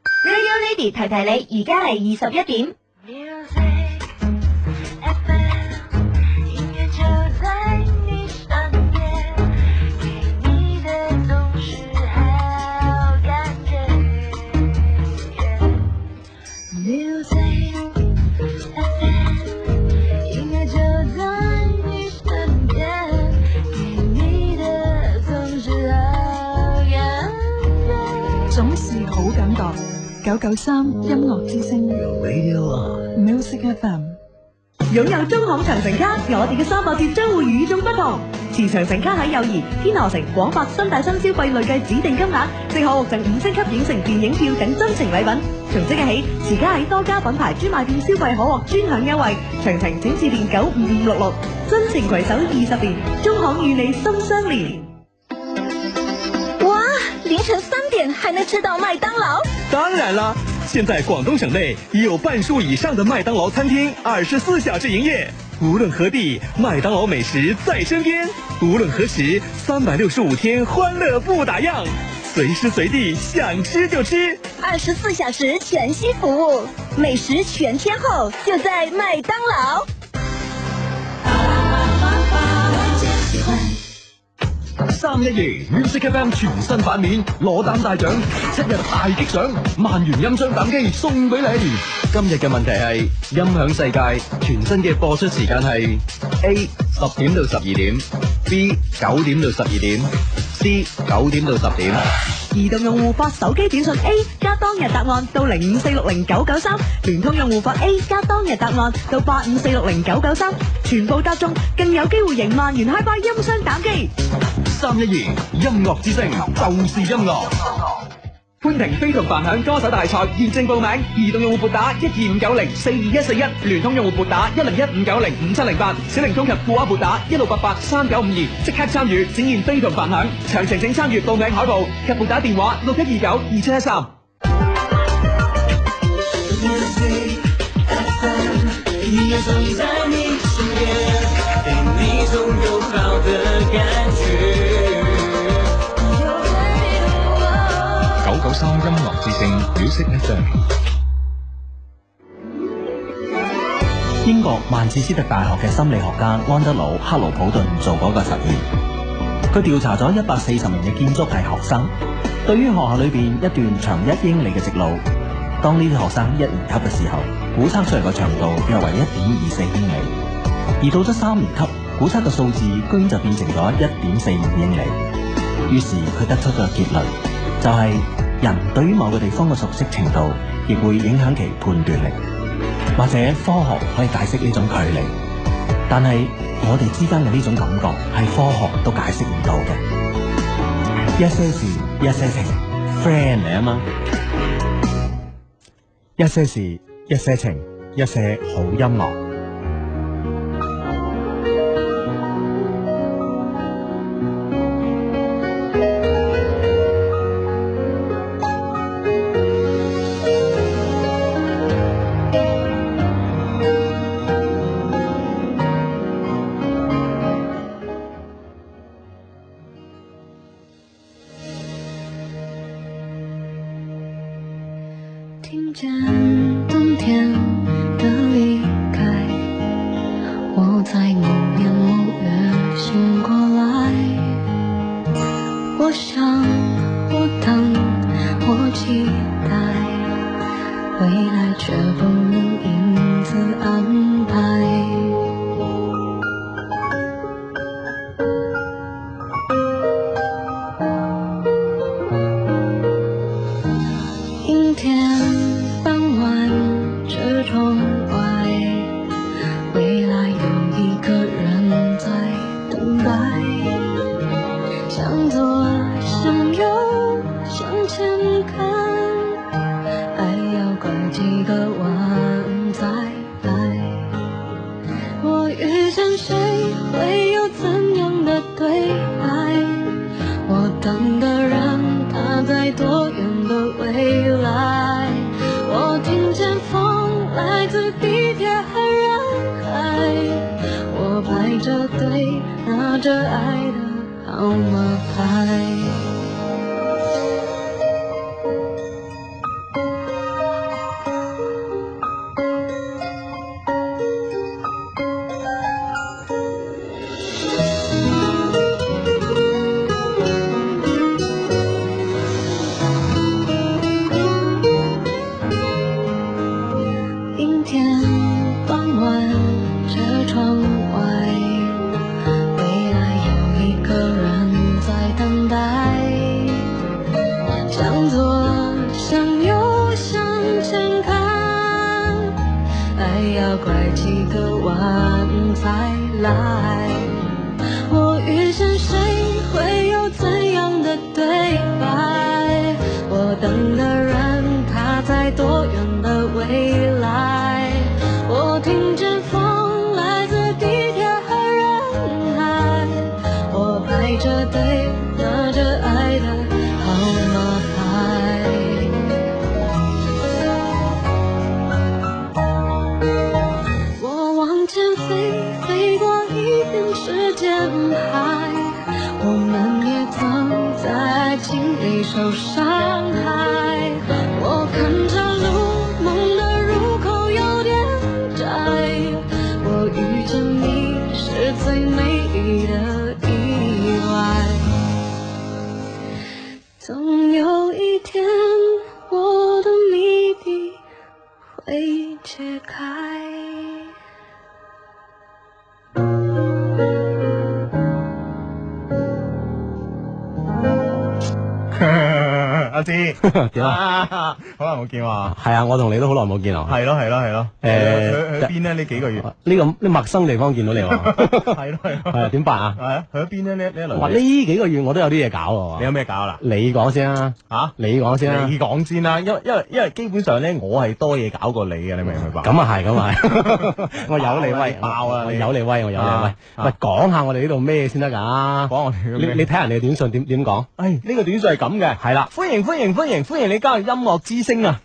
Mandy 提提你，而家係二十一點。 Music FM，音乐就在你身边，给你的总是好感觉。Music FM，音乐就在你身边，给你的总是好感觉。总是好感覺。九九三音樂之聲 Music FM。擁有中行長城卡，我哋嘅三百折將會與眾不同。持長城卡喺友誼、天河城、廣發、新大新消費累計指定金額，即可獲贈五星級影城電影票等真情禮品。從即日起，持家喺多家品牌專賣店消費可獲專享優惠。詳情請致電九五五六六。真情攜手二十年，中行與你心相連。哇，凌晨三点还能吃到麦当劳，当然啦，现在广东省内已有半数以上的麦当劳餐厅二十四小时营业。无论何地，麦当劳美食在身边。无论何时，三百六十五天欢乐不打烊，随时随地想吃就吃。二十四小时全息服务，美食全天候，就在麦当劳。三一夜 Music FM 全新版面攞膽大獎，七日大激獎，萬元音箱膽機送俾你。今日嘅問題係音響世界全新嘅播出時間係 A 十點到十二點，B 九點到十二點，C 九點到十點。移動用戶發手機短信 A 加當日答案到零五四六零九九三，聯通用戶發 A 加當日答案到八五四六零九九三，全部答中更有機會贏萬元 HiFi 音箱膽機。三一二音樂之聲就是音樂。潘婷非同凡響歌手大賽現正報名，移動用戶撥打一二五九零四二一四一，聯通用戶撥打一零一五九零五七零八，小靈通及固話撥打一六八八三九五二，即刻參與展現非同凡響。詳情請參閱報名海報及撥打電話六一二九二七一三。音乐总在你身边，给你种有好的感觉。九九三音樂之聲 Music FM。英國曼徹斯特大學嘅心理學家安德魯克魯普頓做過一個實驗，佢調查咗一百四十名嘅建築系學生，對於學校裏邊一段長一英里嘅直路，當呢啲學生一年級嘅時候，估測出嚟嘅長度約為一點二四英里，而到咗三年級，估測嘅數字居然就變成咗一點四五英里。於是佢得出咗結論，就係、人對於某個地方嘅熟悉程度，亦會影響其判斷力。或者科學可以解釋呢種距離，但係我哋之間嘅呢種感覺係科學都解釋唔到嘅。一些事，一些情，friend 嚟啊嘛！一些事，一些情，一些好音樂。 听见冬天的离开，我在某年某月醒过来。我想，我等，我期待，未来却不能因此安排。阴天傍晚车窗外，未来有一个人在等待。啊向左向右向前看，还要拐几个弯才来。我遇见谁会有怎样的对白？我等的人，他在多远的未来？我听见风来自地铁和人海，我排着队拿着爱的号码牌。代，向左向右向前看，爱要拐几个弯才来。我遇见谁会有怎样的对白？我等的人他在多远的未来？我听见风来自地铁和人海，我排着队拿着爱的号码牌。我往前飞，飞过一片时间海，我们也曾在爱情里受伤害。我看着路，梦的入口有点窄，我遇见你是最美丽的意外。总有一天，我的谜底会揭开。阿 芝，點啊啊？好耐冇見喎。系啊，我同你都好耐冇見啊。係咯係咯係咯。誒去去邊咧？呢幾個月係呢個呢陌生地方見到你 喎，咯係咯。係啊點辦 啊？係啊，去咗邊咧？呢呢一哇！輪呢你幾個月我都有啲嘢搞你喎。有咩搞啦？你講先啊，啊？你講先啊。你講先啦，因為因為因為基本上咧，我係多嘢搞過你嘅，你明唔明白？咁啊係，咁 啊係。我有你威，爆啊我你有你威，我有你威啊。喂，講下我哋呢度咩先得㗎？講我哋你你睇人哋嘅短信點點講？唉，呢個短信係咁嘅，係啦，歡迎歡迎歡迎歡迎你加入音樂之 聲啊！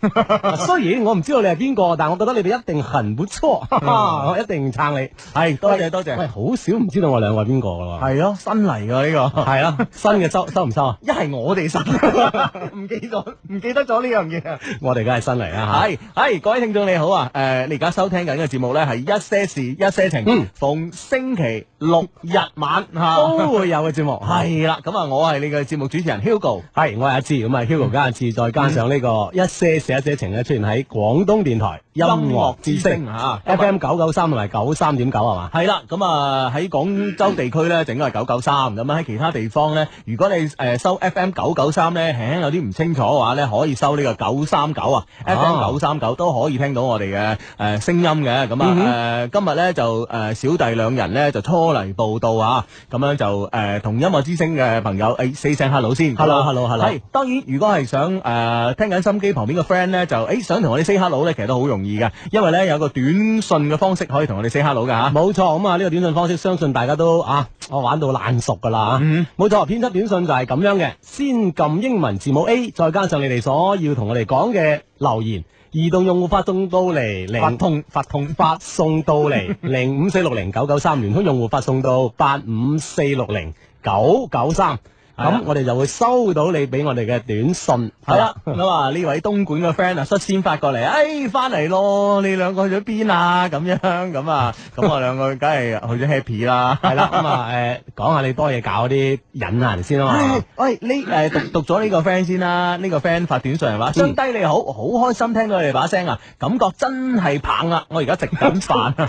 雖然我唔知道你係邊個，但我覺得你哋一定很不錯， 哈哈我一定撐你。係多謝多謝喂，好少唔知道我兩個係邊個㗎喎。係咯，新嚟㗎呢個，係啦，新 嘅收收唔收啊？一係我 哋新，唔記咗，唔記得咗呢樣嘢。我哋梗係新嚟啦嚇。系系，各位聽眾你好啊！诶、你而家收聽緊嘅節目咧係一些事一些情，嗯逢星期六日晚吓，都會有嘅 節目，係啦。咁啊，我係你嘅節目主持人 Hugo。係我係阿志，咁啊 Hugo 加阿志，再加上呢個一些事一些情咧，出現喺廣東電台音樂之聲吓 FM 九九三同埋九三點九係嘛？系啦，咁啊喺廣州地區咧，整個係九九三咁啊喺其他地方咧，如果你誒、呃收 FM 九九三咧，輕輕有啲唔清楚嘅話咧，可以收呢個九三九啊，FM 九三九都可以聽到我哋嘅誒聲音嘅。咁啊誒、呃今日咧就誒、呃小弟兩人咧就初嚟報道啊，咁樣就誒同、音樂之聲嘅朋友誒、哎 say 聲 hello 先啊 Hello，hello，hello 係當然，如果係想誒、呃、聽緊心機旁邊嘅 friend 咧，就誒、哎想同我哋 say hello 咧，其實都好容易嘅，因為咧有個短信嘅方式可以同我哋 say hello 嘅嚇。冇錯，咁啊呢個短信方式，相信大家都啊，我玩到爛熟噶啦嗯冇錯，編輯短信就係咁樣嘅，先撳英文字母 A，再加上你哋所要同我哋講嘅留言。移動用戶發送到嚟零發通發通發送到嚟零五四六零九九三，聯通用戶發送到八五四六零九九三，咁啦我哋就會收到你俾我哋嘅短信，系啦，咁啊呢位東莞嘅 friend 啊，率先發過嚟，哎翻嚟咯，你兩個去咗邊啊？咁樣咁 啊，咁我兩個梗係去咗 happy 啦。係啦，咁啊誒講下你多嘢搞嗰啲引下人先啊嘛唉。 喂，呢诶讀读咗呢個 friend 先啦，呢個 friend 發短信嚟話，相低你好，好開心聽到你哋把聲啊，感覺真係棒啊！我而家食緊飯 啊，阿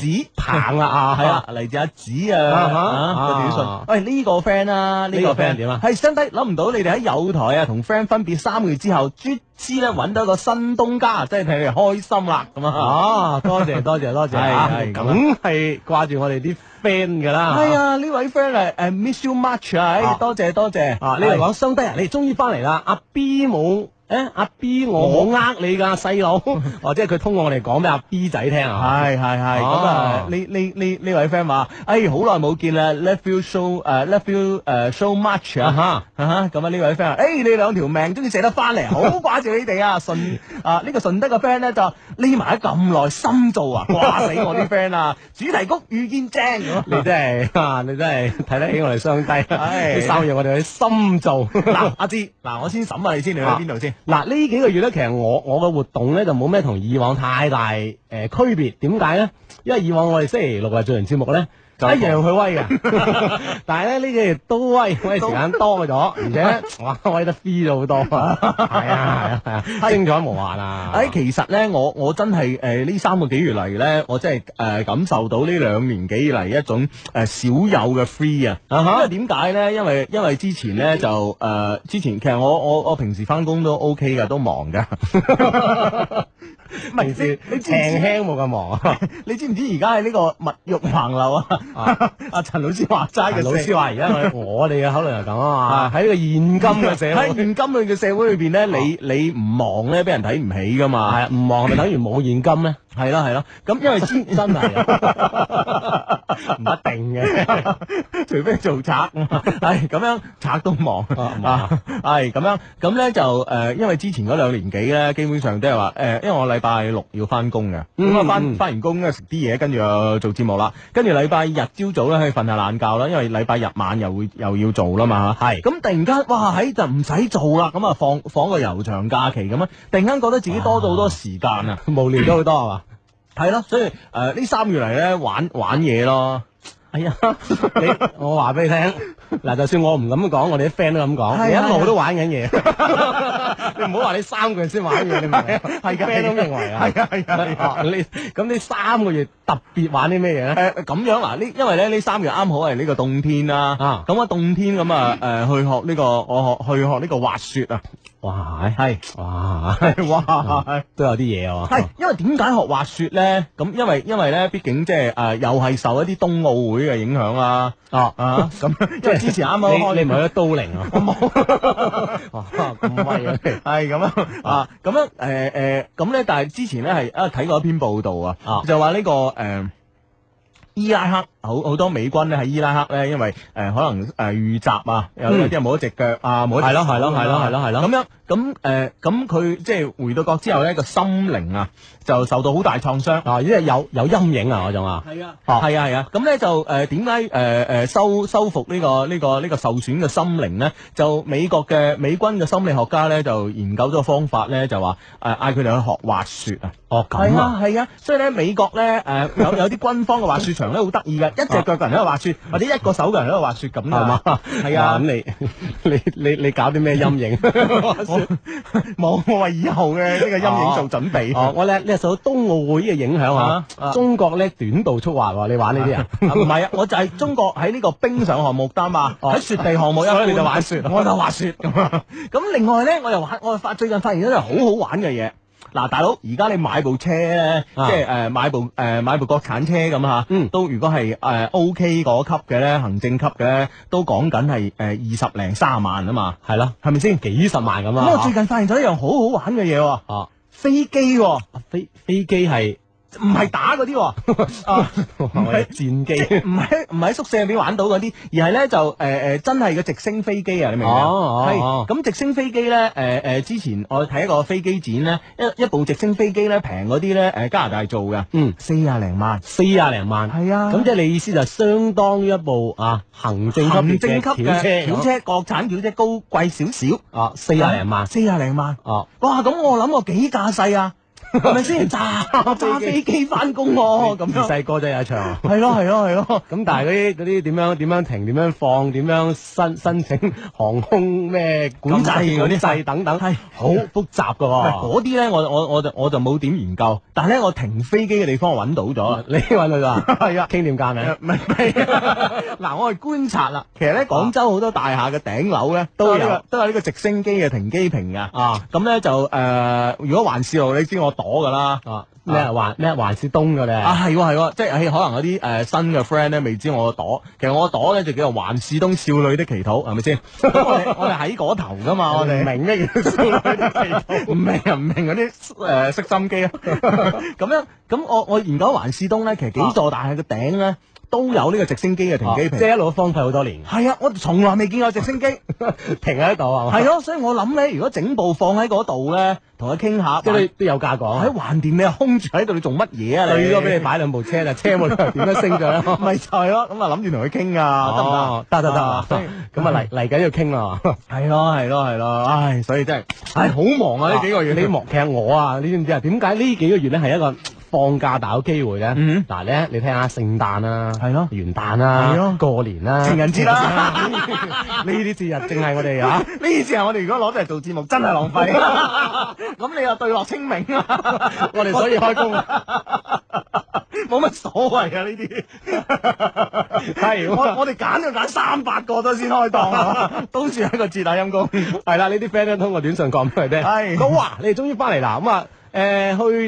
子 棒啦啊，系係啦啊，，嚟自阿紫啊哈啊，個短信啊。喂，呢個 friend 啊，呢呢個個 friend friend 點啊係相低，諗唔到你哋喺友台啊，同 friend 分別三個月之後，卒之咧揾到一個新東家，真係替你哋開心啦，咁啊。哦，多謝多謝多謝係啊係咁梗係掛住我哋啲 friend 噶啦。係啊，呢位 friend 係誒 miss you much 啊啊哎，多謝多謝。啊，呢度講雙低人，你哋終於翻嚟啦。阿 B 冇，誒阿 B 我冇呃你㗎，細佬，或者佢通過我哋講俾阿 B 仔聽啊。係係係，咁啊啊呢呢呢呢位 friend 話，哎好耐冇見啦，love you so 誒 love you 誒 so much 啊啊。哈。啊哈咁啊呢位 friend 啊，誒你兩條命終於捨得翻嚟， 好掛住你哋啊！順啊呢個順德嘅 friend 咧就匿埋咗咁耐，深造啊，掛死我啲 friend 啊！主題曲遇見正咁你真係啊！你真係睇得起我哋雙低，啊唉啲生意我哋去深造。嗱，阿志，嗱我先審下你先，你去啊邊度先？嗱呢幾個月咧，其實我我嘅活動咧就冇咩同以往太大誒、呃、區別。點解咧？因為以往我哋星期六日做完節目咧，一樣佢威嘅，但係咧呢幾日都威，威時間多咗， 而且哇威得 free 咗好多啊！係啊係啊係啊，精彩無限啊！誒，其實咧我我真係誒呢三個幾月嚟咧，我真係誒感受到呢兩年幾以嚟一種誒少有嘅 free 啊！因為點解咧？因為因為之前咧就誒之前其實我我我平時翻工都 OK 㗎，都忙㗎。平時你輕輕冇咁 忙啊！你知唔知而家喺呢個物欲橫流 啊？阿陳老師話齋嘅，老師話而家我我哋嘅考慮係咁啊嘛，喺呢個現今嘅社會喺現今嘅社會裏邊咧，你你唔忙咧，俾人睇唔起噶嘛？係啊，唔忙咪等於冇現金咧，係啦係啦，咁因為之真 係啊唔一定嘅。除非做賊啊嘛，係咁樣賊都忙啊忙啊，係咁樣咁咧就誒、呃因為之前嗰兩年幾咧，基本上都係話誒，因為我禮拜六要翻工嘅，嗯咁啊翻翻完工咧食啲嘢，跟住又做節目啦，跟住禮拜日朝早咧去瞓下懶覺啦，因為禮拜日晚又會又要做啦嗯嘛，係咁突然間哇喺就唔使做啦，咁啊放放個悠長假期咁啊，突然間覺得自己多咗好多時間啊，嗯無聊咗好多係 嘛？係咯，所以誒呢、三月嚟咧玩玩嘢咯。哎呀，你我話俾你聽，嗱，就算我唔咁講，我哋啲 friend 都咁係啊講，你一路都玩緊嘢。你 唔好話你三個月先玩嘢，你明唔明？ 係㗎 friend 都認為啊，係啊係啊係啊啊你咁你三個月特別玩啲咩嘢咧？誒咁樣嗱，呢因為咧呢三月啱好係呢個凍天啦，啊咁啊凍天咁啊誒去學呢個我學去學呢個滑雪啊，哇，係哇， 哇嗯都有啲嘢 喎。係因為點解學滑雪咧？咁因為因為咧，畢竟即係誒又係受一啲冬奧會嘅影響啦，哦，啊咁 因為之前啱啱開你你唔係去刀靈啊？我冇。哇咁威 啊！你係咁樣啊，咁樣誒誒，咁咧，但係之前咧係啊睇過一篇報道啊啊，就話呢個誒。伊拉克好好多美軍咧喺伊拉克咧，因為誒、可能誒、遇襲啊，有嗯有啲人冇咗只腳啊，冇咗隻係咯手係咯啊係咯係咯係咯咁樣咁誒咁佢即係回到國之後咧個心靈啊就受到好大創傷。啊，即係有有陰影啊嗰種啊。係啊，哦係啊，係啊，咁咧就誒點解誒誒修修復呢個呢個呢個受損嘅心靈咧？就美國嘅美軍嘅心理學家咧就研究咗個方法咧，就話誒嗌佢哋去學滑雪啊。哦係咁啊啊，係啊，所以咧美國咧誒有有啲軍方嘅滑雪場咧好得意嘅，一隻腳嘅人喺度滑雪，或者一個手嘅人喺度滑雪咁㗎係嘛？ 係啊哇，咁你你你你搞啲咩陰 影？冇我為以後嘅呢個陰影做準備。哦，我咧你係受到冬奧會嘅影響啊啊啊！中國咧短道速滑喎，你玩呢啲啊？ 啊唔係啊，哦我就係中國喺呢個冰上項目得嘛，喺雪地項目一所以你般就玩雪我就滑雪咁啊。咁另外咧，我又玩，我發最近發現咗一樣好好玩嘅嘢。嗱，大佬，而家你買部車咧，即啊係誒買部誒買部國產車咁嚇嗯，都如果係誒 OK 嗰級嘅咧，行政級嘅咧，都講緊係誒二十零三萬啊嘛，係咯，係咪先？幾十萬咁咁我啊最！近發現咗一樣好好玩嘅嘢喎，啊，飛機喎，飛飛機係唔係打嗰啲 喎，啊我係哋即戰機。係唔喺唔喺宿舍入邊玩到嗰啲，而係咧就誒誒、呃真係個直升飛機啊！你明唔明啊？哦係哦咁直升飛機咧誒誒，之前我睇一個飛機展咧，一一部直升飛機咧平嗰啲咧誒加拿大做嘅，嗯，四廿零萬，四廿零萬，係啊咁即係你意思就相當於一部啊行政級行別政級轎嘅車哦轎車，國產轎車高貴少少，啊，四廿零萬四廿零萬，哦，哇！咁我諗我幾架勢啊，係咪先？揸 揸飛機翻工喎，咁自樣細哥仔有一場。係咯係咯係咯。 咁但係嗰啲嗰啲點樣點樣停點樣放點樣申申請 航空咩管制咁制嗰嗰啲啲制等等，係好複雜噶唔係喎。嗰啲咧，我我我就我就冇點研究，但係咧我停飛機嘅地方我揾到咗啦。你揾佢啊？ 係啊，傾掂誒價未？唔係唔係 嗱，我係觀察啦。其實咧，廣州好多大廈嘅頂樓咧啊都呢個有都有呢個直升機嘅停機坪噶。啊咁咧就誒，呃如果環市路你知我躲噶啦。啊咩環咩環市東嘅咧？啊，係喎係喎，即係可能嗰啲誒新嘅 friend 咧未知我個朵，其實我個朵咧就叫做環市東少女的祈禱，係咪 先？咁我哋我哋喺嗰頭噶嘛，我哋唔明咩叫少女的祈禱 唔明啊，唔明嗰啲誒識心機啊。 咁樣咁我我研究環市東咧，其實幾座大廈嘅頂咧都有呢個直升機嘅停機即坪。係一路荒廢好多年，係啊，我從來未見過直升機， 停喺度啊。 係咯，所以我諗咧，如果整部放喺嗰度咧，同佢傾下，即係你都有喺價講，橫掂你又空住喺度，你做乜嘢啊？最你多俾你擺兩部 車啦，車冇理由點樣升咗啦。咪就係咯，咁啊諗住同佢傾啊，哦得唔得？得得啊所以得， 咁啊嚟嚟緊要傾啦。係咯係咯係咯，唉，所以真係唉好忙啊呢幾個月， 你忙，其實我啊，你知唔知啊？點解呢幾個月咧係一個放假大有機會咧，嗯嗱咧你聽下聖誕啦，係咯，元旦係咯啦，過年啦，情人節啦， 呢啲節日正係我哋啊。 呢次係我哋如果攞嚟做節目，真係浪 費。咁你又對落清明啊？我哋所以開工啊， 冇乜所謂啊呢啲。係我我哋揀就揀三百個都先開檔 啊，都算係一個節啊陰公。係啦，呢啲 friend 咧通過短信講俾佢聽，係佢話哇，你哋終於翻嚟啦，咁啊。誒、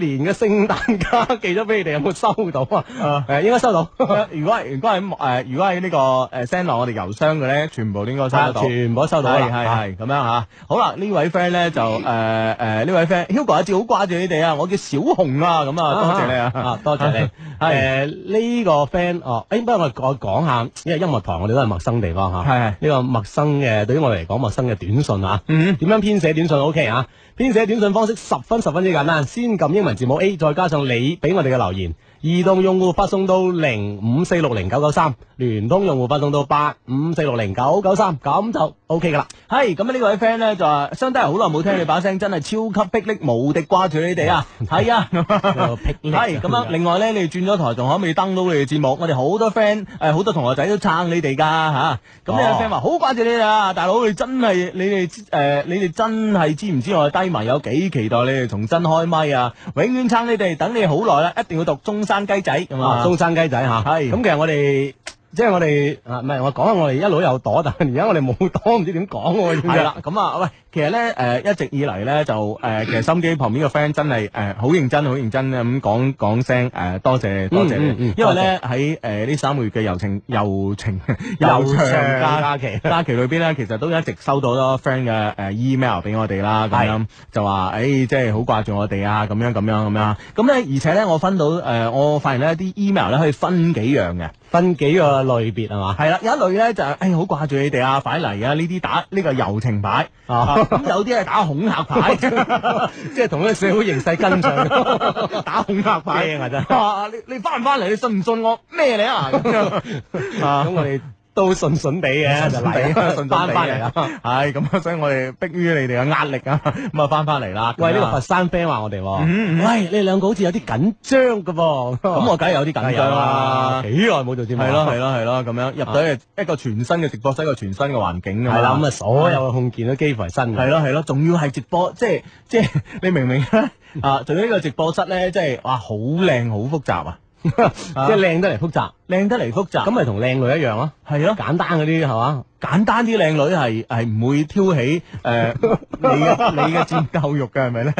去年嘅聖誕 卡寄咗俾你哋，有冇收到啊？誒、應該收到。如果係如果喺誒、如果喺呢、個誒 send 落我哋郵箱嘅咧，全部都應該收得到，啊全部都收到啦係啊係係咁樣嚇。好啦，呢位 friend 咧 就誒誒呢位 friend，Hugo 阿志好掛住你哋啊，我叫小紅啊，咁啊多謝你啊，啊多謝你。 係誒呢個 friend 哦，誒不過我我講下，因為音樂台我哋都係陌生地方嚇，係係呢個陌生嘅對於我嚟講陌生嘅短信啊，嗯點樣編寫短信 OK 啊？編寫短信方式十分十分之簡單，先撳英文字母 A，再加上你俾我哋嘅留言。移動用戶發送到零五四六零九九三，聯通用戶發送到八五四六零九九三，咁就 OK 噶啦。係咁啊！呢位 friend 咧就話：相低好耐冇聽你把聲，真係超級霹靂無敵掛住你 哋啊！係啊，係咁樣。另外咧，你哋轉咗台，仲可唔可以登到你哋節目？我哋好多 friend 誒，好多同學仔都撐你哋㗎嚇。咁呢哦位 friend 話：好掛住你哋啊！大佬，你真係你哋知誒，你哋真係知唔知我哋低迷有幾期待你哋重新開咪啊？永遠撐你哋，等你好耐啦，一定要讀中山雞仔咁啊，啊！中山雞仔嚇，係咁其實我哋。即係我哋啊，唔係我講下我哋一路有朵，但係而家我哋冇朵，唔知點講喎。知唔知啊係啦，咁啊，喂，其實咧，誒、一直以嚟咧，就誒、其實心機旁邊個 friend 真係誒，好、認真，好認真咁講講聲誒，多謝多謝你，嗯嗯因為咧喺誒呢三個月嘅友情友情 悠長假假期 假期裏邊咧，其實都一直收到好多 friend 嘅誒 email 俾我哋啦，咁樣就話誒、哎即係好掛住我哋啊，咁樣咁樣咁樣，咁咧而且咧，我分到誒、我發現咧啲 email 咧可以分幾樣嘅。分幾個類別係嘛？系啦，有一類咧就係，哎，好掛住你哋啊，快嚟啊！呢啲打呢個柔情牌，啊啊咁有啲係打恐嚇牌， 即係同呢個社會形勢跟上， 打恐嚇牌驚啊真係啊！你你翻唔翻嚟？你信唔信我咩你 啊？咁樣啊哦咁我哋都順順 地嘅，就嚟啦順順地啊翻翻嚟啦。係咁啊，所以我哋迫於你哋嘅壓力啊，咁啊翻翻嚟啦。喂，呢個咁佛啊山 friend 話我哋喎，嗯嗯喂，你哋兩個好似有啲緊張嘅噃，咁我梗係有啲緊張啦幾耐冇做節目，係咯係咯係咯，咁樣入到一個一個全新嘅直播室，一個全新嘅環境係啦，咁啊，所有嘅控件都幾乎係新係嘅，咯係咯，仲要係直播，即係 即係你明唔明咧？啊，仲有呢個直播室咧，即係哇，好靚好複雜啊！ 即係靚得嚟複雜，靚得嚟複雜，咁咪同靚女一樣咯，係咯，簡單嗰啲係嘛？簡單啲靚女係係唔會挑起誒、呃你嘅你嘅戰鬥欲嘅係咪咧？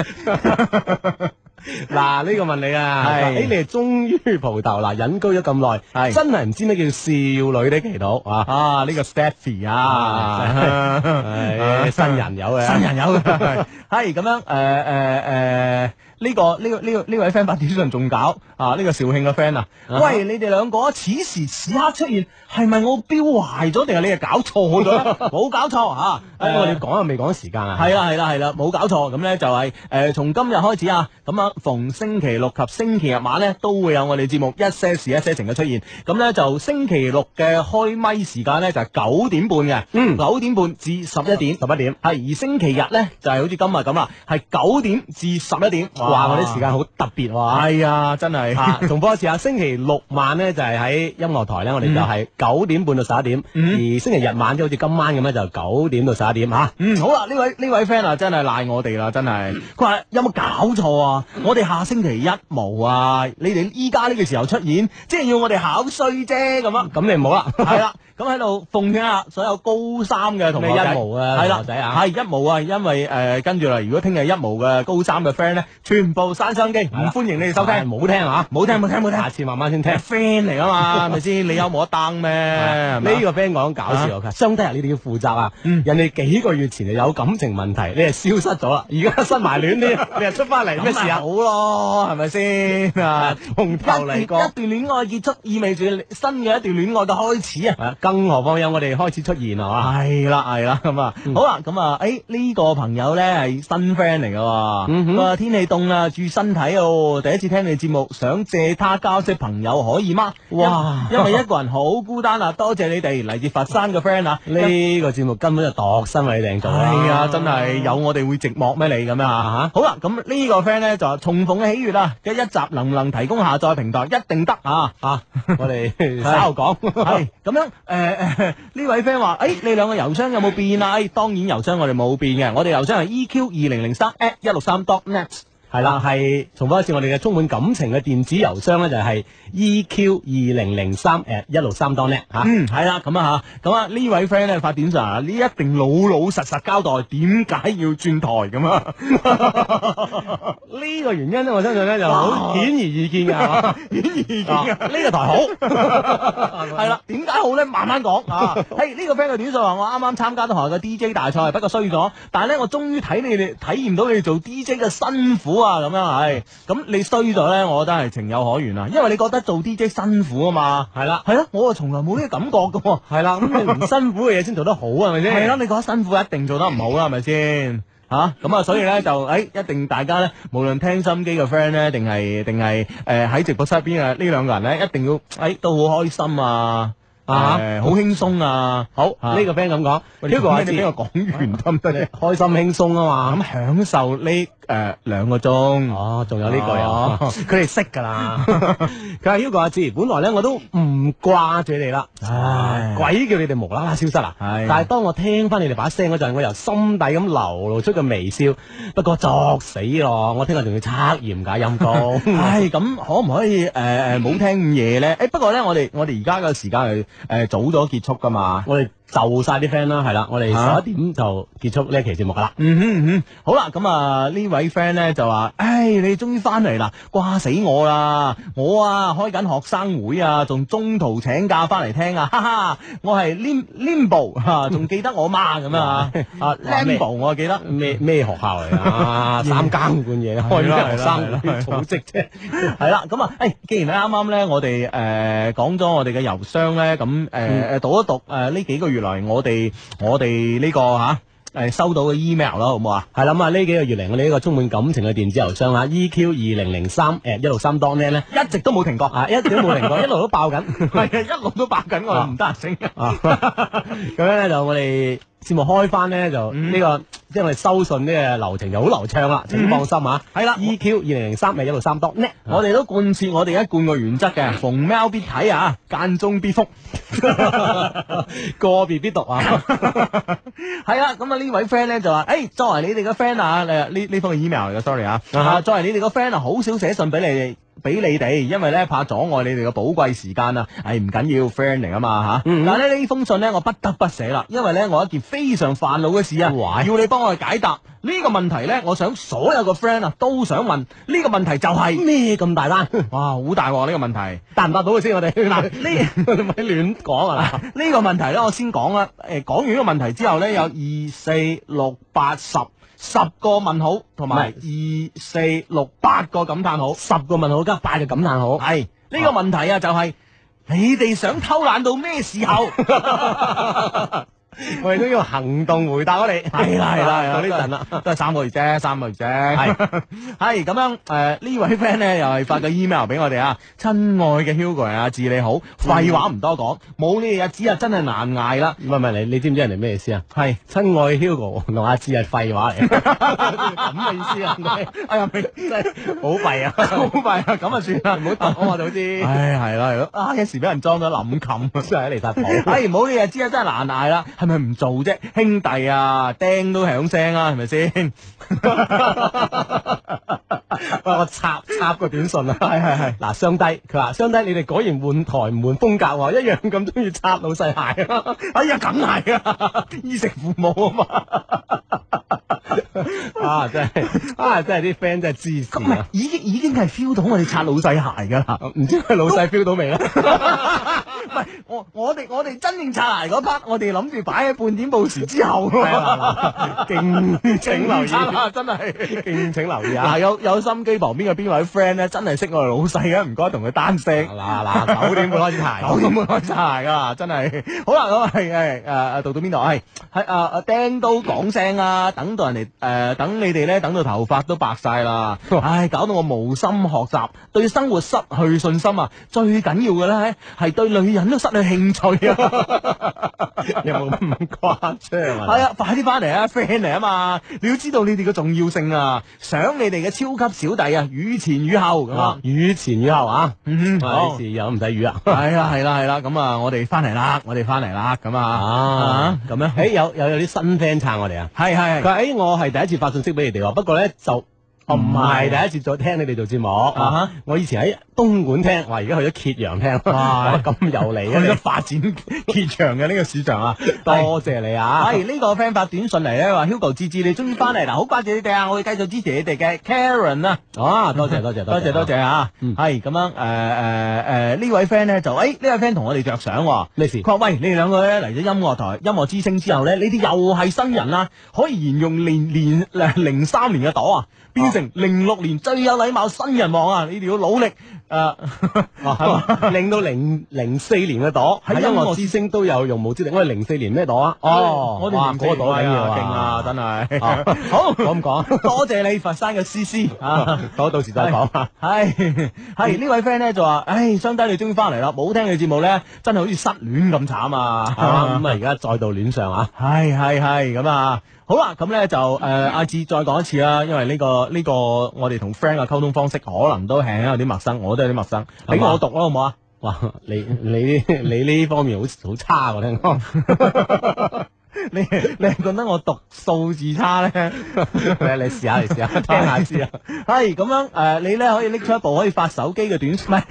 嗱，呢個問你啊，係誒，你哋終於蒲頭嗱，隱居咗咁耐，係真係唔知咩叫少女的祈禱啊！啊，呢、個 Stephy 啊， 唉新人有嘅，新人 有嘅，係咁樣誒誒誒，呃呢個呢個呢個呢位 friend 發短信仲搞啊，呢個肇慶嘅 friend 啊，喂，你哋兩個此時此刻出現，係咪我標壞咗定係你係搞錯咗 呢？冇搞錯啊！哎我誒哋講又未講時間啊，係啦係啦係啦，冇搞錯，咁呢就係、誒，從、今日開始啊，咁啊逢星期六及星期日晚呢，都會有我哋節目一些事一些情嘅出現。咁呢就星期六嘅開咪時間呢，就係九點半嘅，嗯九點半至十一點，十一點。係而星期日呢，就係、好似今日咁啦，係九點至十一點。哇！我啲啊時間好特別喎。係啊，真係啊，重播一次啊！星期六晚咧就係喺音樂台咧，我哋就係九點半到十一點，嗯而星期日晚即係好似今晚咁咧，就九點到十一點吓。嗯，好啦，呢位呢位 friend 啊，真係賴我哋啦，真係。佢話有冇搞錯啊？我哋下星期一冇啊，你哋依家呢個時候出現，即係要我哋考衰啫咁啊。咁你唔好啦，係啦，咁喺度奉勸下所有高三嘅同學仔咩一模啊係啦同學仔啊係一模啊，因為誒跟住啦，如果聽日一模嘅高三嘅 friend 咧，全部閂收音機，唔啦歡迎你哋收係聽，冇聽啊，冇聽冇聽冇聽下次慢慢先聽。 friend 嚟啊 嘛，係咪先？你有冇得登咩？呢係咪啊個 friend 講搞笑，佢話相低人你哋要負責啊！人哋幾個月前就有感情問題，你係消失咗啦，而家失 埋戀添，你又出翻嚟咩事啊好？咯，係咪先 啊？從頭嚟一過段。一段戀愛結束，意味住新嘅一段戀愛嘅開始啊！啊更何況有我哋開始出現啊係嘛？嗯係啦，係哎啦，咁啊，好啦，咁啊，誒呢個朋友咧係新 friend 嚟嘅喎，嗯佢哼話天氣凍痛啊，注意身體哦。第一次聽你節目，想借他交識朋友可以嗎？哇因因為一個人好孤單啊！多謝你哋嚟自佛山嘅 friend 啊，呢個節目根本就度身為你訂做啦，係啊，真係有我哋會寂寞咩你咁樣啊？好啦，咁呢個 friend 咧就話重逢嘅喜悅啊嘅一集能唔能提供下載平台？一定得啊！啊！ 我哋稍稍後講，係咁樣，誒、誒呢位 friend 話，誒、哎你兩個郵箱有冇變啊？誒、當然郵箱我哋冇變嘅，我哋郵箱係 EQ 二零零三 at 一六三 dot net。係啦，係重複一次我哋嘅充滿感情嘅電子郵箱咧，就係 EQ 二零零三 at 一六三 dot net 嚇。嗯，係啦，咁啊吓，咁啊呢位 friend 咧發短信啊，呢一定老老實實交代點解要轉台咁啊，呢個原因咧，我相信咧就好顯而易見嘅，係 嘛顯而易見啊啊。呢個台好， 係啦， 點解好咧？慢慢講啊！嘿，呢個 friend 嘅短信話我啱啱參加到學校嘅 DJ 大賽，不過衰咗。但係咧，我終於睇你哋體驗到你哋做 DJ 嘅辛苦啊！咁樣係，咁你衰咗咧，我覺得係情有可原啊，因為你覺得做 DJ 辛苦啊嘛。係啦，係啊，我啊從來冇呢個感覺嘅喎。係啦，咁你唔辛苦嘅嘢先做得好係咪先？係啦，你覺得辛苦一定做得唔好啦，係咪先？吓咁啊，所以咧就誒、哎一定大家咧，無論聽心機嘅 friend 咧，定係定係誒喺直播室入邊啊嘅呢兩個人咧，一定要誒、哎都好開心啊！啊誒好輕鬆啊！好，啊呢個 friend 咁講喂你，Hugo 阿你俾志我講完得唔得？ 開心輕鬆啊嘛。咁享受呢誒兩個鐘。哦，仲有呢句啊，哦 佢哋識㗎啦。 佢話 Hugo 阿志，本來咧我都唔掛住你哋啦，啊唉鬼叫你哋無啦啦消失啊！係但係當我聽翻你哋把聲嗰陣，我由心底咁流露出個微笑。不過作死咯，我聽日仲要測驗㗎，陰公。 唉，咁可唔可以誒誒冇聽咁夜咧？誒、不過咧，我哋我哋而家嘅時間係誒、早咗結束噶嘛。我哋就晒啲 friend 啦，係啦，我哋啊十一點就結束呢一期節目㗎啦。嗯哼嗯哼，好啦，咁啊呢位 friend 咧就話，唉，你終於翻嚟啦，掛死我啦！我啊開緊學生會啊，仲中途請假翻嚟聽啊，哈哈！我係 Lim Limbo 啊，仲記得我 嘛咁啊？啊哇咩 Limbo 我記得。咩咩學校 嚟啊？三更半夜開係啦咩學係啦係生啦係啦 組織啫？系啦，咁啊，诶，既然啱啱咧，我哋诶講咗我哋嘅郵箱咧，咁诶诶讀一讀诶呢幾個月嚟我哋我哋呢個吓诶收到嘅 email 啦，好唔好啊？係啦，咁啊呢幾個月嚟，我哋呢個充滿感情嘅電子郵箱啊，EQ 二零零三 at 一六三 dot net 咧，一直都冇停過，啊一直都冇停過，一路都爆緊。 係啊，一路都爆緊，我哋唔得閒升。啊，咁樣咧就我哋節目開翻咧就嗯呢個即係我哋收信呢個流程就好流暢啦，請放心啊。係啦啊，EQ 二零零三 at 一六三 dot net，我哋都貫徹我哋一貫嘅原則嘅，逢喵必睇啊，間中 必覆。 個別必讀啊。係啊，咁啊呢位 friend 咧就話：，誒、哎作為你哋嘅 friend 啊，誒呢呢封嘅 email 嚟嘅，sorry 啊，啊哈啊作為你哋嘅 friend 啊，好少寫信俾你哋。俾你哋，因為咧怕阻礙你哋嘅寶貴時間啊！唉、唔緊要，friend 嚟啊嘛吓。嗯但係咧呢封信呢，我不得不寫啦，因為呢，我有一件非常煩惱嘅事啊，哇要你幫我去解答呢、個問題呢，我想所有嘅 friend 啊都想問呢、個問題就係、咩咁大單？ 哇，好大鑊呢個問題。答唔答到嘅先？我 哋嗱嗱，呢 你咪亂講啊！呢個問題咧，我先講啦。誒、講完呢個問題之後咧，有二四六八十十個問號，同埋二四六八個感嘆號。十個問號加八個感嘆號。係呢、個問題啊，就係、你哋想偷懶到咩時 候？我哋都要行動回答我哋。係 啦係啦，係到呢啦陣啦。，都係三個月啫，三個月啫。係 係咁樣誒，呃呢位 friend 咧又係發個 email 俾我哋啊，親愛嘅 Hugo 啊，志你嗯好，廢話唔多講，冇你哋日子啊，真係難捱啦。唔係唔係，你你知唔知人哋咩意思啊？係。親愛 Hugo 同阿志係廢話嚟，咁嘅意 思啊！哎呀，咪真係好弊啊！好弊啊！咁啊算啦，唔好答我啊，導致。唉，係啦，係咯，啊有時俾人裝咗冧冚，真係嚟晒 譜。唉，唔好你啊知啊，真係難捱啦，係咪唔做啫？兄弟啊，釘都響聲啊啦，係咪 先？喂，我插插個短信啊！係係係嗱，雙低佢話雙低，你哋果然換台唔換風格喎，一樣咁中意插老細鞋啊！哎呀，梗係啊，衣食父母啊嘛。 啊，真 係啊，真係啲 friend 真係支持咁咪啊！已經已經係 feel 到我哋擦老細鞋㗎啦。啊唔知佢老細 feel 到未咧？ 唔係，我我哋我哋真正擦鞋嗰 part，我哋諗住擺喺半點報時之後係 啊嗱嗱敬請留意勁差啊啦真係敬請留意啊！嗱，有有心機旁邊嘅邊位 friend 咧，真係識我哋老細啊嘅，唔該同佢單聲。嗱嗱，九點半開始 排，九點半開始行噶啦，真係好啦，咁係誒誒到到邊度？係係啊啊釘都講聲啦，等到人哋誒等你哋咧，等到頭髮都白晒啦，唉，搞到我無心學習，對生活失去信心啊！最緊要嘅咧係對女人都失去興趣啊！ 有冇咁誇張啊？係啊，快啲翻嚟啊，friend 嚟啊嘛！你要知道你哋嘅重要性啊，想你哋嘅超級小弟啊，雨前雨後咁啊啊，！雨前雨後啊，嗯啊呢次又唔使雨啊。系啦系啦系啦，咁啊，我哋翻嚟啦，我哋翻嚟啦，咁啊啊，咁样，诶，有有有啲新 friend 撐我哋啊！系系佢話：誒，我係第一次發信息俾你哋喎，不過咧就我哦唔係第一次再聽你哋做節目。啊哈我以前喺東莞聽，哇，而家去咗揭陽聽，哇 哇，咁有 利去咗啊！发展揭長嘅呢個市場啊， 多謝你啊！係呢個 friend 發短信嚟咧，話 Hugo 志志你終於翻嚟啦，好掛住你哋啊，我會繼續支持你哋嘅 Karen 啊。啊，多謝多謝多謝多謝啊，嗯係咁樣誒誒誒呢位 friend 咧就誒呢位 friend 同我哋着想喎，咩事佢話喂你哋兩個咧嚟咗音樂台音樂之星之後咧，你哋又係新人啦，可以沿用年年誒 零三年嘅朵啊，變成零六年最有禮貌新人王啊！你哋要努力誒， 啊令到零零四年嘅朵喺喺音音樂樂之星都有用武之地。我哋零四年咩朵啊？我哇哋嗰個朵緊要勁啊，真係啊好咁講多謝你佛山嘅 C C 啊！朵到時再講嗯啊！係係呢位 friend 咧就話：，唉，相低你終於翻嚟啦！冇聽你節目咧，真係好似失戀咁慘啊！啊咁啊，而家再度戀上啊！係係係咁啊！好啦，咁咧就誒阿志再講一次啦，因為呢、個呢、個我哋同 friend 嘅溝通方式可能都輕輕有啲陌生，我都有啲陌生，係嘛俾我讀啦好唔好啊？哇，你你你呢方面好好差我聽講， 你你係覺得我讀數字差咧？ 你你試下你試下聽聽下下先先啊啊！！ 係咁樣誒、呃你咧可以拎出一部可以發手機嘅短信，唔係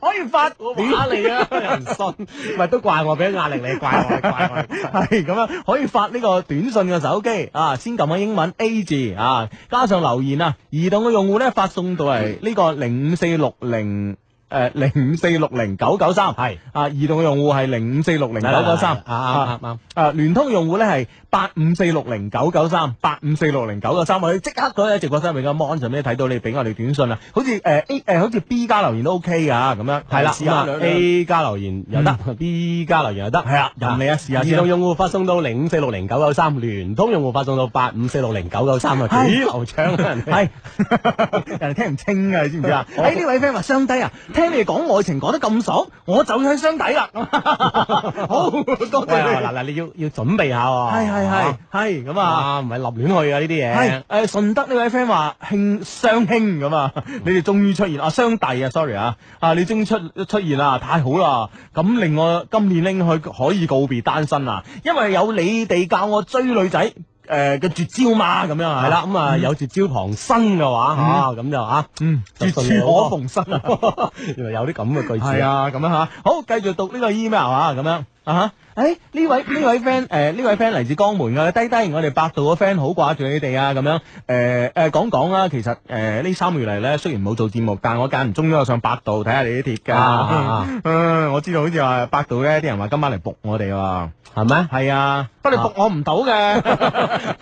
可以發我打你啊！又唔信，咪都怪我俾壓力你，怪我，怪我。 系咁樣，可以發呢個短信嘅手機啊，先撳下英文 A 字啊，加上留言啊，移動嘅用戶咧發送到嚟呢個零五四六零诶零五四六零九九三係啊，移動嘅用戶係零五四六零九九三啊啊啱啱。啊，聯通用戶咧係八五四六零九九三八五四六零九九三，我哋即刻嗰喺直播室入面嘅 mon 上面睇到你俾我哋短信啊，好似誒 A 誒好似 B 加留言都 OK 噶咁樣，係啦試下咁啊，A ，A 加留言又得，B 加留言又得，係啊任你啊試下先移動用戶發送到零五四六零九九三，聯通用戶發送到八五四六零九九三啊，幾係 流暢啊！系人哋聽唔清啊，你知唔知啊？喺呢位 friend 話雙低啊，聽你哋講愛情講得咁爽，我就要去雙底啦。 好多喂謝你。嗱嗱，你要要準備下喎，係係係係咁啊！哦啊，唔係立亂去啊呢啲嘢係。誒順德呢位 friend 話兄雙兄咁啊，嗯你哋終於出現啊雙弟啊，sorry 啊啊你終於出出現啦，太好啦！咁令我今年拎去可以告別單身啦，因為有你哋教我追女仔誒嘅絕招嘛，咁樣啊系啦，，咁啊有絕招旁生嘅話吓，咁就吓，嗯，就絕順利處可好多逢生啊！ 原來有啲咁嘅句係子。啊，咁樣吓，好，繼續讀呢個 email 啊，咁樣啊哈。誒呢位呢位 friend 誒呢位 friend 嚟自江門嘅，低低我哋百度嘅 friend 好掛住你哋啊，咁樣誒誒講講啦，其實誒呢三個月嚟咧，雖然冇做節目，但我間唔中都有上百度睇下你啲貼啊啊㗎啊。 嗯，我知道好似話百度咧啲人話今晚嚟仆我哋喎，係咪？係啊，不過你仆我唔到 嘅，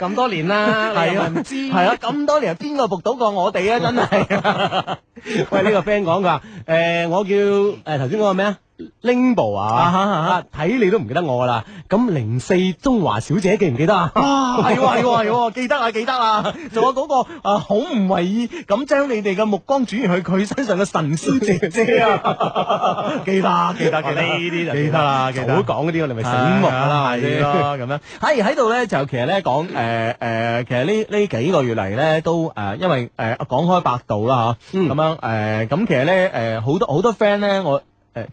咁多年啦係啊，唔知。係啊，咁多年邊個仆到過我哋啊，真係。 喂，呢個 friend 講佢話，誒，我叫誒頭先嗰個咩啊？Limbo 啊啊，哈啊哈啊睇你都唔記得我啦。咁零四中華小姐記唔記得啊？啊，係 喎係喎係喎，記得啦記得啦，仲有嗰個啊好唔為意咁將你哋嘅目光轉移去佢身上嘅神仙姐姐 啊，哦記得記得記得呢啲就記得啦記得啊好啊講嗰啲我哋咪醒目㗎啦，啊係咪係先咯咁樣。喺喺度咧就其實咧講誒誒，其實呢呢幾個月嚟咧都誒，因為誒講開百度啦嚇，呃嗯咁樣誒咁其實咧誒好多好多 friend 咧我誒。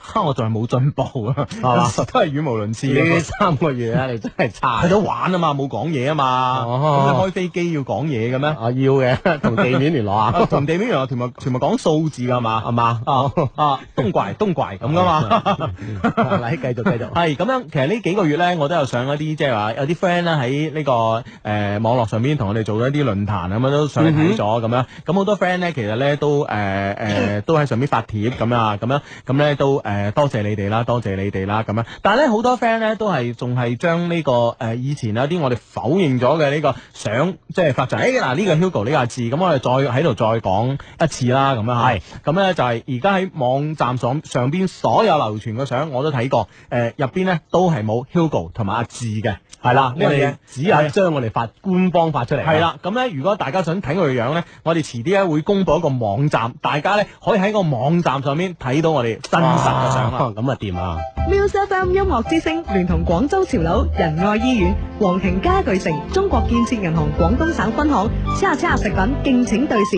哈，呃 我仲係冇進步啊，係 嘛，都係語無倫次啊。呢三個月啊，你真係差。去咗玩啊嘛，冇講嘢啊嘛，咁你開飛機要講嘢嘅咩？啊，要 嘅，同地面聯絡啊，同地面原來全部全部講數字噶嘛，係嘛啊啊東拐東拐咁噶 嘛，啊哦嚟繼續繼續。 係咁樣，其實呢幾個月咧，我都有上一啲即係話有啲 friend 咧喺呢個誒、呃、網絡上邊同我哋做咗一啲論壇咁樣都嗯上嚟睇咗咁樣，咁好多 friend 咧其實咧都誒誒、呃嗯呃都喺上面發帖咁樣啊，咁樣咁咧都誒、呃多謝你哋啦，多謝你哋啦咁樣，但係咧好多 friend 咧都係仲係將呢個誒、呃以前有啲我哋否認咗嘅呢個相即係發就誒嗱呢個 Hugo 呢個字，咁我哋再喺度再講一次啦咁樣嚇係咁咧就係而家喺網站上上邊所有流傳嘅相我都睇過，誒入邊咧都係冇 Hugo 同埋阿志嘅，係啦，呢我樣哋嘢只係將我哋發官方發出嚟。係，啦，咁咧如果大家想睇佢嘅樣咧，我哋遲啲咧會公佈一個網站，大家咧可以喺個網站上面睇到我哋真實嘅相啦。啊咁啊掂啊！ Music FM 音樂之聲聯同廣州潮樓仁愛醫院、皇庭家具城、中國建設銀行廣東省分行、叉叉食品敬請對視。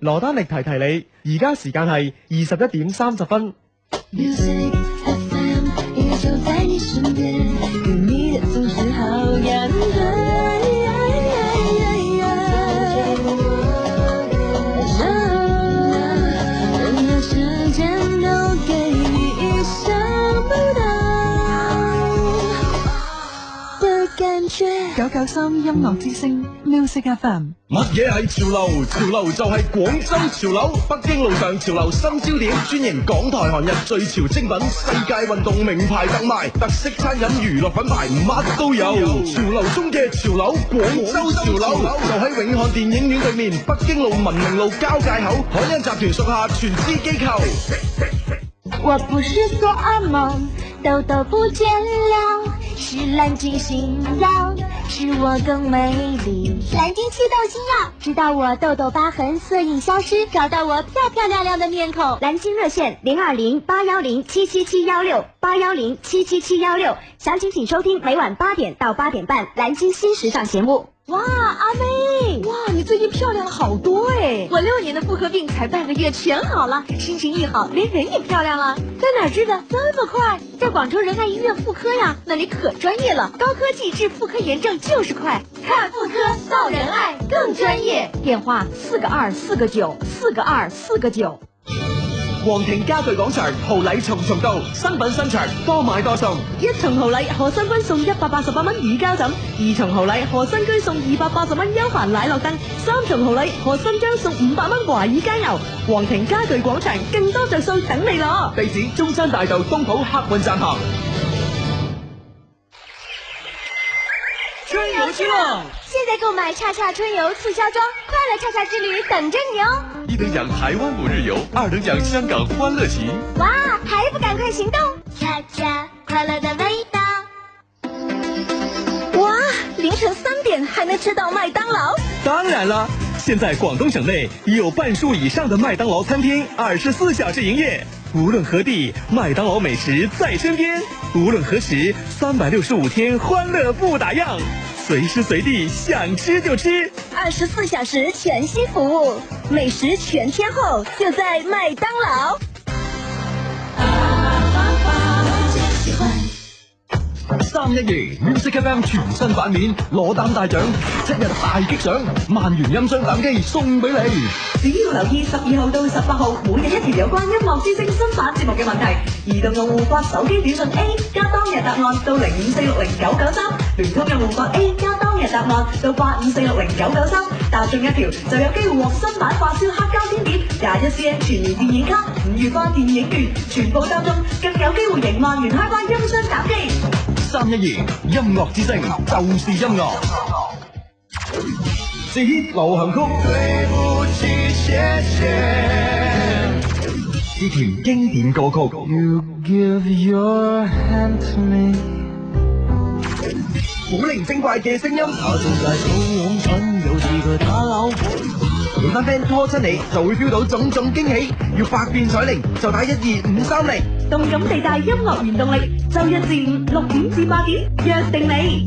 羅丹力提提你，而家時間係二十一點三十分。 Music FM 也就在你身边，有你的总是好感觉。任何时间都给你意想不到的感觉。九九三音樂之聲 Music FM。乜嘢系潮流？潮流就系广州潮流，北京路上潮流新焦点，专营港台韓日最潮精品，世界運動名牌特賣，特色餐飲娛樂品牌乜都有。潮流中嘅潮流，廣州潮流就喺永漢電影院對面，北京路文明路交界口，海欣集團屬下全資機構。我不是做噩梦，痘痘不见了，是蓝鲸新药，使我更美丽。蓝鲸祛痘新药，直到我痘痘疤痕色印消失，找到我漂漂亮亮的面孔。蓝鲸热线零二零八幺零七七七幺六八幺零七七七幺六，详情请收听每晚八点到八点半《蓝鲸新时尚节目》。哇，阿妹！哇，你最近漂亮了好多哎！我六年的妇科病才半个月全好了，心情一好，连人也漂亮了。在哪儿治的？这么快？在广州仁爱医院妇科呀，那里可专业了，高科技治妇科炎症就是快。看妇科到仁爱更专业，电话四个二四个九四个二四个九。皇庭家具廣場豪禮重重到，新品新場多買多送。一重豪禮何新君送一百八十八蚊乳膠枕，二重豪禮何新居送二百八十蚊休閒奶酪凳，三重豪禮何新章送五百蚊華爾街牛。皇庭家具廣場更多着數等你攞。地址中山大道東圃客運站旁。春游去了，现在购买叉叉春游促销装，快乐叉叉之旅等着你哦！一等奖台湾五日游，二等奖香港欢乐行。哇，还不赶快行动！恰恰快乐的味道。哇，凌晨三点还能吃到麦当劳，当然了，现在广东省内已有半数以上的麦当劳餐厅二十四小时营业。无论何地，麦当劳美食在身边。无论何时，三百六十五天欢乐不打烊，随时随地想吃就吃。二十四小时全息服务，美食全天候就在麦当劳。三一二 Music FM 全新版面，攞膽大獎，七日大激賞，萬元音箱膽機送俾你。只要留意十二號到十八號每日一條有關音樂之聲新版節目嘅問題，移動用戶發手機短信 A 加當日答案到零五四六零九九三，聯通用戶發 A 加當日答案到八五四六零九九三，答中一條就有機會獲新版發燒黑膠經典、廿一 CM 全年電影卡、五月花電影券，全部答中更有機會贏萬元開關音箱膽機。三一二音樂之聲就是音樂，最 hit 流行曲。對不起，謝謝。之前經典歌曲。You give your hand to me。古靈精怪嘅聲音。我正在抱擁緊，有時佢打扭。本班 friend 拖親你，就會 feel 到種種驚喜。要百變彩鈴，就打一二五三零。動感地帶音樂原動力，周一至五六點至八點，約定你。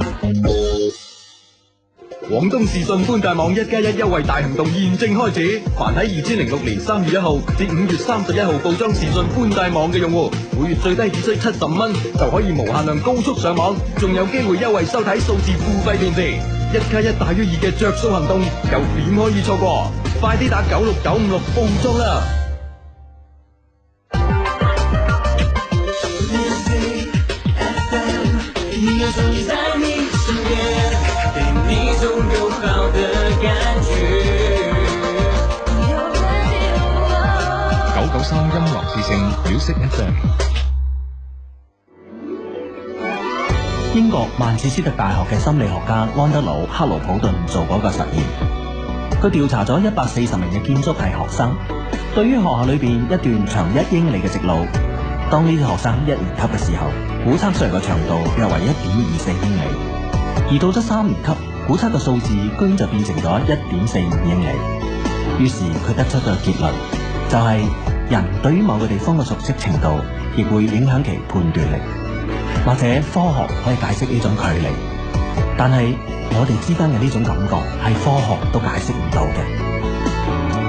廣東視訊寬帶網一加一優惠大行動現正開始，凡喺二千零六年三月一號至五月三十一號報裝視訊寬帶網嘅用戶，每月最低只需七十蚊就可以無限量高速上網，仲有機會優惠收睇數字付費電視。一加一大於二嘅着數行動，又點可以錯過？快啲打九六九五六報裝啦！你要总在你身边，对你总有好的感觉。九九三音樂之聲 Music FM。英國曼徹斯特大學嘅心理學家安德魯克勞普頓做過一個實驗，佢調查咗一百四十名嘅建築系學生，對於學校裏邊一段長一英里嘅直路，當呢啲學生一年級嘅時候，估測出嚟嘅長度約為一點二四英里，而到咗三年級，估測嘅數字居然就變成咗一點四五英里。於是佢得出嘅結論就係、人對於某個地方嘅熟悉程度，亦會影響其判斷力。或者科學可以解釋呢種距離，但係我哋之間嘅呢種感覺係科學都解釋唔到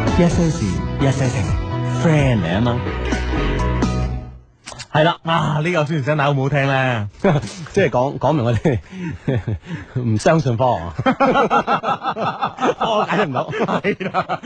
嘅。一些事，一些情，friend 嚟啊嘛。系啦，啊呢、個宣傳聲帶好唔好聽咧？即係 講講明我哋 唔相信科學，科學解釋唔到。係啦，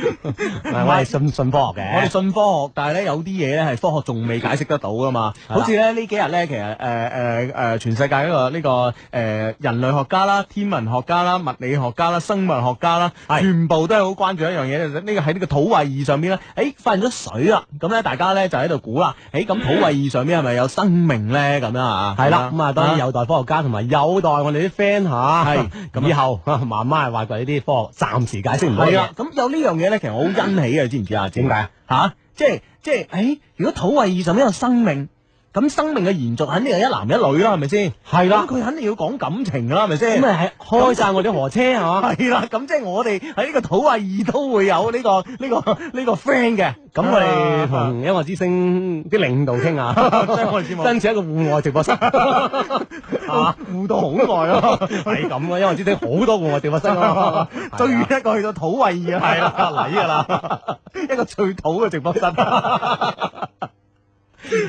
我哋信信科學嘅，我哋信科學，但係咧有啲嘢咧係科學仲未解釋得到噶嘛。好似咧呢幾日咧，其實呃誒誒誒，呃全世界呢、個呢、個誒、呃人類學家啦、天文學家啦、物理學家啦、生物學家啦，全部都係好關注一樣嘢，就係呢個喺呢個土衛二上邊咧，誒、發現咗水啦，咁咧大家咧就喺度估啦，誒、咁土衛二上邊係咪有生命咧？咁樣啊？係啦，咁啊當然有待科學家同埋有待我哋啲 friend 吓，係 咁以後啊慢慢係挖掘呢啲科學暫時解釋唔到嘅係嘢啊，。咁有呢樣嘢咧，其實我好欣喜嘅，知唔知啊？點解吓？即係即係，誒，如果土衛二上面有生命，咁生命嘅延續肯定係一男一女啦，係咪先？係啦咁佢肯定要講感情㗎啦，係咪先？咁咪係開晒我啲河車係嘛？係啦，咁即係我哋喺呢個土衛二都會有呢個呢個呢個 friend 嘅。啊咁我哋同音樂之星啲領導傾 下，將我哋 節目爭取一個戶外直播室，啊互到好耐咯，係咁啊！音樂之星好多戶外直播室 啊，最遠一個去到土衛二啊，係啦，嚟㗎啦， 一個最土嘅直播室。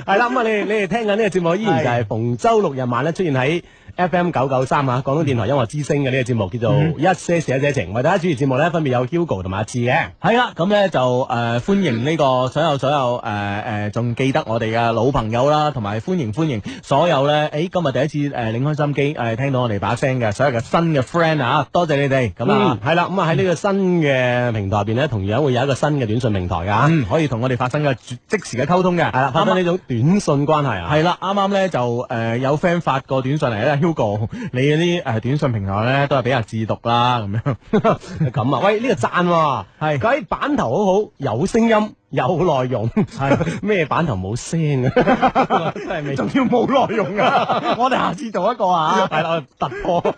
係啦，咁啊，你哋你哋聽緊呢個節目，依然就係逢周六日晚咧出現喺 FM 九九三啊，廣東電台音樂之聲嘅呢個節目叫做一些事一些情，為大家主持節目咧分別有 Hugo 同埋阿志嘅。系啦，咁咧就誒、呃、歡迎呢個所有所有誒誒仲記得我哋嘅老朋友啦，同埋歡迎歡迎所有咧，誒、今日第一次誒、呃、擰開心機誒、呃、聽到我哋把聲嘅所有嘅新嘅 friend 啊，多謝你哋咁啊嗯，，係啦，咁啊喺呢個新嘅平台入邊咧，同樣會有一個新嘅短信平台噶，嗯，可以同我哋發生嘅即即時嘅溝通嘅，係係啦，發生呢種短信關係啊。系啦，啱啱咧就誒、呃有 friend 發個短信嚟咧，Hugo，你 嗰啲誒短信平台咧都係俾人自讀啦，咁樣 咁啊，喂，呢、個讚喎，係佢喺版頭好好，有聲音，有內容，係 咩版頭冇聲 啊？真係未， 仲要冇內容啊！我哋下次做一個啊，係啦，突破。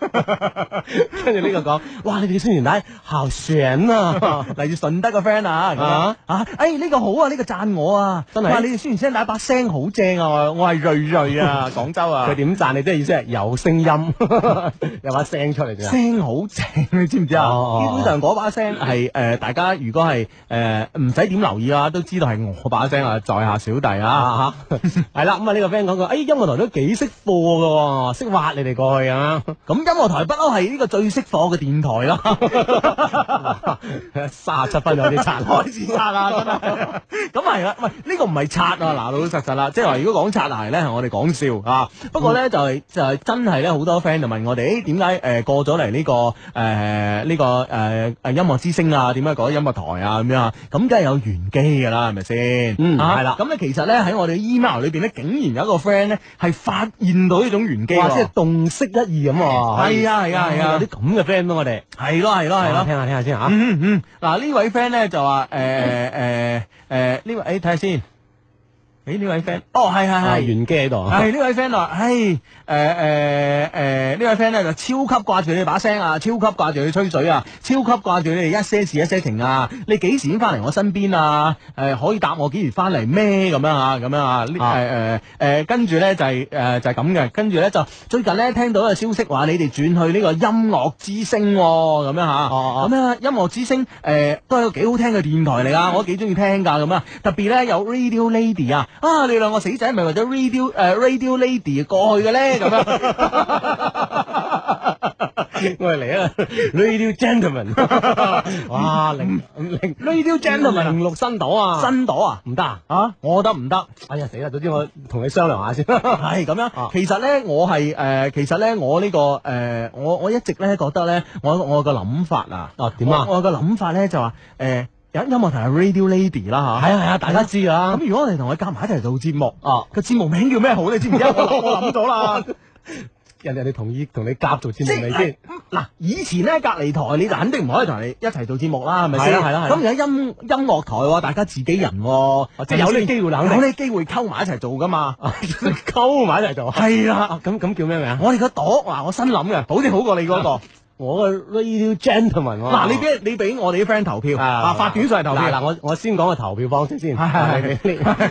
跟住呢個講，哇！你哋嘅宣傳帶好旋 啊！嚟自順德嘅 friend 啊，咁樣啊啊，誒呢個好啊，呢個讚我啊，真係哇你哋宣傳聲帶把聲好正啊，我我係瑞 瑞啊，廣州啊佢。點讚你？即係意思係有聲 音，有把聲出嚟啫。聲好正，你知唔知啊？哦哦基本上嗰把聲係誒，大家如果係誒唔使點留意啦，都知道係我把聲啊，在下小弟 啊。啊嚇，係啦，咁啊呢個 friend 講佢，哎音樂台都幾識貨噶，識挖你哋過去啊！ 咁音樂台不嬲係呢個最識貨嘅電台啦， 三十七分有啲殘害。開始刷啦，真係。 咁係啦，喂，呢個唔係刷啊，嗱老老實實啦，即係話如果講刷鞋咧，係我哋講笑啊。不過咧就係就係真係咧，好多 friend 就問我哋，誒點解誒過咗嚟呢個誒呢個誒誒音樂之星啊，點解改音樂台啊咁樣啊？咁梗係有玄機㗎啦，係咪先？嗯啊係啦咁咧其實咧喺我哋 email 裏邊咧，竟然有一個 friend 咧係發現到呢種玄機哇！即喎係。洞悉一二咁喎。係啊係啊係啊有啲咁嘅 friend 咯，我哋係咯係咯係係咯咯，。聽下聽下先嚇。嗯嗯，嗱呢位 friend 咧就話誒誒誒誒呢位，誒睇下先。诶呢位 friend，哦係係啊係，袁基喺度啊係呢位 friend 話，唉誒誒誒呢位 friend 咧就超級掛住你把聲啊，超級掛住你吹水啊，超級掛住你哋一些事一些情啊，你幾時先翻嚟我身邊啊？誒、可以答我幾時翻嚟咩？咁樣啊，咁樣啊，呢誒誒誒跟住咧就係、誒、就係咁嘅，跟住咧就最近咧聽到個消息話你哋轉去呢個音樂之聲喎、咁樣嚇、咁咧音樂之聲誒、都係一個幾好聽嘅電台嚟啊，我都幾中意聽㗎咁啊，特別咧有 Radio Lady 啊，啊你兩個死仔咪為咗 Radio 誒、Radio Lady 過去嘅咧咁樣。 我哋嚟啊，Radio Gentleman，哇，零零 Radio Gentleman 零六新朵啊，新朵啊，唔得啊，啊，我覺得唔得。哎呀死啦，總之我同你商量下先，啊係 咁樣，其實咧，我係誒、呃其實咧，我呢、個誒、我我一直咧覺得咧，我我有個諗法啊，哦點啊我我有個諗法咧 就話誒，有、音樂台係 Radio Lady 啦嚇，係啊係啊大家知㗎啦咁如果我哋同佢夾埋一齊做節目，哦，個節目名叫咩好？你知 唔知啊？我諗我諗到啦。人哋你同意同你夾做節目未 即先係？嗱，以前咧隔離台你就肯定唔可以同你一齊做節目啦，係咪係先？啦係啦係啦哦咁而家音音樂台喎，大家自己人喎，即係有呢個機會啦肯定有呢個機會溝埋一齊做噶 嘛。溝埋一齊做，係啦，啊咁咁叫咩名啊？哦我哋個朵嗱，我新諗嘅，保證好過你嗰個。我個 Radio Gentleman 喎嗱，你俾你俾我哋啲 friend 投票啊，發短信嚟投票哦嗱 嗱，我我先講個投票方式先，係係係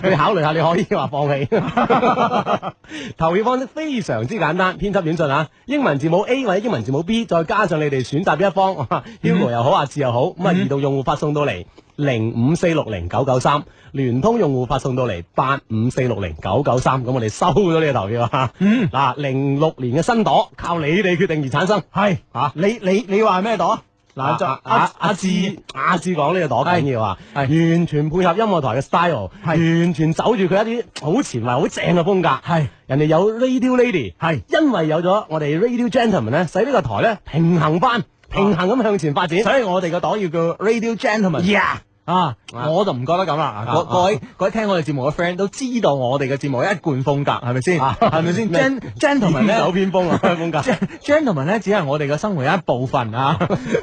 你你考慮下，你可以話放棄。投票方式非常之簡單，編輯短信啊，英文字母 A 或者英文字母 B，再加上你哋選擇邊一方 ，Hugo 嗯又好，阿志又好，咁啊移動用戶發送到嚟。零五四六零九九三，聯通用戶發送到嚟八五四六零九九三，咁我哋收咗呢個投票 啊！嗱，零六年嘅新朵 靠你哋決定而產生，係啊，你你你話咩朵？嗱，就就阿啊阿志阿志講呢個朵緊要啊，完全配合音樂台嘅 style，完全走住佢一啲好前衞、好正嘅風格。係人哋有 Radio Lady，係因為有咗我哋 Radio Gentleman 咧，使呢個台咧平衡翻，平衡咁向前發展。啊所以我哋個朵要叫 Radio Gentleman。 Yeah，啊啊！我就唔覺得咁啦，各各位各位聽我哋節目嘅 friend 都知道我哋嘅節目一貫風格係咪先？啊係咪先咩？Gen- gentleman 咧走偏 鋒啊，風格 Gen-，gentleman 咧只係我哋嘅生活一部分 啊！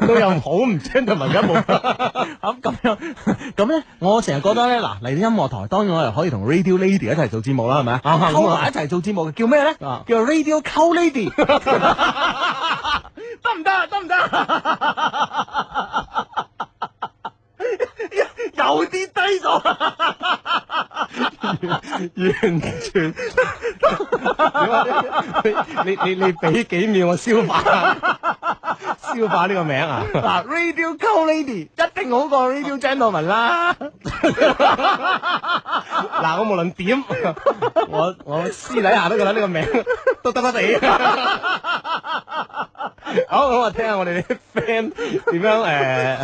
都有好唔 gentleman 嘅一部分。 咁咁樣咁咧，我成日覺得咧，嗱嚟到音樂台，當然我哋可以同 Radio Lady 一齊做節目啦，係咪啊？啊溝埋一齊做節目嘅叫咩咧？啊叫 Radio 溝 Lady，得唔得？得唔 得？有啲低咗，完全，你你你俾幾秒我消化 下，消化呢個名啊！嗱，Radio 溝 Lady 一定好過 Radio Gentleman 啦。嗱，我無論點，我我私底下都覺得呢個名都得得地。好，咁我聽下我哋啲 friend 點樣誒、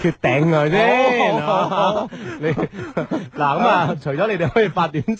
決定佢先。好你 嗱咁啊，除咗你哋可以發短信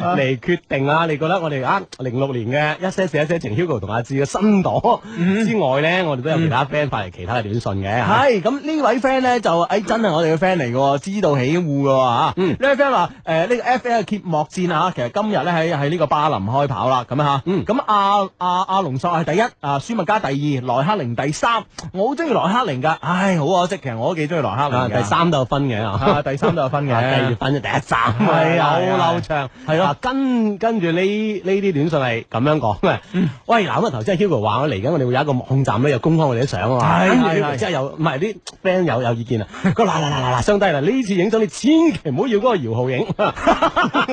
嚟決定啊，你覺得我哋啊零六年嘅一些事一些情 Hugo 同阿志嘅新朵嗯之外咧，我哋都有其他 friend 發嚟其他嘅短信嘅。系咁呢位 friend 咧就诶、哎真係我哋嘅 friend 嚟嘅喎，知道起户嘅喎啊嗯呢位 friend 話诶呢個 F L 揭幕戰啊，其實今日咧喺喺呢個巴林開跑啦，咁啊吓，嗯咁阿阿阿隆索係第一，啊舒密加第二，萊克寧第三，我好中意萊克寧㗎，唉好可惜，其實我都幾中意萊克寧啊，嘅。第三都有分嘅啊。啊第三都有分嘅，啊第二分就第一站，係係啊係啊好流暢，係咯啊。跟跟住呢呢啲短信係咁樣講嘅。嗯喂，嗱咁啊，頭先阿 Hugo 話我嚟緊，我哋會有一個網站咧，有公開我哋啲相啊嘛。係跟住係 Hugo 係即係有唔係啲 friend 有有意見啊？佢話嗱嗱嗱嗱，相低啦！呢次影相你千祈唔好要嗰個姚浩影。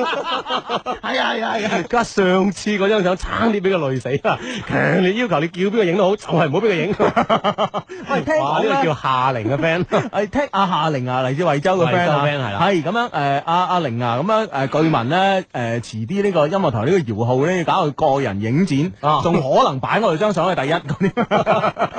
係啊係啊係啊，佢話上次嗰張相差啲俾佢累死啦，強烈要求你叫邊個影都好，就係唔好俾佢影。喂聽哇呢講個咧叫夏玲嘅啊 friend。係聽阿夏玲啊，嚟自惠州嘅 friend 啊，惠州 friend 係啦係咁樣誒，阿阿玲啊，咁樣誒，據聞咧誒，遲啲呢個音樂台呢個搖號咧，要搞佢個人影展啊，仲可能擺我哋張相係第一嗰啲。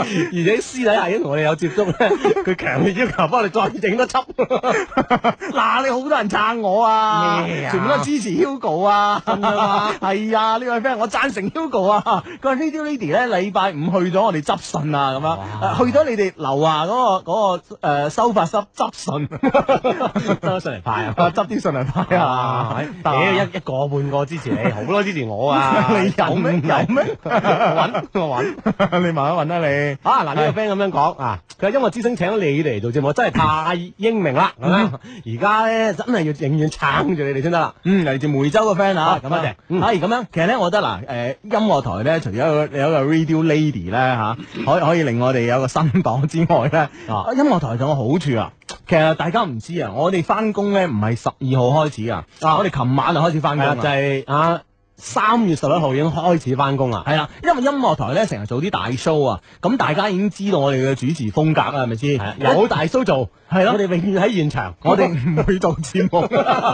而且私底下已經同我哋有接觸咧，佢強烈要求幫我哋再影多輯， 嗱，你好多人撐我啊，咩啊全部都支持 Hugo 啊， 係啊，呢位 friend 我贊成 Hugo 啊，佢話 Radio Lady 咧禮拜五去咗我哋執信啊，咁樣哇呃去咗你哋樓下嗰個嗰個诶收發濕執 信，執信嚟派 啊，執啲信嚟派啊，哎屌一一個半個支持你，好多支持 我啊！ 你有咩有咩？揾我揾。 你慢慢揾啦你。啊嗱，呢個 friend 咁樣講啊，佢話音樂之星請你哋嚟做節目，真係太英明嗯啦！咁樣而家咧真係要永遠撐住你哋先得啦。嗯，嚟自梅州嘅 friend 啊，咁好多多謝謝。係咁樣，其實咧，我覺得嗱，誒音樂台咧，除咗有個有一個 Radio Lady 咧嚇，可以可以令我哋有個新檔之外咧，啊音樂台仲有好處啊。其實大家唔知啊，我哋翻工咧唔係十二號開始啊，我哋琴晚就開始翻工係啦，啦就。係啊三月十一號已經開始翻工啊啦。系啦，因為音樂台咧成日做啲大 show 啊，咁大家已經知道我哋嘅主持風格啊啦，係咪先？啊有大 show 做，系咯我哋永遠喺現 場，我哋唔會做節 目，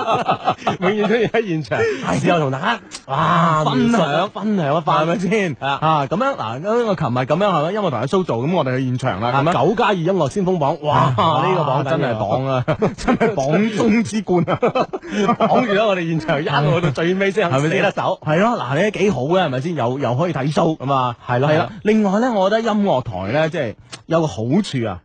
永遠都要喺現場，事後同大家哇分享分享一係番咪先？啊，咁樣嗱，因為我琴日咁樣係咪音樂台嘅 show 做，咁我哋去現場啦，啊咁樣。九加二音樂先鋒榜，哇！呢個榜真係榜 啊，真係榜中之冠 啊！講住啦，我哋現場一路到最尾先係咪肯先寫得手。係咯，嗱，你幾好嘅係咪先？又又可以睇 show 咁啊，係咯係係啦啦。另外咧，我覺得音樂台咧，即係有個好處啊，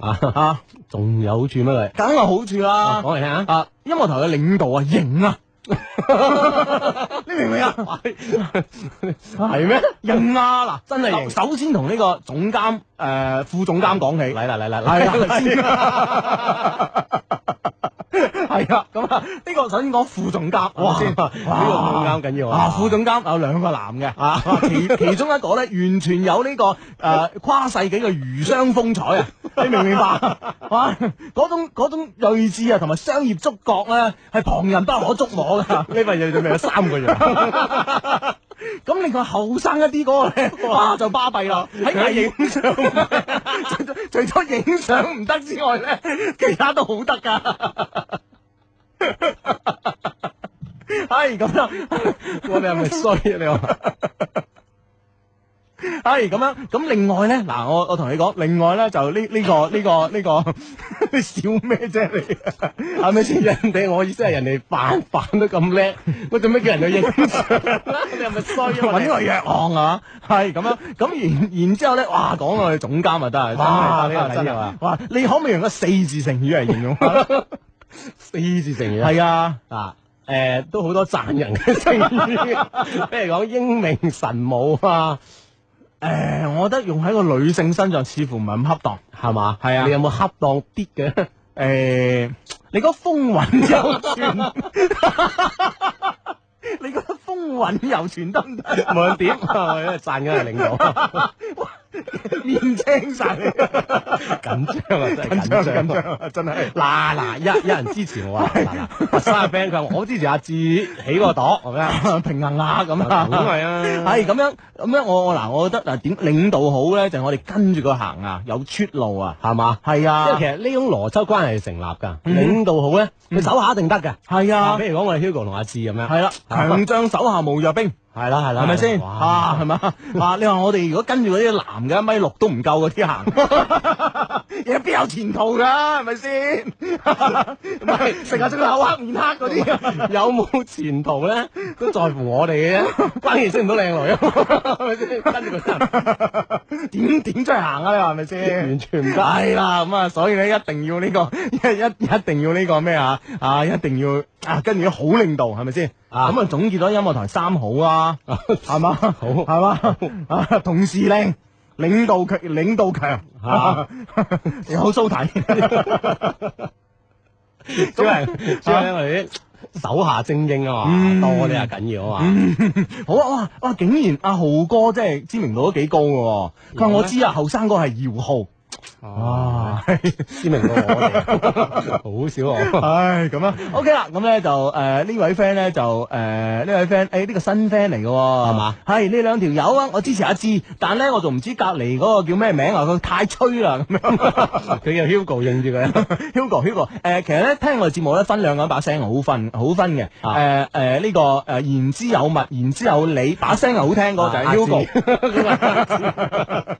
啊啊，仲有好處咩佢？梗有好處啦。講嚟聽下。啊，音樂台嘅領導啊，型啊！你明唔明啊？係咩？型啊！嗱，真係型首先同呢個總監誒副總監講起。嚟啦嚟啦係嚟 啦啦！先係啊，咁啊，呢個首先講副總監，係咪哇，先呢個啱緊要啊，啊！副總監有兩個男嘅，啊，其 其中一個咧完全有呢、個誒、呃跨世紀嘅漁商風采 啊！你明唔明白？ 哇，嗰種嗰種睿智啊，同埋商業觸覺咧，係旁人不可捉摸噶。呢份嘢仲未有三個月。 咁另外後生一啲嗰個咧， 哇就巴閉啦！喺藝影相， 除咗除咗影相唔得之外咧，其他都好得 噶。係咁啦，我哋係咪衰啊？你話？係哎咁樣，咁另外咧，嗱，我我同你講，另外咧就呢呢、個呢、個呢、個， 你笑咩啫你？係咪先？人哋我意思係人哋扮扮得咁叻，我做咩叫人哋影相？你係咪衰 啊？揾個弱項啊？係咁樣，咁然然之後咧，哇，講我哋總監啊得啊，哇真係呢個真緊係要啊哇，你可唔可以用個四字成語嚟形容下？ 四字成語係啊。啊，誒、都好多讚人嘅成 語，譬如講英明神武啊，诶、呃我覺得用喺個女性身上似乎唔係咁恰當，係嘛？係啊你有冇恰當啲 嘅？诶、呃你講風韻猶存， 你覺得風韻猶存得唔得？無論點，我哋都係讚緊係領導， 面青晒，緊張啊，真係 緊張緊緊張。張，啊真係。嗱嗱，一有人支持 我啊！嗱嗱，佛山嘅 friend 佢話我支持阿志起個朵咁樣， 平衡下咁啊梗啊，係啊係咁樣咁樣，我我嗱，我覺得嗱點領導好咧，就係我哋跟住佢行啊，有出路啊，係嘛？係即係啊其，實呢種邏輯關係係成立㗎，嗯領導好咧，佢手下一定得㗎。係啊，啊，譬如講我哋 Hugo 同阿志咁樣，係啦，強將手下無弱兵。係啦係啦，系咪先哇啊？系嘛啊？你話我哋如果跟住嗰啲男嘅一米六都唔夠嗰 啲行，嘢邊有前途㗎？係咪 先？唔係成日仲口黑面黑嗰啲，有冇前途咧，都在乎我哋嘅 啫。關鍵識唔到靚女啊嘛，係咪先？跟住嗰人 點點出去行啊？你話係咪先？完全唔得。係啦，咁啊，所以咧一定要呢、個 一一一定要呢個咩啊啊，一定要啊跟住啲好領導係咪先？啊咁啊總結咗音樂台三好啊，係嘛？好係嘛？啊，同事靚，領導強，領導強， 啊有須睇。 主要係啊主要係我哋啲手下精英啊嘛，多啲啊緊要啊嘛。嗯 好啊！哇哇，竟然阿浩哥即係知名度都幾高嘅喎。佢話我知啊，後生哥係姚浩。啊哇，哦知名過 我哋，好少我。唉，咁啊，OK 啦，咁咧就誒呢位 friend 咧就誒呢位 friend，誒呢哎個新 friend 嚟嘅喎，係嘛？係呢兩條友啊，我支持阿志，但咧我仲唔知隔離嗰個叫咩名啊，佢太吹啦咁樣。 佢叫 Hugo 應住 佢， Hugo Hugo，誒、其實咧聽我哋節目咧分兩個人把聲好分好分嘅，啊誒誒呢個誒、言之有物，言之有理，把聲係好聽嗰個就係啊 Hugo。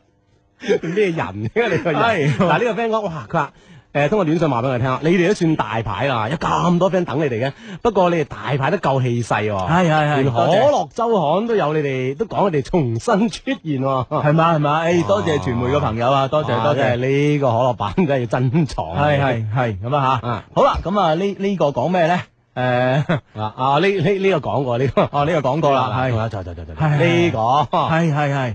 咩人嘅你個人？係 嗱呢個 friend 講，哇佢話。誒、誒通過短信話俾我哋聽啊啦，你哋都算大牌啦，有咁多 friend 等你哋嘅。不過你哋大牌都夠氣勢喎，係係係連可多謝樂周刊都有你哋，都講你哋重新出現喎，係嘛 係嘛？誒多謝傳媒嘅朋友啊，多謝哇多謝真係呢個可樂版真係要珍藏，係係係咁啊吓，好啦，咁啊呢呢個講咩咧？诶，啊啊呢呢呢个讲过呢個，哦呢個講過啦，係係再再再再係呢個。係係係。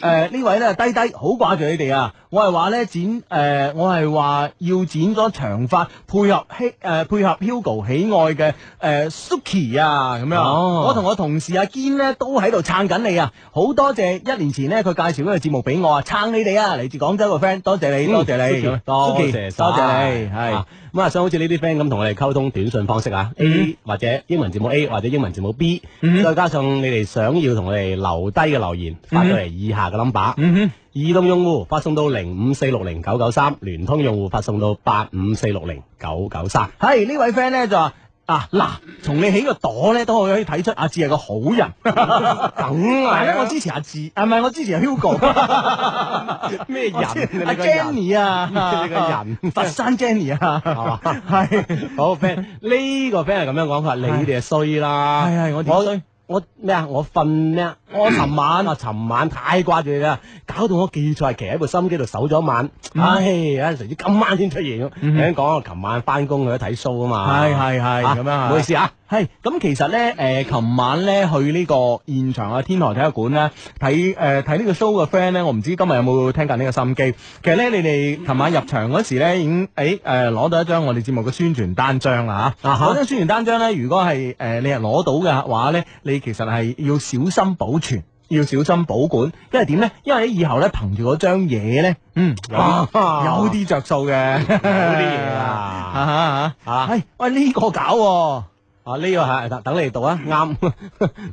诶，呢位咧低低好掛住你哋啊！我係話咧剪诶，我係話要剪咗長髮，配合希诶配合 Hugo 喜愛嘅诶 Suki 啊咁樣。哦我同我同事阿堅咧都喺度撐緊你啊！好多謝一年前咧佢介紹嗰個節目俾我啊，撐你哋啊！嚟自廣州嘅 friend，多謝你，多謝你，嗯咁樣多 Suki，謝多謝你，係。係咁啊，想好似呢啲 friend 咁同我哋溝通短信方式啊，A 嗯或者英文字母 A 或者英文字母 B，再加上你哋想要同我哋留低嘅留言，發到嚟以下嘅嗯 number。移動用戶發送到零五四六零九九三，聯通用戶發送到八五四六零九九三。系呢位 friend 咧就話啊嗱，從你起個朵咧都可以睇出阿志係個好人，梗但係咧係我支持阿志，啊唔係我支持阿 Hugo， 咩人啊你阿個人 Jenny 啊， 你個人佛山 Jenny 啊，係哦好 friend，呢個 friend 係咁樣講，佢話你哋係衰啦，係係我哋衰。我咩啊？我瞓咩啊？我尋晚啊，尋晚太掛住你啦，搞到我記錯日期喺部心機度守咗一晚，唉，啊，誰知今晚先出現咁。嗯你講我琴晚翻工去咗睇 show 啊嘛，係係係啊咁樣啊唔好意思啊，系咁，其實咧，诶、琴晚咧去呢個現場啊，天河體育館咧睇诶睇呢個 show 嘅 friend 咧，我唔知今日有冇聽緊呢個心機。其實咧，你哋琴晚入場嗰時咧，已經诶诶攞到一張我哋節目嘅宣傳單張啦吓。啊哈嗰張宣傳單張咧，如果係诶、誒你係攞到嘅話咧，你其實係要小心保存。要小心保管，因為點咧？因為以後咧，憑住嗰張嘢咧，嗯，有啲啊有啲着數嘅，有啲嘢啊 啊啊係喂呢個搞喎。啊呢個係等等你哋讀啊，啱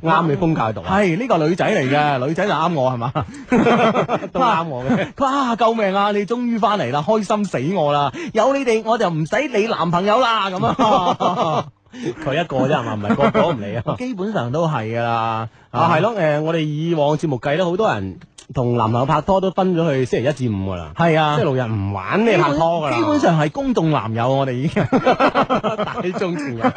啱你風格去讀啊，系呢個女仔 嚟嘅，女仔就啱我係嘛？都啱我 嘅。佢話啊救命啊！你終於翻嚟啦，開心死我啦！有你哋我就唔使理男朋友啦咁啊！ 佢一個啫係嘛，唔係個個都唔理啊。 基本上都係噶啦，啊，係咯，咯，誒，我哋以往節目計咧，好多人同男朋友拍拖都分咗去星期一至五噶啦，係啊，星期六日唔玩咩拍拖噶啦，基本上係公眾男友，我哋已經 大眾情人。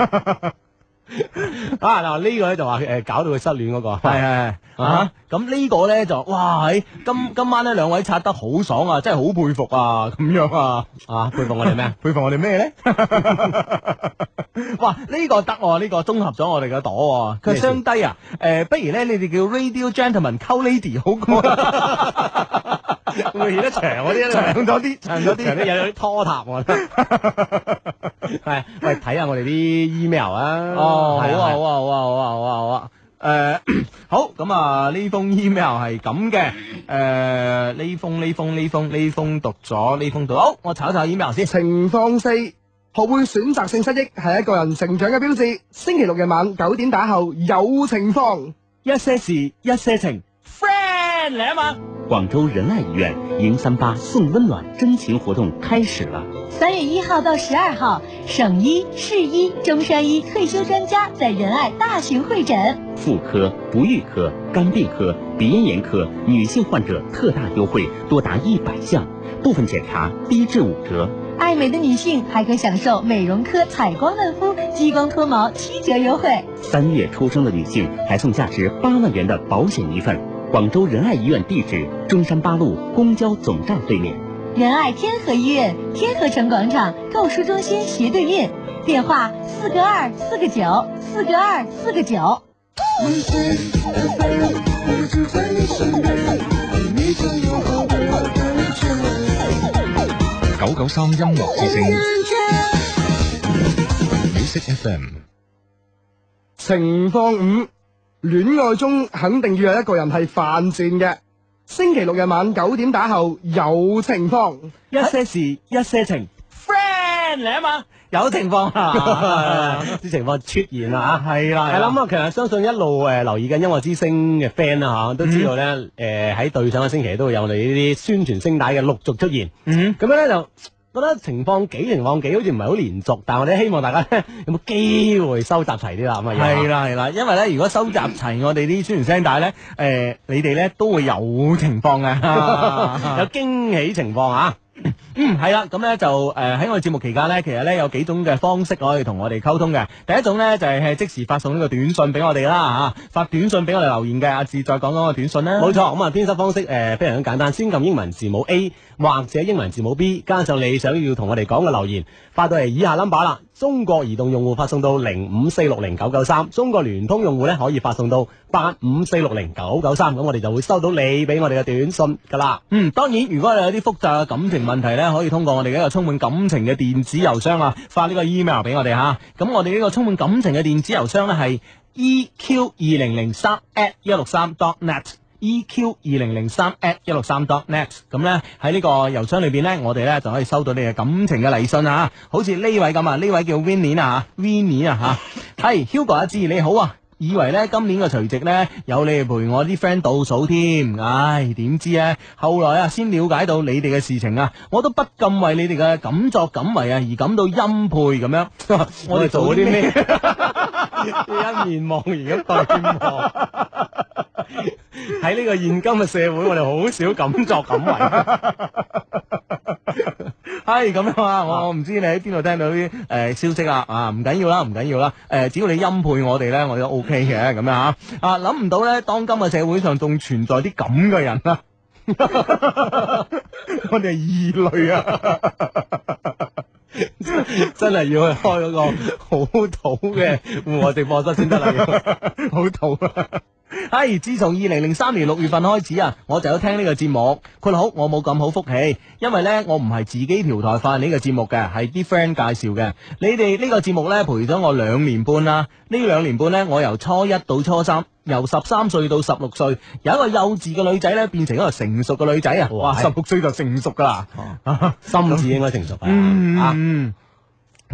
啊嗱，呢個咧就話誒搞到佢失戀嗰個，係係係啊啊！咁呢個咧就哇，喺今今晚呢兩位刷得好爽啊，真係好佩服啊，咁樣啊！啊佩服我哋咩啊？ 佩服我哋咩咧？哇！呢、個得喎，呢、個綜合咗我哋嘅朵喎，佢咩事相低啊！誒、不如咧，你哋叫 Radio Gentleman 溝 Lady 好過，會顯得長嗰啲長咗 啲，啊長咗有啲啲。有啲拖沓我覺得， 係喂睇下我哋啲 email 啊，哦，好係啊，好啊，好啊，好啊，好啊，好啊。誒、 好咁啊！呢封 email 係咁嘅，誒、呢封呢封呢封呢封讀咗，呢封讀好，我查一查 email 先。情況四，學會選擇性失憶係一個人成長嘅標誌。星期六日晚九點打後有情況。一些事，一些情，friend 嚟啊嘛！广州仁爱医院迎三八送温暖真情活动开始了。三月一号到十二号，省医、市医、中山医退休专家在仁爱大型会诊。妇科、不育科、肝病科、鼻咽炎科女性患者特大优惠多达一百项，部分检查低至五折。爱美的女性还可享受美容科采光嫩肤、激光脱毛七折优惠。三月出生的女性还送价值八万元的保险一份。广州仁爱医院地址：中山八路公交总站对面。仁爱天河医院天河城广场购书中心斜对面，电话四个二四个九四个二四个九。九九三音樂之聲 Music FM。情況五，戀愛中肯定要有一個人係犯賤嘅。星期六日晚九點打後有情況。一些事，一些情，friend 嚟啊嘛！有情況 啊，啲情況出現啦嚇，係啦係啦咁啊，其實相信一路誒留意緊音樂之星嘅 friend 啦嚇，都知道咧嗯呃誒喺對上嘅星期都會有我哋呢啲宣傳聲帶嘅陸續出現，嗯，咁樣咧就。覺得情況幾情況幾好似唔係好連續，但係我哋希望大家 咧有冇機會收集齊啲啦，咁啊要啊係啦係啦，因為咧，如果收集齊我哋啲宣傳聲帶咧，誒、你哋咧都會有情況嘅， 有驚喜情況啊！ 嗯，系啦，咁咧就诶喺、我哋節目期間咧，其實咧有幾種嘅方式可以同我哋溝通嘅。第一種咧就係、即時發送呢個短信俾我哋啦嚇，發短信俾我哋留言嘅。阿志再講講個短信啦。冇錯，咁啊編輯方式誒、呃非常之簡單，先撳英文字母 A 或者英文字母 B，加上你想要同我哋講嘅留言，發到嚟以下 number 啦。中國移動用戶發送到零五四六零九九三，中國聯通用戶咧可以發送到八五四六零九九三，咁我哋就會收到你俾我哋嘅短信㗎啦。嗯，當然，如果你有啲複雜嘅感情問題咧，可以通過我哋嘅一個充滿感情嘅電子郵箱啊，發呢個 email 俾我哋吓。咁我哋呢個充滿感情嘅電子郵箱咧係 eq E 二零零三 at 一六三 dot net。EQ 二零零三 at 一六三 dot net，咁呢，喺呢個郵箱裏邊呢，我哋呢就可以收到你嘅感情嘅嚟信啊，好似呢位咁啊，呢位叫 Winnie 啊，Winnie 啊 吓，係 Hugo 阿志你好啊，以為呢今年嘅除夕呢，有你哋陪我啲 friend 倒數添，唉，點知呢？後來啊先了解到你哋嘅事情啊，我都不禁為你哋嘅敢作敢為啊而感到欽佩咁樣。 我哋做咗啲咩？一面望而家對望。喺呢個現今嘅社會，我哋好少敢作敢為。系咁樣啊！我我唔知你喺邊度聽到啲诶消息啊！啊，唔緊要啦，唔緊要啦。诶、只要你钦佩我哋咧，我哋都 O K 嘅咁樣啊！啊，諗唔到咧，當今嘅社會上仲存在啲咁嘅人啊！ 我哋係異類啊！ 真係要去開嗰個好土嘅户外直播室先得啦， 好土 啊！系，自從二零零三年六月份開始啊，我就有聽呢個節目。佢好，我冇咁好福氣，因為呢，我唔係自己調台發呢個節目嘅，係啲 friend 介紹嘅。你哋呢個節目呢，陪咗我兩年半啦。呢兩年半呢，我由初一到初三，由十三歲到十六歲，由一個幼稚嘅女仔呢，變成一個成熟嘅女仔啊！哇，十六歲就成熟噶啦，哦心智應該成熟啊！嗯嗯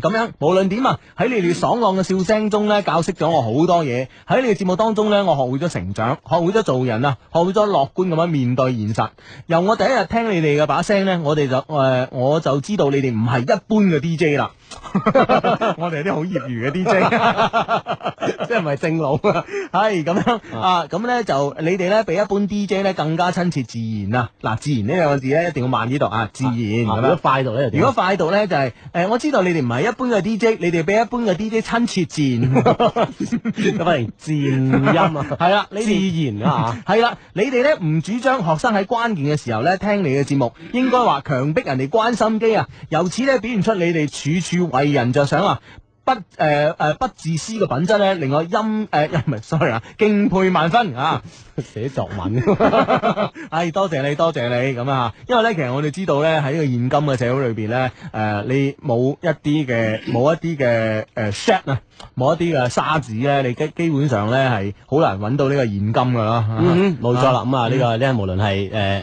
咁樣，無論點啊，喺你哋爽朗嘅笑聲中咧，教識咗我好多嘢。喺你哋節目當中咧，我學會咗成長，學會咗做人啊，學會咗樂觀咁樣面對現實。由我第一日聽你哋嘅把聲咧，我哋就誒、呃我就知道你哋唔係一般嘅 DJ 啦。 我哋係啲好業餘嘅 DJ，即係唔係正路啊？係咁樣啊，咁咧就你哋咧比一般 DJ 咧更加親切自然啊！嗱，自然呢兩個字咧一定要慢呢度啊，自然啊咁如果樣。快度咧就點如果快讀咧就係、誒、我知道你哋唔係一般嘅 DJ，你哋比一般嘅 DJ 親切自然，咁嚟自然啊音啊 係啦，你哋自然啊係啦，你哋咧唔主張學生喺關鍵嘅時候咧聽你嘅節目，應該話強迫人哋關心機啊，由此咧表現出你哋處處為人着想啊。不誒誒、呃不自私嘅品質咧，令我欽誒 唔係 sorry 啊，敬佩萬分啊！寫作文。 唉，多謝你，多謝你咁啊！因為咧，其實我哋知道咧，喺呢個現今嘅社會裏邊咧，誒、你冇一啲嘅冇一啲嘅誒 shed 啊，冇一啲嘅沙子咧，你基基本上咧係好難揾到呢個現金噶啦。嗯哼冇錯啦咁啊呢個咧，無論係誒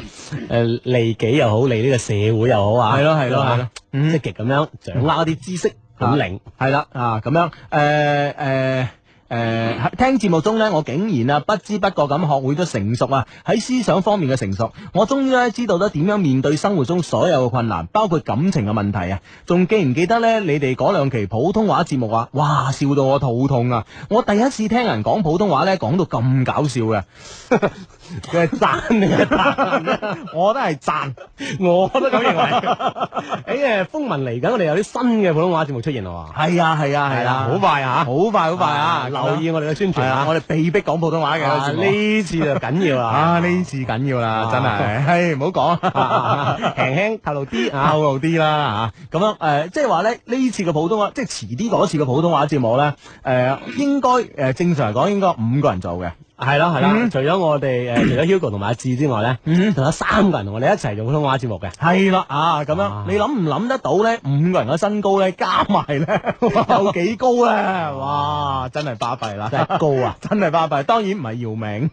誒利己又好，利呢個社會又好啊係咯係咯係係咯嘛，積極咁樣掌握一啲知識本領係啦啊咁樣誒誒。誒、喺聽節目中呢，我竟然啊不知不覺咁學會咗成熟啊，喺思想方面嘅成熟，我終於咧知道咗點樣面對生活中所有嘅困難，包括感情嘅問題啊。仲記唔記得呢？你哋嗰兩期普通話節目啊，哇，笑到我肚痛啊！我第一次聽人講普通話呢，講到咁搞笑嘅， 佢係讚你我都係讚，我都咁認為。誒誒，哎風雲嚟緊，我哋有啲新嘅普通話節目出現啦喎。係啊係啊係啊，好快啊！好快好快啊！留意我哋嘅宣傳係啊啊！我哋被逼講普通話嘅啊呢次就緊要啦 啊啊！呢次緊要啦，真係，唉，唔好講啦，輕輕透露 啲啊透！露啲啦啊嚇。咁樣誒，即係話咧，呢次嘅普通話，即係遲啲嗰次嘅普通話節目咧，誒應該誒正常嚟講應該五個人做嘅。係啦係啦嗯，除咗我哋誒，除咗 Hugo 同埋阿志之外咧，仲有三個人同我哋一齊做普通話節目嘅。係啦啊，咁樣啊你諗唔諗得到咧？五個人嘅身高咧，加埋 咧有幾高咧？哇！真係巴閉啦，真係高啊！ 真係巴閉，當然唔係姚 明。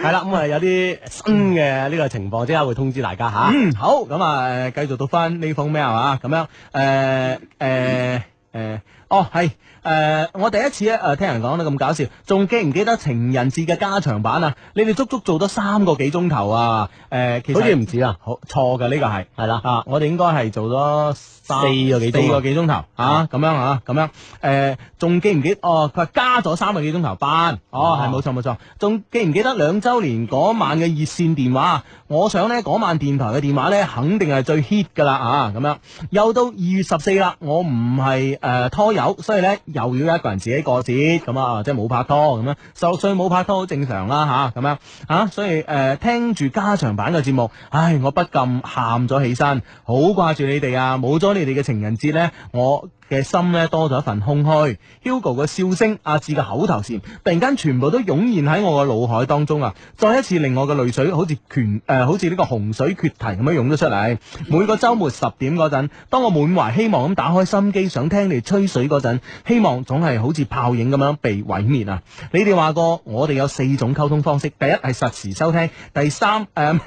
係啦，咁啊有啲新嘅呢個情況，即刻會通知大家嚇。嗯，好，咁啊，誒繼續讀翻呢封 mail 啊，咁樣，誒誒誒哦，係诶、誒我第一次咧诶、誒聽人講得咁搞笑，仲記唔記得情人節嘅加長版啊？你哋足足做咗三個幾鐘頭啊！诶、其實好似唔止啊，好錯嘅呢個係係啦啊，我哋應該係做咗三四個幾鐘啊四個幾鐘頭啊，咁樣啊，咁樣诶，仲、記唔記哦？佢話加咗三個幾鐘頭班，哦，係冇錯冇錯，仲記唔記得兩週年嗰晚嘅熱線電話？我想呢嗰晚電台嘅電話呢，肯定係最 hit 㗎啦啊，咁樣又到二月十四啦，我唔係诶拖友，所以呢又要一個人自己過節咁啊， 即係冇拍拖咁樣，十六歲冇拍拖好正常啦吓，咁樣啊，所以诶、呃、聽住加長版嘅節目，唉，我不禁喊咗起身，好掛住你哋啊！冇咗你哋嘅情人節呢，我。嘅心咧多咗一份空虛，Hugo 嘅笑聲，阿志嘅口頭禪，突然間全部都湧現喺我嘅腦海當中啊！再一次令我嘅淚水好似拳誒、呃好似呢個洪水決堤咁樣湧咗出嚟。每個週末十點嗰陣，當我滿懷希望咁打開心機想聽你吹水嗰陣，希望總係好似泡影咁樣被毀滅啊！你哋話過，我哋有四種溝通方式，第一係實時收聽，第三誒。呃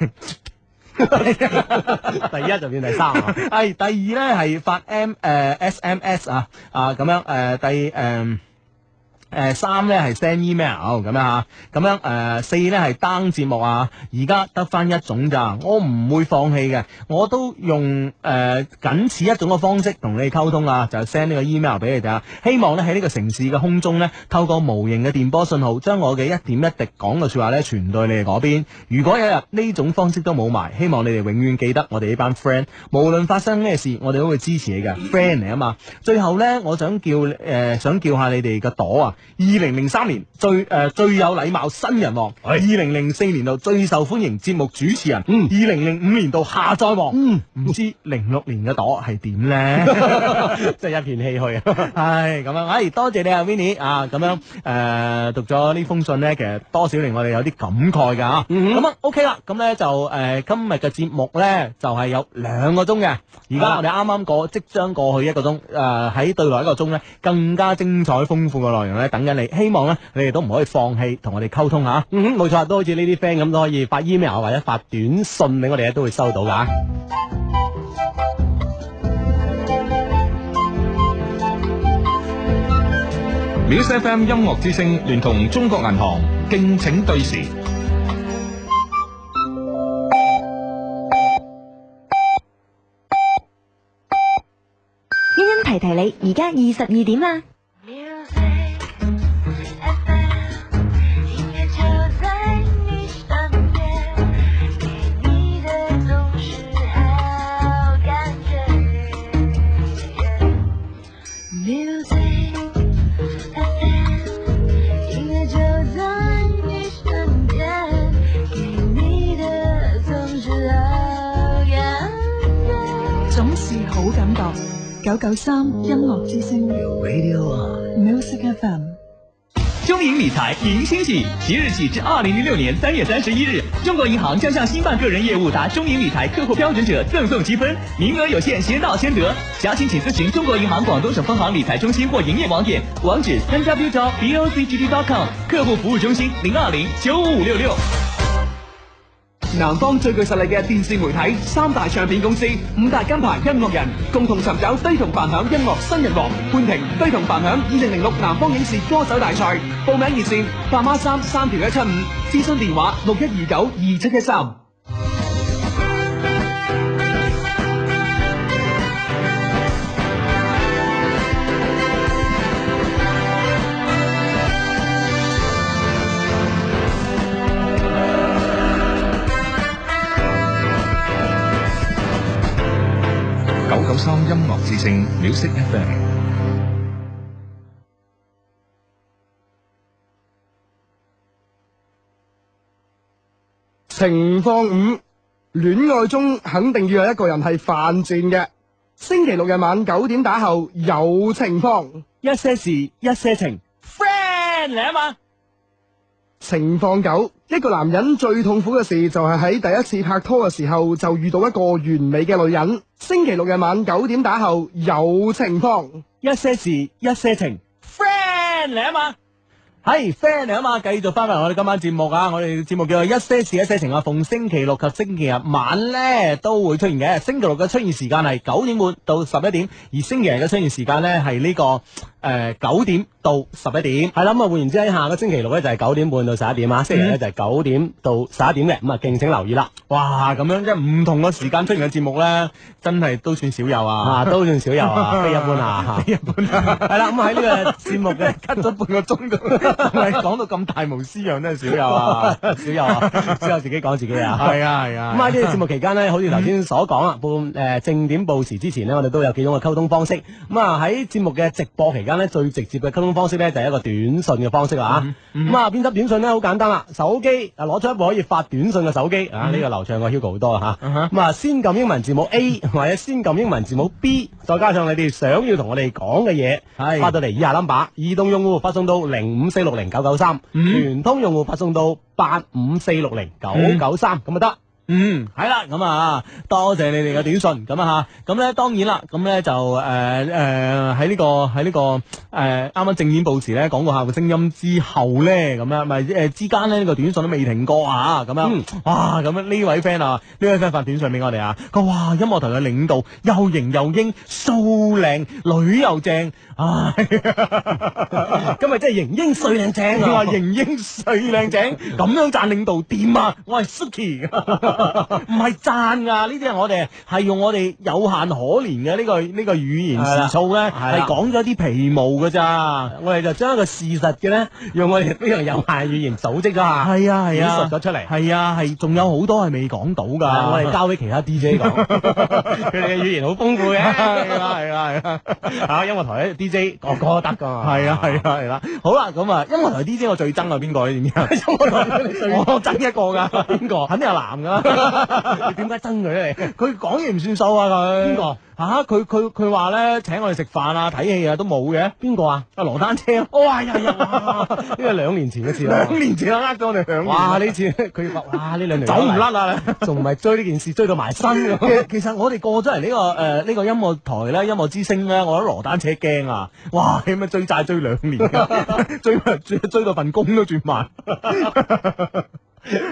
第一就變第三啊，係第二咧係發 M 誒、SMS 啊啊咁樣誒、第誒。誒、呃三咧係 send email 咁樣嚇，咁樣誒、呃四咧係 down 節目啊，而家得翻一種咋，我唔會放棄嘅，我都用誒、僅此一種嘅方式同你哋溝通啊，就 send 呢個 email 俾你哋啊，希望咧喺呢個城市嘅空中咧，透過無形嘅電波信號，將我嘅一點一滴講嘅説話咧傳到你哋嗰邊。如果有一日呢種方式都冇埋，希望你哋永遠記得我哋呢班 friend，無論發生咩事，我哋都會支持你嘅 friend 嚟啊嘛。最後呢，我想叫誒、呃想叫下你哋嘅朵啊，二零零三年最誒、呃最有禮貌新人王，二零零四年度最受歡迎節目主持人，二零零五年度下載王，唔、知零六年嘅朵係 點呢？真係一片唏噓啊！唉，咁樣，唉，多謝你啊，Vinny 啊，咁樣誒、呃讀咗呢封信呢，其實多少令我哋有啲感慨㗎啊。咁啊，OK 啦，咁呢就誒、呃今日嘅節目呢，就係、有兩個鐘嘅，而家我哋啱啱過，即將過去一個鐘，誒、喺對來一個鐘呢，更加精彩豐富嘅內容呢，等緊你，希望呢，你哋都唔可以放棄同我哋溝通嚇。嗯哼，冇錯，都好似呢啲 friend 咁都可以發 email 或者發短信俾我哋，都會收到噶。 Music FM 音樂之聲聯同中國銀行敬請對時。欣欣提提你，而家二十二點啊啦。音乐就在你身边，给你的总是好感觉。Music FM，音乐就在你身边，给你的总是好感觉。总是好感觉。九九三音乐之声，Music FM。中银理财迎新喜，即日起至二零零六年三月三十一日，中国银行将向新办个人业务达中银理财客户标准者赠送积分，名额有限，先到先得。详情请咨询中国银行广东省分行理财中心或营业网点，网址三 w 招 b o c g d dot com 客户服务中心零二零九五五六六。南方最具實力嘅電視媒體、三大唱片公司、五大金牌音樂人，共同尋找低同凡響音樂新人王。潘婷低同凡響二零零六南方影視歌手大賽，報名熱線八孖三三條一七五，諮詢電話六一二九二七一三。九九三音樂之聲 Music FM。情況五，戀愛中肯定要有一個人係犯賤嘅。星期六日晚九點打後有情況，一些事，一些情，friend 嚟啊嘛。情況九，一個男人最痛苦嘅事就係喺第一次拍拖嘅時候就遇到一個完美嘅女人。星期六日晚九點打後有情況，一些事，一些情，friend 嚟啊嘛。系 friend 嚟啊嘛，繼續翻埋我哋今晚節目啊！我哋節目叫做一些事一些情啊，逢星期六及星期日晚咧都會出現嘅。星期六嘅出現時間係九點半到十一點，而星期日嘅出現時間咧係呢個诶九、點到十一點。系啦，咁啊換言之喺下個星期六咧就係九點半到十一點啊，星期日咧嗯就係九點到十一點嘅，咁啊敬請留意啦。哇，咁樣即係唔同嘅時間出現嘅節目咧，真係都算少有啊！啊，都算少有啊，非一般啊， 非一般啊，系啦，咁喺呢個節目嘅 cut 咗半個鐘度，係講到咁大無私樣真係少有 啊！少有啊，少有自己講自己啊，係啊係啊咁喺呢個節目期間呢，好似頭先所講啦，半誒正點報時之前呢，我哋都有幾種嘅溝通方式。咁啊喺節目嘅直播期間呢，最直接嘅溝通方式呢，就係一個短信嘅方式嗯啦嚇。咁啊編輯短信呢，好簡單啦，手機啊攞出一部可以發短信嘅手機啊，嗯呢個流暢過 Hugo 好多啦嚇。咁啊先撳英文字母 A 或者先撳英文字母 B，再加上你哋想要同我哋講嘅嘢，係發到嚟以下 number，移動用戶發送到零五四六零九九三，嗯聯通用戶發送到八五四六零九九三咁啊得。嗯，系啦，咁啊，多謝你哋嘅短信，咁啊吓，咁咧當然啦，咁咧就诶诶喺呢個喺呢個诶啱啱正演報時咧講過下個聲音之後咧，咁樣咪诶之間咧呢個短信都未停過啊，咁樣哇，咁樣呢位 friend 啊，呢位 friend 發短信俾我哋啊，佢話哇音樂台嘅領導又型又英，素靚女又正， 唉，今日真係型英帥靚正佢啊話！型英帥靚正，咁樣讚領導掂啊！我係 Suki，唔係讚噶，呢啲係我哋係用我哋有限可憐嘅呢個呢個語言係啦時操咧，係係啦講咗啲皮毛噶咋。我哋就將一個事實嘅咧，用我哋非常有限嘅語言組織咗下，係啊係啊演述咗出嚟。係啊係，仲有好多係未講到啊 噶。我哋交俾其他 DJ 講，佢哋嘅語言好豐 富嘅。係啦係啦係啦，啊，音樂台啲 DJ 個個都得㗎嘛。係啊係啊係啦，好啦咁啊，音樂台 DJ 我最憎係邊個？ 你知唔知啊？ 我憎一個㗎，邊個？肯定係男㗎 啦。你點解憎佢咧？你 佢講嘢唔算數啊！佢邊個嚇？佢佢佢話咧請我哋食飯啊、睇戲啊都哦冇嘅。邊個啊？阿羅丹車 咯，哇呀呀！ 呢個兩年前嘅事啦。兩年前啊，呃咗我哋兩年。哇！呢次佢 話哇呢兩年走唔甩 啊！仲唔係追呢件事追到埋身咁。 其實我哋過咗嚟呢個誒呢個音樂台咧，音樂之星咧，我覺得羅丹車驚啊！哇，咁啊追債追兩年 㗎，追追追到份工都轉 埋。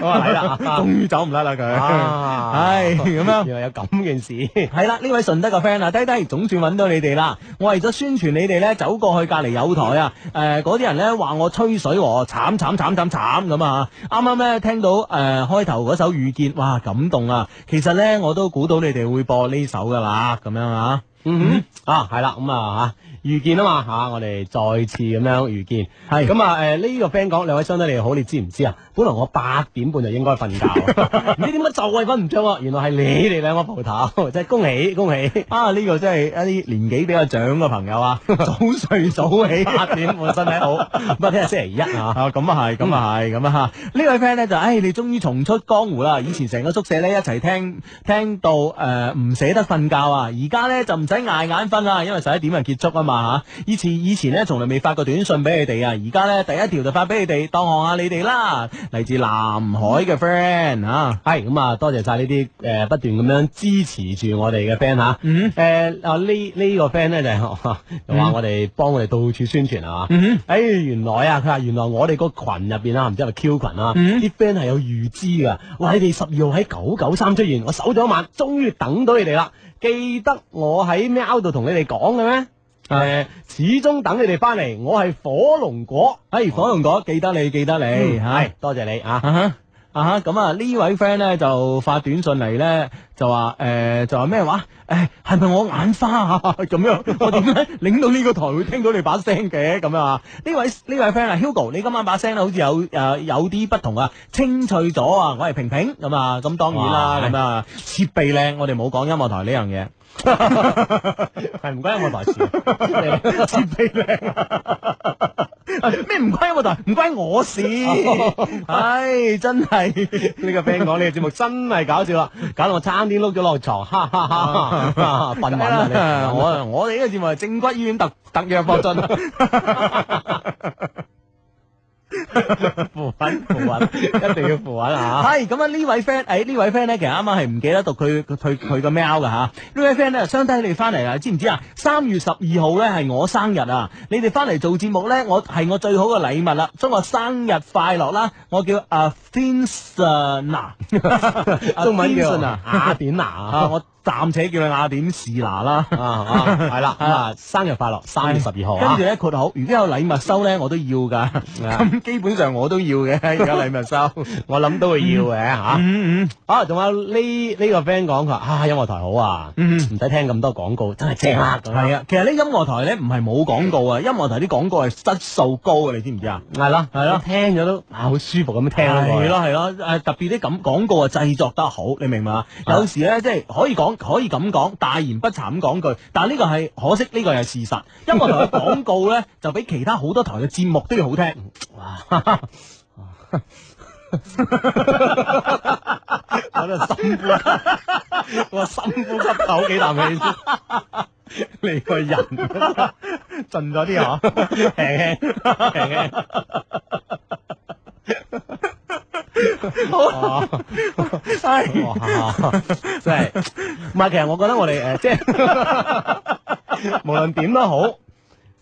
好啊，係啦，終於走唔甩啦佢，啊 唉咁樣。原來有咁件事。系啦，呢位順德嘅 friend 啊，低低總算揾到你哋啦！我為咗宣傳你哋咧，走過去隔離有台啊，誒嗰啲人咧話我吹水喎，慘慘慘慘慘咁啊！啱啱咧聽到誒、呃、開頭嗰首遇見，哇感動啊！其實咧我都估到你哋會播呢首噶啦，咁樣啊。嗯哼，啊系啦，咁啊吓遇見啊嘛吓，我哋再次咁樣遇見，系咁啊诶呢個 friend 講兩位相弟你好，你知唔知啊？本來我八點半就應該瞓 覺，唔知點解就係瞓唔着啊！原來係你哋兩個蒲頭， 真係恭喜恭喜！啊！呢、個真係一啲年紀比較長嘅朋友 啊，早睡早起，八點半身體好，不過聽日星 期一啊。啊，咁啊係，咁啊係，咁啊吓，呢位 friend 咧就，唉，你終於重出江湖啦！以前成個宿舍咧一齊聽聽到诶呃唔捨得瞓覺啊，而家咧就唔使捱眼瞓啦，因為十一點就結束啊嘛吓。以前以前咧從來未發過短信俾你哋啊，而家咧第一條就發俾你哋，當行下你哋啦。嚟自南海嘅 friend 啊，係咁啊，多謝晒呢啲呃誒不斷咁樣支持住我哋嘅 friend 嚇。嗯誒啊呢呢個 friend 咧就係 就話我哋幫我哋到處宣傳啊。嗯誒原來啊，佢話原來我哋個群入邊啊，唔知係咪 Q 群啊，嗯啲 friend 係有預知㗎。話你哋十二號喺九九三出現，我守咗一晚，終於等到你哋啦。記得我喺喵度同你哋講嘅咩？誒、啊始終等你哋翻嚟，我係火龍果，唉，哎火龍果記得你，記得你，嗯係係多謝你啊！啊哈啊哈，咁啊呢位 friend 咧就發短信嚟咧，就話誒、呃就話咩話？誒係咪我眼花啊？ 咁樣我點解領到呢 個台會聽到你把聲嘅咁樣啊？呢位呢位 friend 啊，Hugo，你今晚把聲好似有誒、呃有啲不同啊，清脆咗啊！我係平平咁啊，咁當然哇啦，咁啊設備靚，我哋冇講音樂台呢樣嘢。 係唔該音樂台事啊。設備靚啊！咩唔關我台，唔關我事。唉，真係呢個 friend 講呢個節目真係搞笑啦，搞到我差啲碌咗落床，哈哈哈哈！笨笨啊你，我我我哋呢個節目係正骨醫院特特約博進，扶穩扶穩，一定要扶穩 啊！系咁啊！呢位 friend，诶呢位 friend 咧，其實啱啱係唔記得讀佢佢佢佢個 mail 噶吓。呢位 friend 咧，相低你翻嚟啦，知唔知啊？三月十二號咧係我生日啊！你哋翻嚟做節目咧，我係我最好嘅禮物啦，祝我生日快樂啦！我叫阿 Finsna，中文叫雅典娜啊，我暫且叫你雅典士娜啦。 啊啊係啦咁啊生日快樂， 3月12號啊啊跟住咧括號，如果有禮物收咧，我都要噶。咁基本上我都要嘅， 而家禮物收，我諗都會要嘅吓。嗯嗯。啊，仲有呢呢個 friend 講佢話啊，音樂台好啊，唔使聽咁多廣告，真係正 啊！咁樣嗯系啊，其實呢音樂台咧唔係冇廣告啊，音樂台啲廣告係質素高嘅，你知唔知啊？係啦，係咯聽咗都啊好舒服咁樣聽啊咯，係咯係咯，诶特別啲咁廣告啊製作得好，你明嘛？啊有時咧即係可以講可以咁講，大言不惭咁講句，但系呢個係可惜呢個係事實。音樂台嘅廣告 咧就比其他好多台嘅節目都要好聽。 我都深呼吸，我深呼吸唞幾啖 氣先。你個人盡咗啲啊嗬， 輕輕輕輕。哦好，哇，哎真係唔係？其實我覺得我哋誒，即 係無論點都好。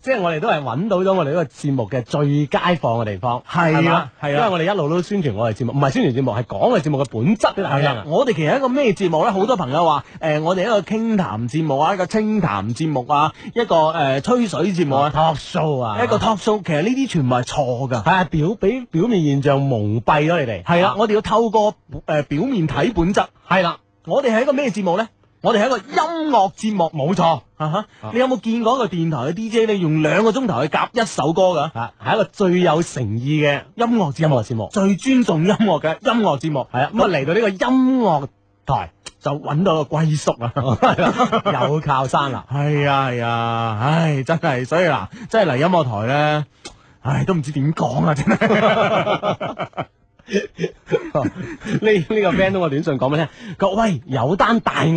即係我哋都係揾到咗我哋呢個節目嘅最佳放嘅地方，係係啊嘛係啊因為我哋一路都宣傳我哋節目，唔係宣傳節目，係講我哋節目嘅本質俾大家係聽啊啊，我哋其實一個咩節目咧？好多朋友話誒、我哋一個傾談節目啊，一個清談節目啊，一個誒、吹水節目啊，talk show 啊一個 talk show，其實呢啲全部係錯㗎。係啊，表俾表面現象蒙蔽咗你哋，啊係啦，我哋要透過誒、表面睇本質。係啦，我哋係一個咩節目咧？我哋係一個音樂節目，冇錯。啊哈！你有冇見過一個電台嘅 DJ 咧，用兩個鐘頭去夾一首歌㗎？啊，係一個最有誠意嘅音樂節音目，樂節目，最尊重音樂嘅音樂節目。係啊，咁啊嚟到呢個音樂台就揾到個歸宿 啊！有靠山啦，係啊係啊，唉，真係，所以嗱，真係嚟音樂台咧，唉，都唔知點講啊，真係。呢呢個 friend 通過短信講俾你聽，佢話喂有單大案。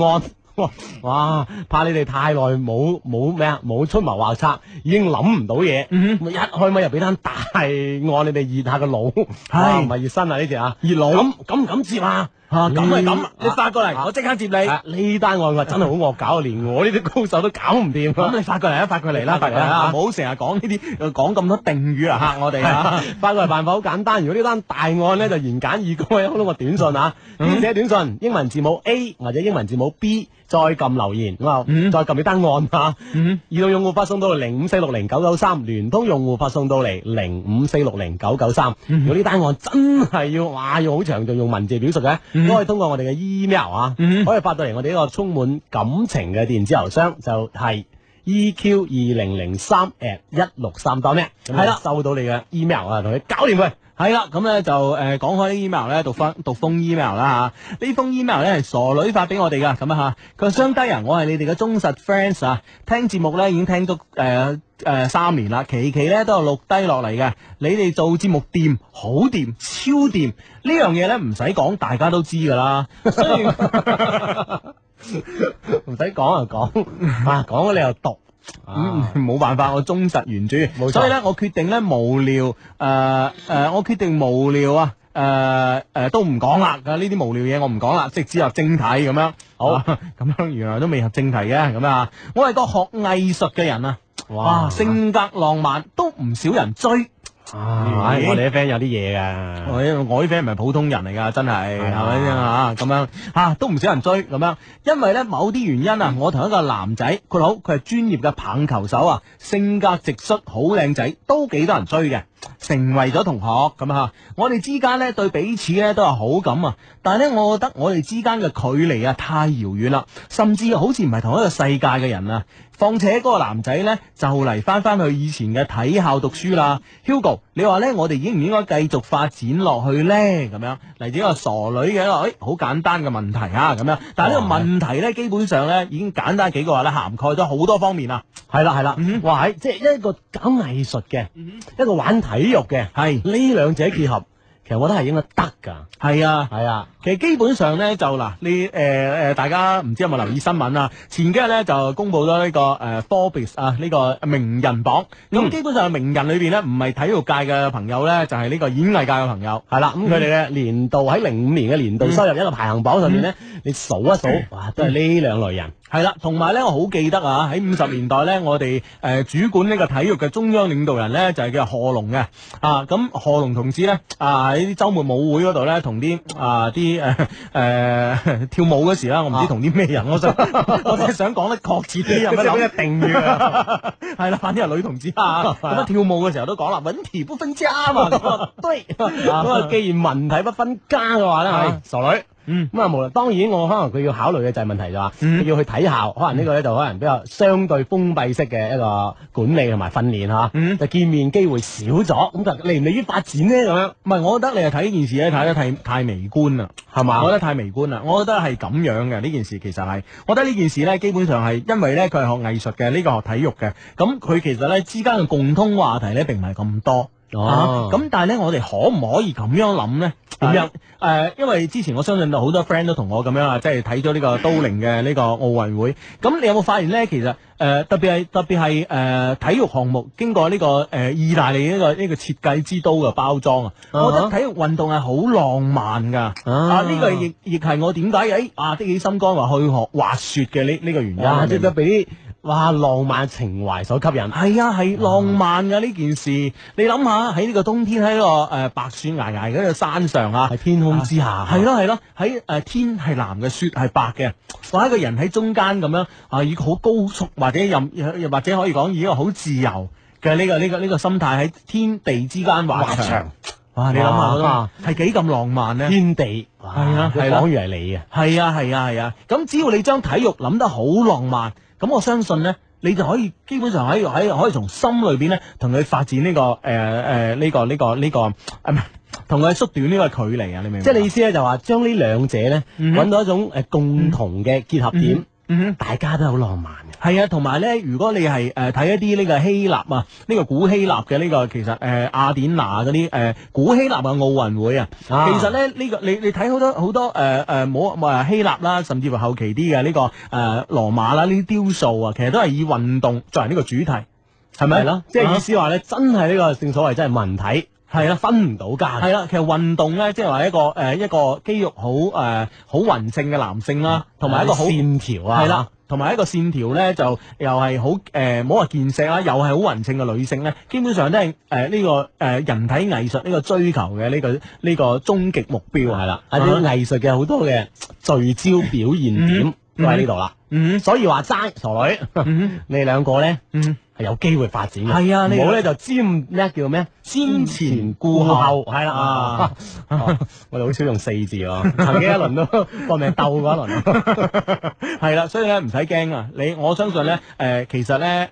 哇！怕你哋太耐冇冇咩啊，冇出謀劃策，已經諗唔到嘢。嗯咁一開咪又俾單大案，你哋熱下個腦，哇唔係熱身啊呢只啊，熱腦咁咁唔敢接啊？啊咁咪咁你發過嚟，我即刻接你。啊呢單案我真係好惡搞，啊連我呢啲高手都搞唔掂。咁你發過嚟啊，發過嚟啦，發過嚟啦，唔好成日講呢啲，呃講咁多定語啊 嚇我哋啊！發過嚟辦法好簡單，如果呢單大案咧就言簡意賅喺通過短信啊，嗯編寫短信，英文字母 A 或者英文字母 B，再撳留言，咁啊嗯再撳呢單案啊，移動用戶發送到嚟零五四六零九九三，聯通用戶發送到嚟零五四六零九九三。嗯如果呢單案真係要哇要好詳盡用文字表述嘅，嗯都可以通過我哋嘅 email 啊，可以發到嚟我哋呢個充滿感情嘅電子郵箱，就係。EQ E 二零零三 at 一六三 dot net，系係啦啦，啊收到你嘅 email 啊，同你搞掂佢。係啦，咁咧就誒講開呢 email 咧，讀封讀封 email 啦嚇。呢封 email 咧係傻女發俾我哋噶，咁啊嚇。佢話相低人，我係你哋嘅忠實 fans 啊，聽節目咧已經聽足誒誒呃三年啦，期期咧都有錄低落嚟嘅。你哋做節目掂，好掂，超掂，呢樣嘢咧唔使講，大家都知噶啦。 雖然唔使講就 講，啊講咗你又讀，嗯啊，冇辦法，我忠實原著，冇錯所以咧，我決定咧無聊，誒、誒、我決定無聊啊，誒、誒、都唔講啦，啊呢啲無聊嘢我唔講啦，直接入正題咁樣。好啊咁樣原來都未入正題嘅，咁啊，我係個學藝術嘅人啊，哇，性格浪漫，都唔少人追。啊嗯唉我哋啲 friend 有啲嘢噶，我呢哎我呢 friend 唔係普通人嚟㗎，真係係咪先啊？咁樣啊，都唔少人追咁樣，因為咧某啲原因啊，我同一個男仔，佢好，佢係專業嘅棒球手啊，性格直率，好靚仔，都幾多人追嘅，成為咗同學咁啊。我哋之間咧對彼此咧都有好感啊，但係咧我覺得我哋之間嘅距離啊太遙遠啦，甚至好似唔係同一個世界嘅人啊。況且嗰個男仔呢，就嚟翻翻去以前嘅體校讀書啦。Hugo，你話呢，我哋應唔應該繼續發展落去呢？咁樣嚟自一個傻女嘅一個，誒好簡單嘅問題啊，咁樣。但係呢個問題呢，基本上呢已經簡單幾個話呢，涵蓋咗好多方面啦。嗯係啦係啦，哇係即係一個搞藝術嘅，一個玩體育嘅，係呢兩者結合，其實我覺得係應該得㗎。係啊，係啊。其實基本上咧就嗱，你誒誒、呃大家唔知有冇留意新聞啊？前幾日咧就公布咗呢、個誒、呃 Forbes 啊呢、個名人榜，咁、嗯基本上名人裏邊咧唔係體育界嘅朋友咧，就係、呢個演藝界嘅朋友。嗯係啦，咁佢哋嘅年度喺零五年嘅年度收入一個排行榜上面咧，你數一數，哇，都係呢兩類人。系嗯啦，同埋咧，我好記得啊，喺五十年代咧，我哋誒、呃主管呢個體育嘅中央領導人咧，就係、叫賀龍嘅啊。咁賀龍同志咧啊，喺啲週末舞會嗰度咧，同啲啊啲呃 誒誒跳舞嗰時啦，我啊唔知同啲咩人，我 想我真係想講得確切啲，有乜即係諗一定啊哦要 係啦，反正係女同志啊，咁啊跳舞嘅時候都講啦，揾題不分 家嘛，咁啊對，咁啊，既然文體不分家嘅話咧，啊係傻女。嗯，咁啊，無論當然，我可能佢要考慮嘅就係問題就話，佢要去睇校，可能呢個咧就可能比較相對封閉式嘅一個管理同埋訓練嗯嚇，就見面機會少咗，咁就利唔利於發展呢？咁樣？唔係，我覺得你係睇呢件事咧睇得太太微觀啦，係嘛？我覺得太微觀啦，我覺得係咁樣嘅呢件事其實係，我覺得呢件事咧基本上係因為咧佢係學藝術嘅，呢、個學體育嘅，咁佢其實咧之間嘅共通話題咧並唔係咁多。哦啊咁、但係咧，我哋可唔可以咁樣諗咧？點樣誒、因為之前我相信到好多 friend 都同我咁樣啊，即係睇咗呢個都靈嘅呢個奧運會。咁你有冇發現咧？其實誒、呃特別係特別係誒、呃體育項目經過呢、個誒、意大利呢、個呢、個設計之都嘅包裝啊，啊哈我覺得體育運動係好浪漫㗎。啊，呢、個亦亦係我點解誒啊的起心肝話去學滑雪嘅呢呢個原因。哇！你啊即明唔明係俾啲哇浪漫情懷所吸引。係啊，係浪漫噶呢件事。你諗下喺呢個冬天喺呢個誒白雪皚皚嗰個山上啊，喺天空之下係咯係咯，喺誒天係藍嘅，雪係白嘅，哇！一個人喺中間咁樣啊，以好高速或者任又或者可以講以一個好自由嘅呢個呢個呢個心態喺天地之間滑滑翔翔。哇！你諗下哇啦，係幾咁浪漫咧？天地係啊，係啦，仿如係你啊！係啊係啊係啊，咁、只要你將體育諗得好浪漫，咁我相信呢，你就可以基本上喺喺可以從心裏邊呢，同佢發展呢、個誒誒呢個呢、個呢、個啊唔係同佢縮短呢個距離啊！你明唔明？即係你意思咧，就話將呢兩者咧嗯哼揾到一種誒共同嘅結合點，嗯大家都好浪漫。係啊，同埋咧，如果你係誒睇一啲呢個希臘啊，呢、個古希臘嘅呢、個其實誒、呃雅典娜嗰啲誒古希臘嘅奧運會啊，啊其實咧呢、個你你睇好多好多誒誒冇冇希臘啦，甚至乎後期啲嘅呢個誒、呃、羅馬啦呢啲雕塑啊，其實都係以運動作為呢個主題，係咪？係咯即係意思話咧，真係呢個正所謂真係文體係啦，分唔到家。係啦，其實運動咧，即係話一個誒、呃一個肌肉好誒好匀稱嘅男性啦，同埋一個好誒嗯線條啊係啦，同埋一個線條咧就又係好呃誒，唔好話健碩啊啦，又係好匀稱嘅女性咧，基本上都係誒呢個誒、呃人體藝術呢個追求嘅呢、個呢、個終極目標係啦啊啲藝術嘅好多嘅聚焦表現嗯點都喺呢度啦。所以話爭傻女， 你兩個咧係有機會發展嘅。係啊呢個唔好咧就瞻咩叫咩瞻前顧後係啦啊！哦我哋好少用四字喎， 曾經一輪都搏命鬥過一輪。 係啦，所以咧唔使驚啊！你我相信咧，誒、嗯其實咧，誒、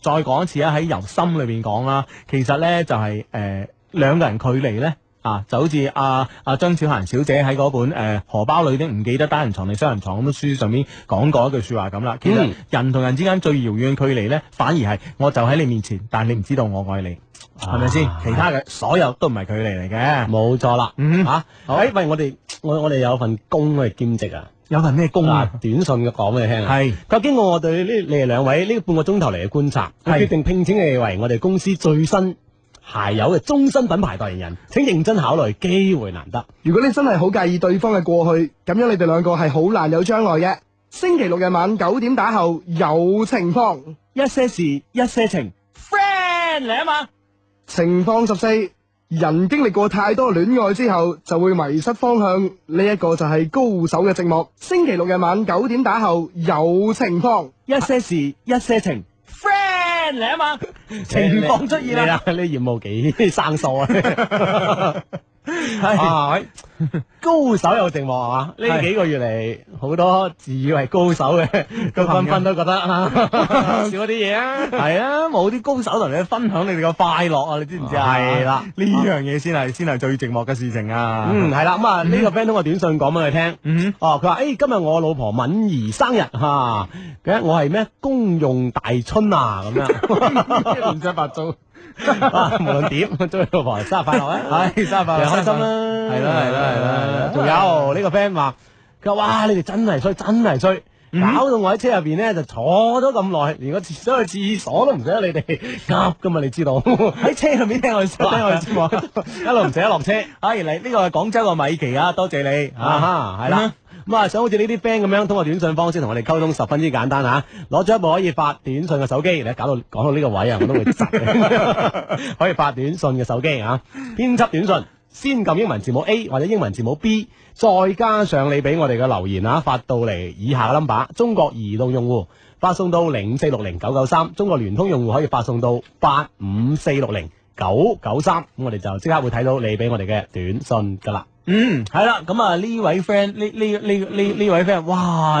再講一次啊，喺由心裏邊講啦，其實咧就係、誒、兩個人距離咧。啊，就好似阿阿張小娴小姐喺嗰本誒、荷包裏的唔記得單人床定雙人床咁嘅書上面講過一句説話咁啦。其實嗯人同人之間最遙遠嘅距離咧，反而係我就喺你面前，但你唔知道我愛你，係咪先？其他嘅所有都唔係距離嚟嘅。啊冇錯啦，啊嗯嚇，誒哎喂，我哋我我哋有份工去兼職啊。有份咩工啊？短信嘅講俾你聽啊。係佢話經過我對呢你哋兩位呢半個鐘頭嚟嘅觀察，我係決定聘請你哋為我哋公司最新鞋友嘅終身品牌代言人。請認真考慮，機會難得。如果你真係好介意對方嘅過去，咁樣你哋兩個係好難有將來嘅。星期六日晚九點打後有情況，一些事，一些情，friend 嚟啊嘛。情況十四，人經歷過太多戀愛之後，就會迷失方向，呢、一個就係高手嘅寂寞。星期六日晚九點打後有情況，一些事，一些情。friend 嚟啊嘛， 情況出現啦。你你你業務幾生疏 啊？ 啊係高手有寂寞啊！呢係幾個月嚟，好多自以為高手 嘅，都紛紛都覺得啊， 少咗啲嘢啊，係啊，冇啲高手同你分享你哋嘅快樂啊，你知唔知啊？係啦呢樣嘢先係先係最寂寞嘅事情啊。嗯，係啦，咁啊呢個 friend 通過短信講俾佢聽，嗯，哦，佢話誒今日我老婆敏儀生日嚇，佢、我係咩公用大春啊咁樣，亂七八糟，啊，無論 點，祝你老婆生日快樂 啊！係生日快樂又開心啦，生日快樂係啦係啦係啦仲有呢個 friend 話，佢話哇，你哋真係衰，真係衰。搞到我喺車入邊咧就坐咗咁耐，連個廁所去廁所都唔使你哋急噶嘛，你知道 喺車入邊聽我哋聽我哋節目， 一路唔使 落車。係嚟呢個係廣州個米奇啊，多謝你啊哈，係啦。咁啊，想好似呢啲 friend 咁樣，通過短信方式同我哋溝通，十分之簡單啊！攞咗一部可以發短信嘅手機，你搞到講到呢個位啊，我都會窒。可以發短信嘅手機啊，編輯短信。先撳英文字母 A 或者英文字母 B，再加上你俾我哋嘅留言啊，發到嚟以下嘅 number，中國移動用戶發送到零五四六零九九三，中國聯通用戶可以發送到八五四六零九九三，咁我哋就即刻會睇到你俾我哋嘅短信噶啦。嗯，係啦，咁啊呢位 friend 呢呢呢呢呢位 friend，哇，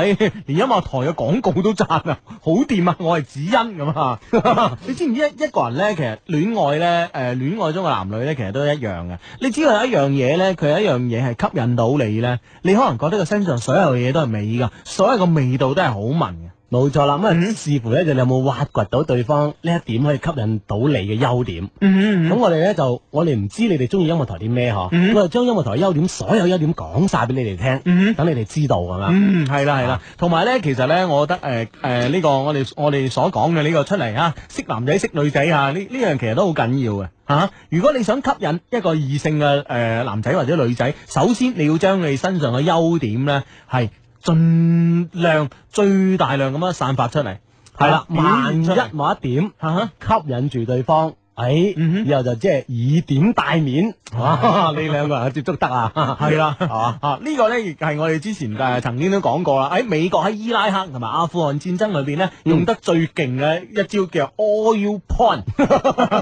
連音樂台嘅廣告都讚啊，好掂啊，我係子欣咁啊， 你知唔知一一個人咧，其實戀愛咧，誒戀愛中嘅男女咧，其實都一樣嘅。你只要有一樣嘢咧，佢有一樣嘢係吸引到你咧，你可能覺得佢身上所有嘢都係美㗎，所有嘅味道都係好聞嘅。冇錯啦，咁啊視乎咧就你有冇挖掘到對方呢一點可以吸引到你嘅優點。嗯咁我哋咧就，我哋唔知你哋中意音樂台啲咩嗬，嗯我就將音樂台嘅優點，所有優點講晒俾你哋聽，等你哋知道係嘛。嗯，係啦係啦，同埋咧，其實咧，我覺得誒誒呢個我哋我哋所講嘅呢個出嚟啊，識男仔識女仔啊，呢呢樣其實都好緊要嘅嚇、如果你想吸引一個異性嘅誒、呃男仔或者女仔，首先你要將你身上嘅優點咧係盡量最大量咁樣散發出嚟。係啦，啊表萬現出嚟一某一點啊吸引住對方，哎，嗯以後就即係以點帶面，哇！你兩個人接觸得啊，哦 係啦，係嘛？啊呢個呢，亦係我哋之前誒曾經都講過啦。喺哎美國喺伊拉克同埋阿富汗戰爭裏邊呢，嗯用得最勁嘅一招叫 all you point。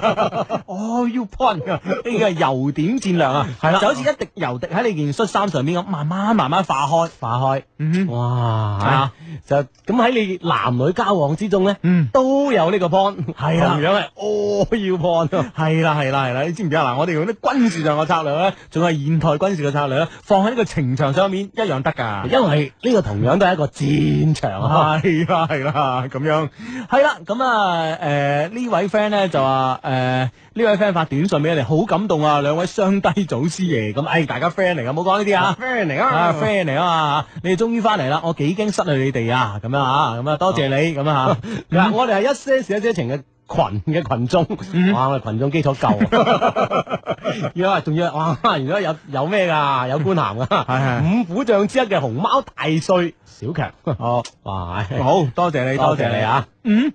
all you point 呢個係油點戰略啊，係啦，就好似一滴油滴喺你件恤衫上面咁，慢慢慢慢化開，嗯化開，哇！係啊，就咁喺你男女交往之中咧，都有呢個 point，嗯係啦同樣係 all 啊 you point。係啦係啦係啦，你知唔知啊？嗱，我哋用啲軍事上嘅策略呢，仲係現代軍事嘅策略呢，放喺呢個情場上面一樣得㗎。因為呢個同樣都係一個戰場啊，係啦係啦，咁樣係啦，咁啊誒呢位 friend 咧就話誒呢位 friend 發短信俾我哋，好感動啊！兩位雙低祖師爺咁，誒大家 friend 嚟噶，唔好講呢啲啊，friend 嚟啊 friend 嚟啊嘛，你哋終於翻嚟啦，我幾驚失去你哋啊，咁樣啊，咁啊多謝你咁 啊嚇，嗱，我哋係一些事一些情嘅群嘅群眾，嗯哇！我哋群眾基礎夠啊， 要啊，仲要哇！原來有有咩㗎？有官 銜㗎，五虎將之一嘅熊貓大帥小 強，哦，哇！好多謝你，多多謝謝你你啊啊，嗯。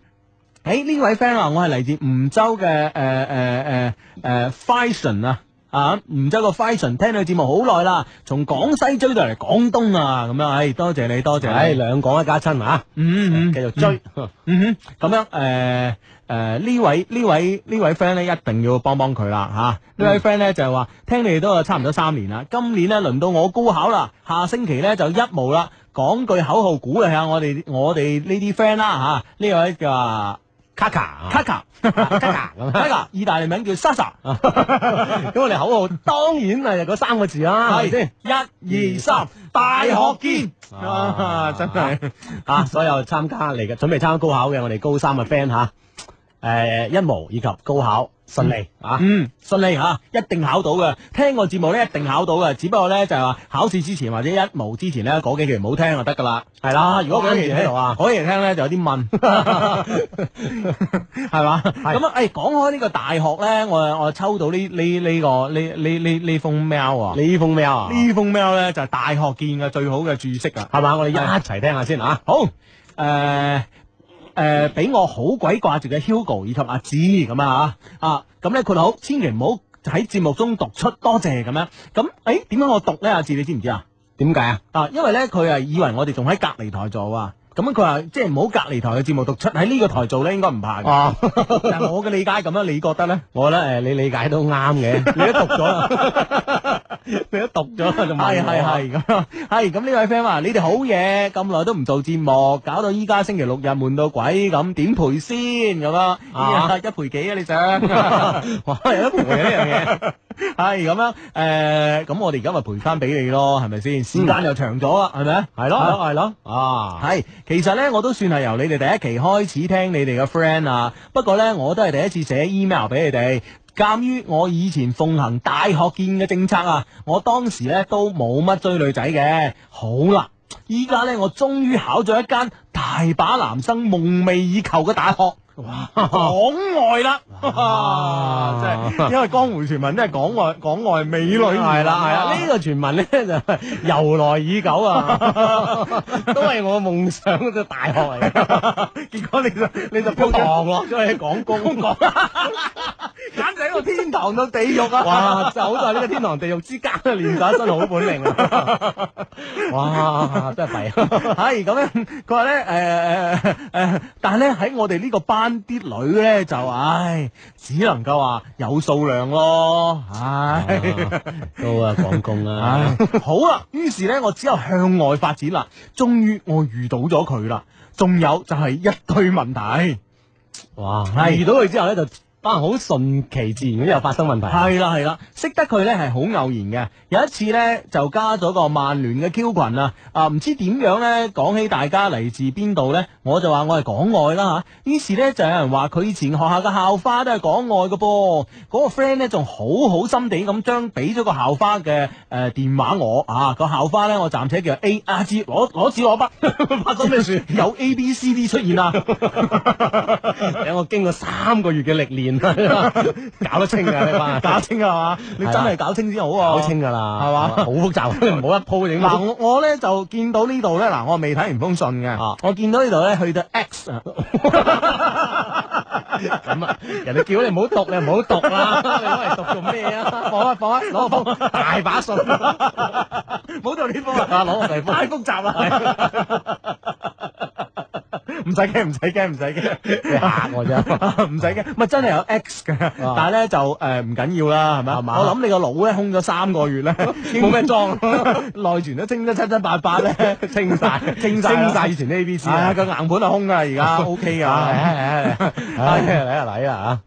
誒呢位 friend 話我係嚟自梧州嘅誒誒誒誒 fashion 啊啊梧州個 fashion 聽你節目好耐啦，從廣西追到嚟廣東啊咁樣，誒、多謝你多謝唉你，兩廣一家親啊，嗯嗯，繼續追，嗯哼，咁樣誒誒呢位呢位呢位 friend 咧一定要幫幫佢啦嚇，呢、位 friend 咧就係話聽你哋都有差唔多三年啦，今年咧輪到我高考啦，下星期咧就一模啦，講句口號鼓勵下我哋我哋呢啲 friend 啦嚇，呢、位叫啊。卡卡卡卡卡卡咁啊卡卡，意大利名叫 Sasa，咁我哋口號當然係嗰三個字啦，係咪先？一二三，大學見 啊！真係。啊，所有參加嚟嘅準備參加高考嘅我哋高三嘅 friend 吓，誒一模以及高考順利啊，嗯，順利吓，一定考到嘅。聽個節目咧，一定考到嘅。只不過咧就係話考試之前或者一模之前咧，嗰幾期唔好聽就得噶啦。係啦，如果嗰期嗰期喺度啊嗰期聽咧就有啲問， 係嘛？咁啊，誒講開呢個大學咧，我我抽到呢呢呢個呢呢呢呢封 mail 啊，呢封 mail 啊，呢封 mail 咧就係大學見嘅最好嘅注釋啊，係嘛？我哋一齊聽下先啊，好，誒誒，俾我好鬼掛住嘅 Hugo 以及阿子咁啊啊，咁咧佢好，千祈唔好喺節目中讀出，多謝咁樣。咁誒點解我讀咧？阿子你知唔知啊？點解啊？啊，因為咧佢係以為我哋仲喺隔離台做啊。咁佢話即係唔好隔離台嘅節目讀出，喺呢個台做咧應該唔怕嘅。哦，呃但係我嘅理解咁樣，你覺得咧？我覺得誒你理解都啱嘅，你都讀咗啦，你都讀咗啦，仲系系系咁，系咁呢位 friend 話：你哋好嘢，咁耐都唔做節目，搞到依家星期六日悶到鬼咁，點賠先咁啊？啊一賠幾啊？你想？ 哇，有得賠呢樣嘢，係咁樣诶，咁我哋而家咪賠翻俾你咯，係咪先？時間又長咗啦，係咪？係咯係咯係咯啊，係，其實咧我都算係由你哋第一期開始聽你哋嘅 friend 啊，不過咧我都係第一次寫 email 俾你哋。鑑於我以前奉行大學見嘅政策啊，我當時咧都冇乜追女仔嘅。好啦，依家咧我終於考咗一間大把男生夢寐以求嘅大學。哇！港外啦，真係，因為江湖傳聞都係港外港外美女移民啊。係啦係 啦，呢個傳聞咧就係由來已久啊， 都係我夢想嘅大學嚟嘅。 結果你就你就鋪堂落咗去廣 工，簡直喺個天堂到地獄啊！哇！就好在呢個天堂地獄之間練咗一身好本領啊！ 哇！真係弊啊！系咁样，佢話咧，诶诶诶，但係咧喺我哋呢個班啲女咧就唉，只能夠話有數量咯，唉，啊都啊廣工啊唉，，好啦，於是咧我只有向外發展啦，終於我遇到咗佢啦，仲有就係一堆問題。哇！係遇到佢之後咧就。啊，好順其自然咁又發生問題。係啦係啦，識得佢呢係好偶然嘅。有一次呢，就加咗個曼聯嘅 Q 群啊，啊唔知點樣呢？講起大家嚟自邊度呢，我就話我係港外啦吓。於是呢，就有人話佢以前學校嘅校花都係港外嘅噃。嗰、個 friend 呢，仲好好心地咁將俾咗個校花嘅誒、呃、電話我啊，個校花呢，我暫且叫 A 啊，知攞攞紙攞筆， 發生咩事？有 A B C D 出現啊 啦。有我經過三個月嘅歷練，啊 搞得清㗎，你話搞清啊嘛，你真係搞清先好啊！搞清㗎啦，係嘛好複雜， 你唔好一鋪影嗱，我我咧就見到呢度咧，嗱，我未睇完封信啊嘅，我見到呢度咧去到 X 啊，咁啊！人哋叫你唔好讀，你唔好讀啦，你攞嚟讀做咩啊？放一放一，攞個封大把信，冇到呢封啊，攞個第封，太複雜啦，唔使驚，唔使驚，唔使驚，你嚇我啫。唔使驚，咪真係有 X 嘅，但係咧就誒唔緊要啦，啊係咪？嘛我諗你個腦咧空咗三個 月咧，冇咩裝，內存都清得七七八八咧，清晒， 清晒啦清晒以前啲 A B C 係啊，啊！個硬盤係空㗎，而家 OK 㗎。唉唉嚟啊嚟啊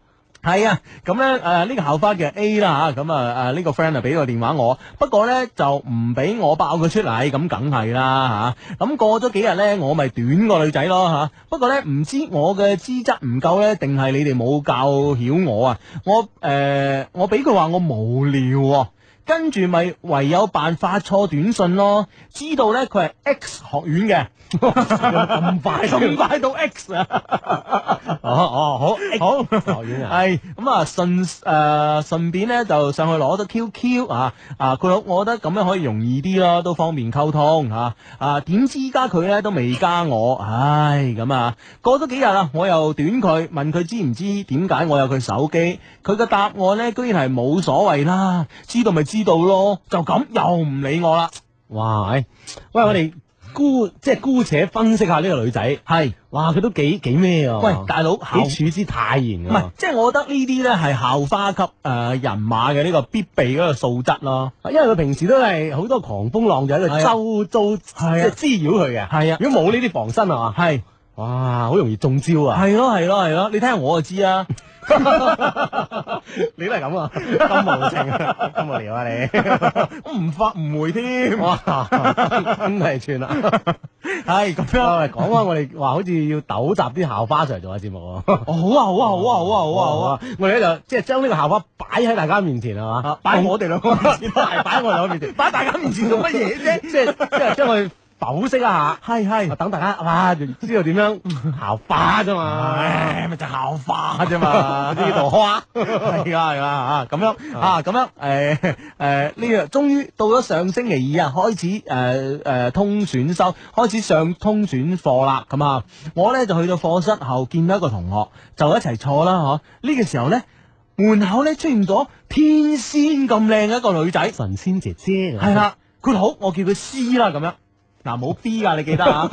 系啊，咁咧诶呢個校花叫 A 啦吓，咁啊诶呢個 friend 啊俾個電話我，不過咧就唔俾我爆佢出嚟，咁梗係啦吓。咁、過咗幾日咧，我咪短個女仔咯吓。不過咧唔知我嘅資質唔夠咧，定係你哋冇教曉我啊？我诶、呃我俾佢話我無聊喎、跟住咪唯有辦法錯短信咯，知道咧佢係 X 學院嘅，咁快咁快到 X 啊！啊！哦哦好好，學院啊！系咁啊，順诶順便咧就上去攞咗 QQ 啊啊，佢我覺得咁樣可以容易啲咯，都方便溝通吓啊。點知依家佢咧都未加我，唉咁啊，過咗幾日啊，我又短佢，問佢知唔知點解我有佢手機，佢嘅答案咧居然係冇所謂啦，知道咪知道咯，就咁又唔理我啦。哇！唉喂，我哋姑即係姑且分析下呢個女仔，係哇，佢都幾幾咩啊？喂，大佬校幾處之泰然唔係啊！，即係我覺得呢啲咧係校花級誒、呃人馬嘅呢個必備嗰個素質咯。因為佢平時都係好多狂風浪就喺係啊度周遭係啊即係滋擾佢嘅。係啊如果冇呢啲防身啊，係。哇，好容易中招啊！系咯系咯系咯，你睇下我就知啊。你都係 咁啊，咁無情啊， 咁無聊啊你！我 唔發唔回添。哇，真係串 啦！係咁樣。喂，講翻我哋話好似要糾集啲校花上嚟做下節目啊！哦好啊好啊好啊好啊好啊好啊！！我哋咧就即係將呢個校花擺喺大家面前係嘛啊，擺我哋兩個面 前，擺擺我哋兩個面前，擺大家面前做乜嘢啫？ 即係即係將佢剖析一下，啊係係，等大家哇就知道點 樣校花啫嘛。唉， 咪就校花啫嘛，呢度花係啊係啊嚇，咁樣啊咁樣誒誒呢個終於到咗上星期二啊，開始誒誒通選修，開始上通選課啦，咁啊，我咧就去到課室後見到一個同學，就一齊坐啦嗬，呢個時候咧。門口咧出現咗天仙咁靚嘅一個女仔，神仙姐姐系，啦，佢好，我叫佢 C 啦咁樣。嗱，冇 B 噶，你記得 啊？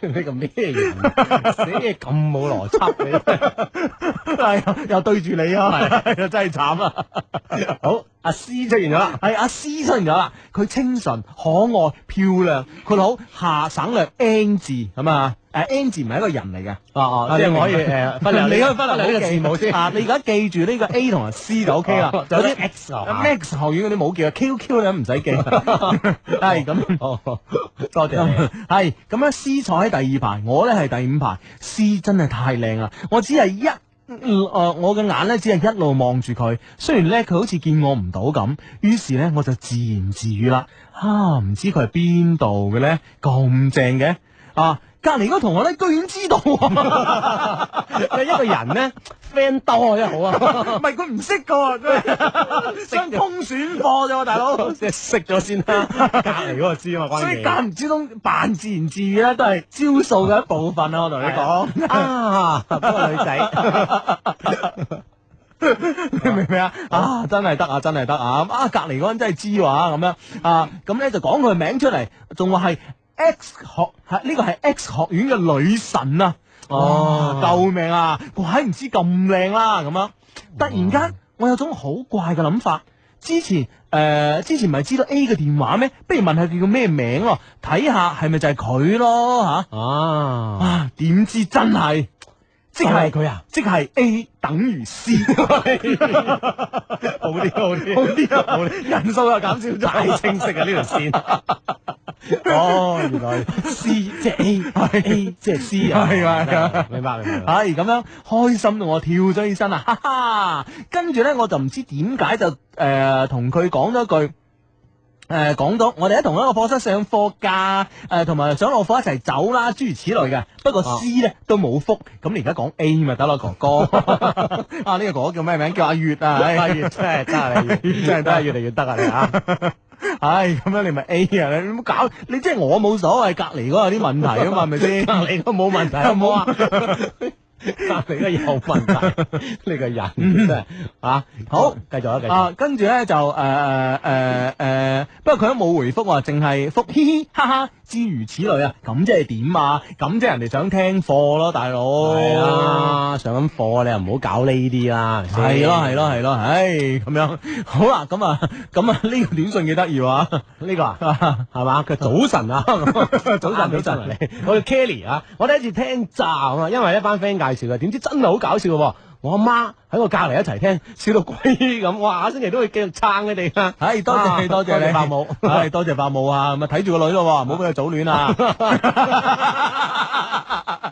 你個咩人？寫嘢咁冇邏輯你。 係啊又對住你啊，係啊真係慘啊！好阿 C 出現咗啦，係阿 C 出現咗啦，佢清純、可愛、漂亮，佢好下省略 N 字咁啊。誒 N 字唔係一個人嚟嘅，哦即係可以誒忽略呢你可以忽略忽略呢個字母先啊！你而家記住呢個 A 同埋 C 就 OK 啦哦，有啲有啲 X 啊 Max 學院嗰啲冇叫啊，QQ 你都唔使記， 係咁。哦，多謝你。係咁啊樣，C 坐喺第二排，我咧係第五排。C 真係太靚啦，我只係一。誒、呃我嘅眼咧只係一路望住佢，雖然咧佢好似見我唔到咁，於是咧我就自言自語啦，啊，唔知佢係邊度嘅咧，咁正嘅，啊，隔離嗰個同學咧居然知道喎， 一個人咧 friend 多真好 啊，唔係佢唔識噶， 想通選課咋，大 佬，即係識咗先啦，隔離嗰個知啊嘛，關所鍵以間唔之中扮自言自語咧，都係招數嘅一部分啊！我同你講啊，不過女仔。你 明唔明啊？啊，真係得啊，真係得啊！啊，隔離嗰個人真係知喎啊，咁樣啊，咁咧就講佢名出嚟，仲話係 X 學係呢個係 X 學院嘅女神啊！哦哇救命啊！怪唔知咁靚啦，咁樣突然間我有種好怪嘅諗法。之前誒、呃之前咪知道 A 嘅電話咩？不如問下佢叫咩名咯，睇下係咪就係佢咯吓。啊啊！點知真係，即係佢啊，即係 A 等於 C。好啲，好啲，好啲啊！人數又減少咗，太清晰啊！呢條線。 哦，原來 C 即係 A，A 即係 C 啊，係啊係啊明白明白。係咁樣，開心到我跳咗起身啊！哈哈，跟住咧我就唔知點解就誒呃同佢講咗句。誒講到我哋喺同一個課室上課㗎，誒同埋想落課一齊走啦，諸如此類嘅。不過啊 C 咧都冇覆，咁你而家講 A 咪得咯，哥 哥。啊呢個哥哥叫咩名？叫阿月啊，唉阿月真係得啊你真係得啊，越嚟越得啊你啊！唉，咁樣你咪 A 啊！你唔好搞，你即係我冇所謂，隔離嗰個有啲問題啊嘛，係咪 先？隔離都冇問題 冇啊！啊 隔離嘅有問題，呢個人真係啊！好，繼續啊，繼續啊，。跟住咧就誒誒誒誒，呃不過佢都冇回覆喎，淨係覆 嘻嘻哈哈，諸如此類啊。咁即係點啊？咁即係人哋想聽課咯，大佬。係啊，上緊課你又唔好搞呢啲啦，係咯係咯係咯，唉咁樣好啦，咁啊咁啊呢個短信幾得意啊，呢個啊係嘛？佢早晨啊，早晨早晨嚟，我叫 Kelly 啊，我第一次聽炸啊，因為一班 friend 介紹嘅，點知真係好搞笑嘅喎。我阿媽喺我隔離一齊聽，笑到鬼咁，哇！下星期都會繼續撐你哋啊！唉，多謝你，啊多謝你，伯母，唉，多謝伯母啊，咁啊睇住個女咯，唔好俾佢早戀啊，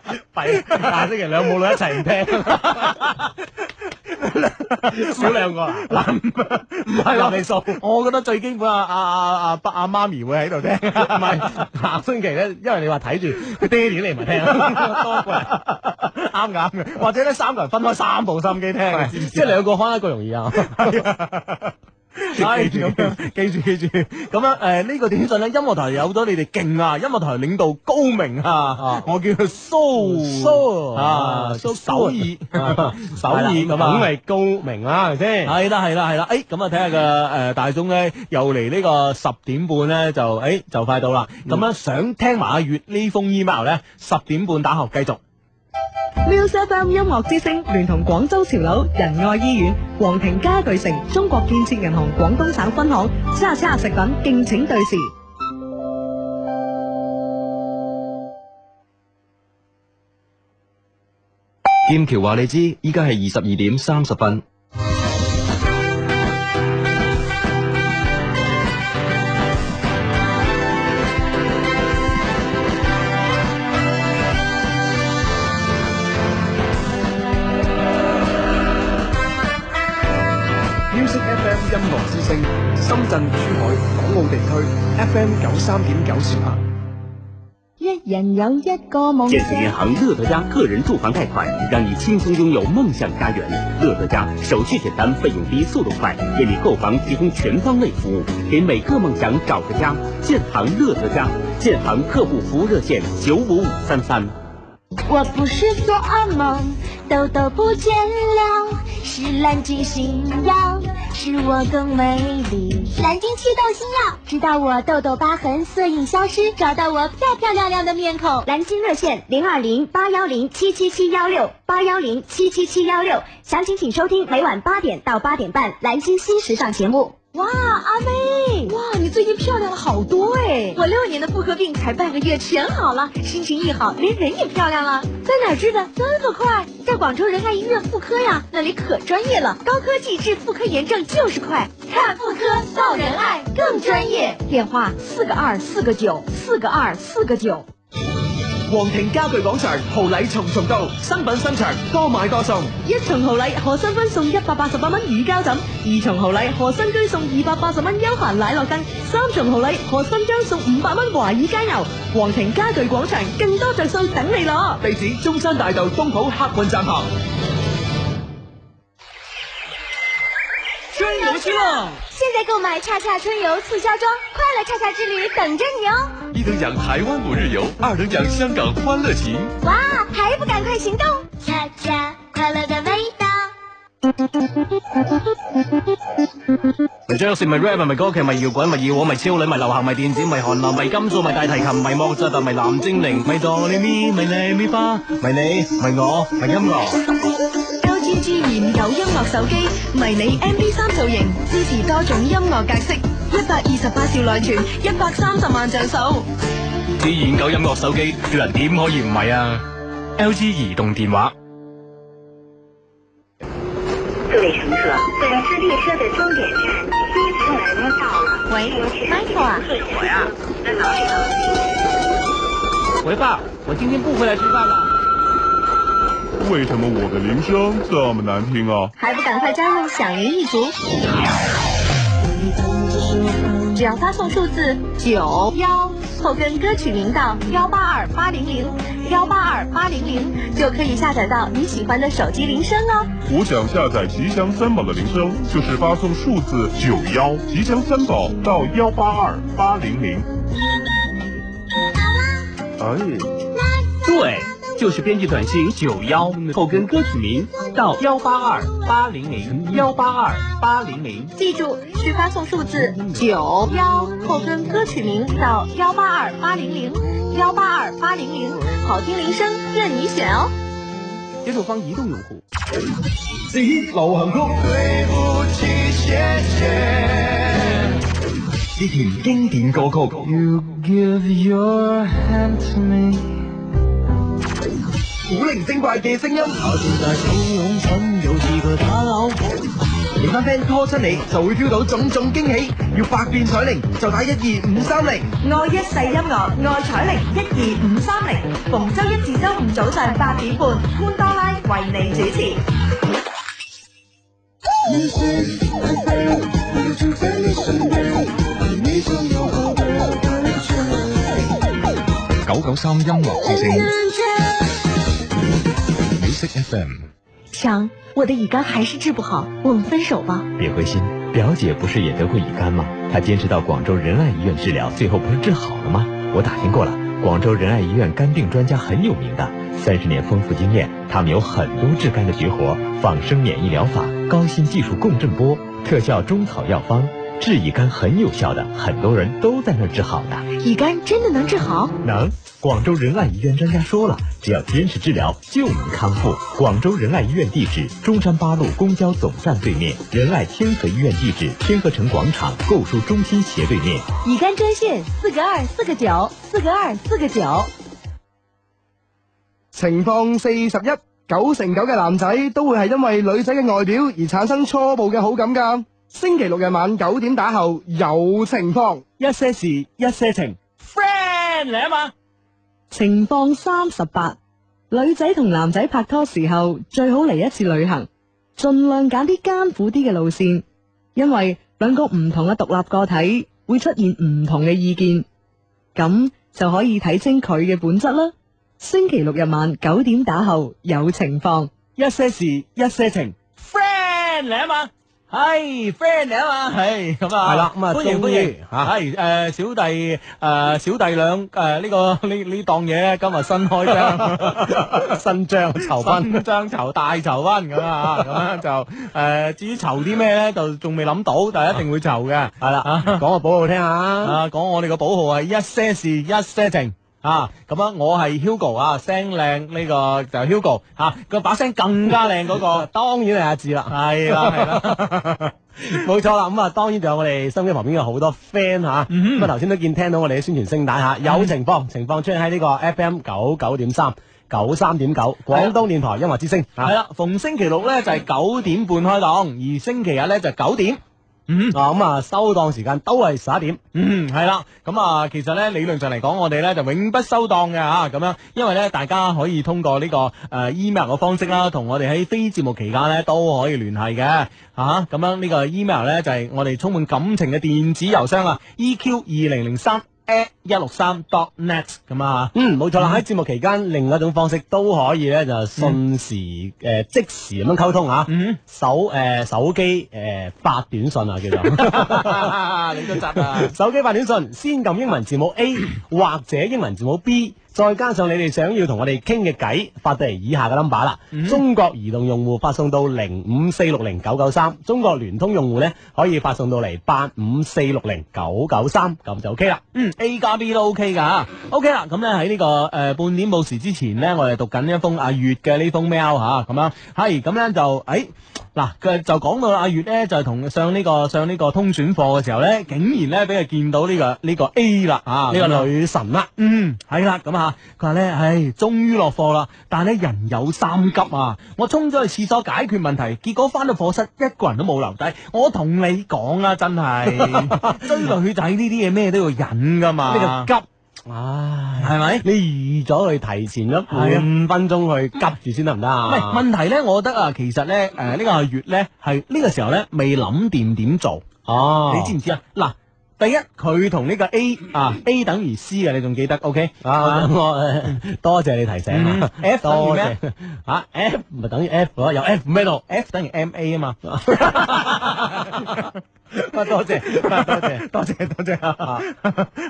弊，下星期兩母女一齊唔 聽，少兩個啦，唔係咯，你數，我覺得最基本啊啊啊啊爸阿媽咪會喺度聽，唔係下星期咧，因為你話睇住佢爹哋嚟唔聽，多個人啱嘅啱嘅，或者咧三個人分開三部心機聽，你知唔知啊啊即係兩個開一個容易啊。 係咁樣，記住記住，咁樣誒呢個短信咧，音樂台有咗你哋勁啊，音樂台領導高明啊，我叫佢蘇蘇啊啊蘇蘇首 爾啊首爾咁啊，梗係高明啦，係咪先？係啦係啦係啦，誒咁啊睇下個誒大鐘咧，又嚟呢個十點半咧就誒就快到啦，咁啊樣想聽埋阿月呢封 email 咧，十點半打後繼續。 Music FM 音樂之聲聯同廣州潮樓仁愛醫院、皇庭家具城、中國建設銀行廣東省分行、叉叉食品敬請對時。劍橋話你知，依家係二十二點三十分。 Music FM 音樂之聲，深圳、珠海、港澳地區 FM 九三點九兆赫。一人有一個夢建设银想。行乐德家个人住房贷款，让你轻松拥有梦想家园。乐德家手续简单，费用低，速度快，为你购房提供全方位服务，给每个梦想找个家。建行乐德家，建行客户服务热线九五五三三。我不是做噩梦，痘痘不见了，是蓝鲸新药，使我更美丽。蓝鲸祛痘新药，直到我痘痘疤痕色印消失，找到我漂漂亮亮的面孔。蓝鲸热线零二零八幺零七七七幺六八幺零七七七幺六，详情请收听每晚八点到八点半《蓝鲸新时尚》节目。哇，阿妹！哇，你最近漂亮了好多哎！我六年的妇科病才半个月全好了，心情一好，连人也漂亮了。在哪儿治的？这么快？在广州仁爱医院妇科呀，那里可专业了，高科技治妇科炎症就是快。看妇科到仁爱更专业，电话四个二四个九四个二四个九。皇庭家具广场豪礼重重到，新品新场多买多送。一重豪礼何新婚送一百八十八蚊乳胶枕，二重豪礼何新居送二百八十蚊休闲奶酪羹，三重豪礼何新章送五百蚊華爾街牛。皇庭家具廣場更多着數等你攞。地址中山大道东圃客运站旁。春游去了，现在购买恰恰春游促销装，快乐恰恰之旅等着你哦！一等奖台湾五日游，二等奖香港欢乐行。哇，还不赶快行动！恰恰快乐的味道。咪爵士，咪 rap，咪歌劇，咪搖滾，咪熱火，咪超女，咪流行，咪電子，咪韓流，咪金屬，咪大提琴，咪莫扎特，咪藍精靈，咪哆唻咪咪唻咪花，咪你，咪我，咪音樂。高 G G 研究音樂手機，迷你 M P 三造型，支持多種音樂格式，一百二十八兆內存，一百三十萬像素。啲研究音樂手機，叫人點可以唔係啊？LG 移動電話。各位乘客，本次列车的终点站西直门到了。喂，Michael 啊，我呀，在哪里呢？喂爸，我今天不回来吃饭了。为什么我的铃声这么难听啊？还不赶快加入响铃一族！只要发送数字九幺后跟歌曲名到幺八二八零零幺八二八零零，就可以下载到你喜欢的手机铃声哦。我想下载吉祥三宝的铃声，就是发送数字九幺吉祥三宝到幺八二八零零。哎，对，就是编辑短信九幺后跟歌曲名到幺八二八零零幺八二八零零。记住是发送数字九幺后跟歌曲名到幺八二八零零幺八二八零零，好听铃声任你选哦。解锁方移动用户。至于流行曲，对不起，谢谢。呢段經典歌曲。 You give your hand to me，古靈精怪嘅聲音，我現在手擁蠢，又似個打扭你班 friend 拖出你就會 feel 到種種驚喜，要百變彩鈴就打一二五三零。愛一世音樂，愛彩鈴一二五三零，逢周一至周五早上八點半，潘多拉為你主持。你是爱飞，我就在你身边，你总有好的感觉。九九三音樂之聲，Music FM。想我的乙肝还是治不好，我们分手吧。别灰心，表姐不是也得过乙肝吗？她坚持到广州仁爱医院治疗，最后不是治好了吗？我打听过了，广州仁爱医院肝病专家很有名的，三十年丰富经验，他们有很多治肝的绝活，仿生免疫疗法、高新技术共振波、特效中草药方，治乙肝很有效的，很多人都在那儿治好的。乙肝真的能治好？能。广州仁爱医院专家说了，只要坚持治疗就能康复。广州仁爱医院地址：中山八路公交总站对面；仁爱天河医院地址：天河城广场购书中心斜对面。乙肝专线四个二四个九四个二四个九。情況四十一，九成九嘅男仔都會係因為女仔嘅外表而產生初步嘅好感㗎。星期六日晚九點打後有情況，一些事，一些情。 friend 嚟啊嘛！情況三十八，女仔同男仔拍拖時候最好嚟一次旅行，盡量揀啲艱苦啲嘅路線，因為兩個唔同嘅獨立個體會出現唔同嘅意見，咁就可以睇清佢嘅本質啦。星期六日晚九點打後有情況，一些事，一些情。 friend 嚟啊嘛！系 friend 嚟啊嘛！系咁啊，係啦咁啊歡終迎歡於迎吓，系诶小弟诶、呃小弟兩诶呢個呢呢档嘢咧，今日新開張， 新張酬賓，新張酬大酬賓咁啊，咁樣就诶至於酬啲咩咧，就仲未諗到，但係一定會酬嘅，系啦，講個寶號聽下，啊講我哋個寶號係一些事一些情。啊，咁啊，我係 Hugo 啊，聲靚呢個就係 Hugo 啊，個把聲更加靚嗰個， 當然係阿志啦，係啦係啦。 冇錯啦，咁啊，當然仲有我哋身邊旁邊有好多 friend 吓，咁啊頭先都見聽到我哋嘅宣傳聲帶吓，有情況情況出現喺呢個 FM 九九點三。九三點九，廣東電台音樂之聲，係啦，逢星期六咧就係九點半開檔，而星期日咧就九點。嗯，啊咁啊，收檔時間都係十一點。嗯，係啦，咁啊，其實咧理論上嚟講，我哋咧就永不收檔嘅吓，咁樣，因為咧大家可以通過呢、個誒、呃 email 嘅方式啦，同我哋喺非節目期間咧都可以聯繫嘅啊，咁樣呢個 email 咧就係、我哋充滿感情嘅電子郵箱啊，EQ 二零零三。at 一六三 dot net 咁啊，嗯，冇錯啦。喺節目期間，另一種方式都可以咧，就瞬時誒、呃即時咁樣溝通啊。嗯，手誒、呃手機誒、呃 發短信啊，叫做 你都窒啊！手機發短信，先撳英文字母 A 或者英文字母 B。再加上你哋想要同我哋傾嘅偈，發到嚟以下嘅 number 啦。嗯中國移動用戶發送到零五四六零九九三，中國聯通用戶呢可以發送到嚟八五四六零九九三，咁就 OK 啦。嗯，A 加 B 都 OK 噶，OK 啦。咁咧喺呢個誒、呃半點報時之前呢，我哋讀緊呢一封阿月嘅呢封 mail 吓、咁樣係咁咧就誒。嗱，佢就講到阿月咧，就係同上呢、個上呢個通選課嘅時候咧，竟然咧俾佢見到呢、個呢、個 A 啦啊，呢個女神啦，嗯，係啦，咁啊，佢話咧，唉，終於落課啦，但係咧人有三急啊，我衝咗去廁所解決問題，結果翻到課室一個人都冇留低，我同你講啦，真 係追女仔呢啲嘢咩都要忍噶嘛，呢個急。唉，係咪？你預咗佢提前咗半分鐘 去急住先得唔得唔係啊？問題咧，我覺得啊，其實咧，誒、呢、個月咧係呢個時候咧未諗掂點做。哦你知唔知啊？嗱，第一佢同呢個 A 啊 A 等於 C 嘅，你仲記得？OK 啊，我呃多謝你提醒啊嗯，F 等於多謝咩啊，F 咪等於 F 咯，有 F 咩度？ F 等於 MA 啊 嘛。啊多謝，啊多謝。多謝多謝啊！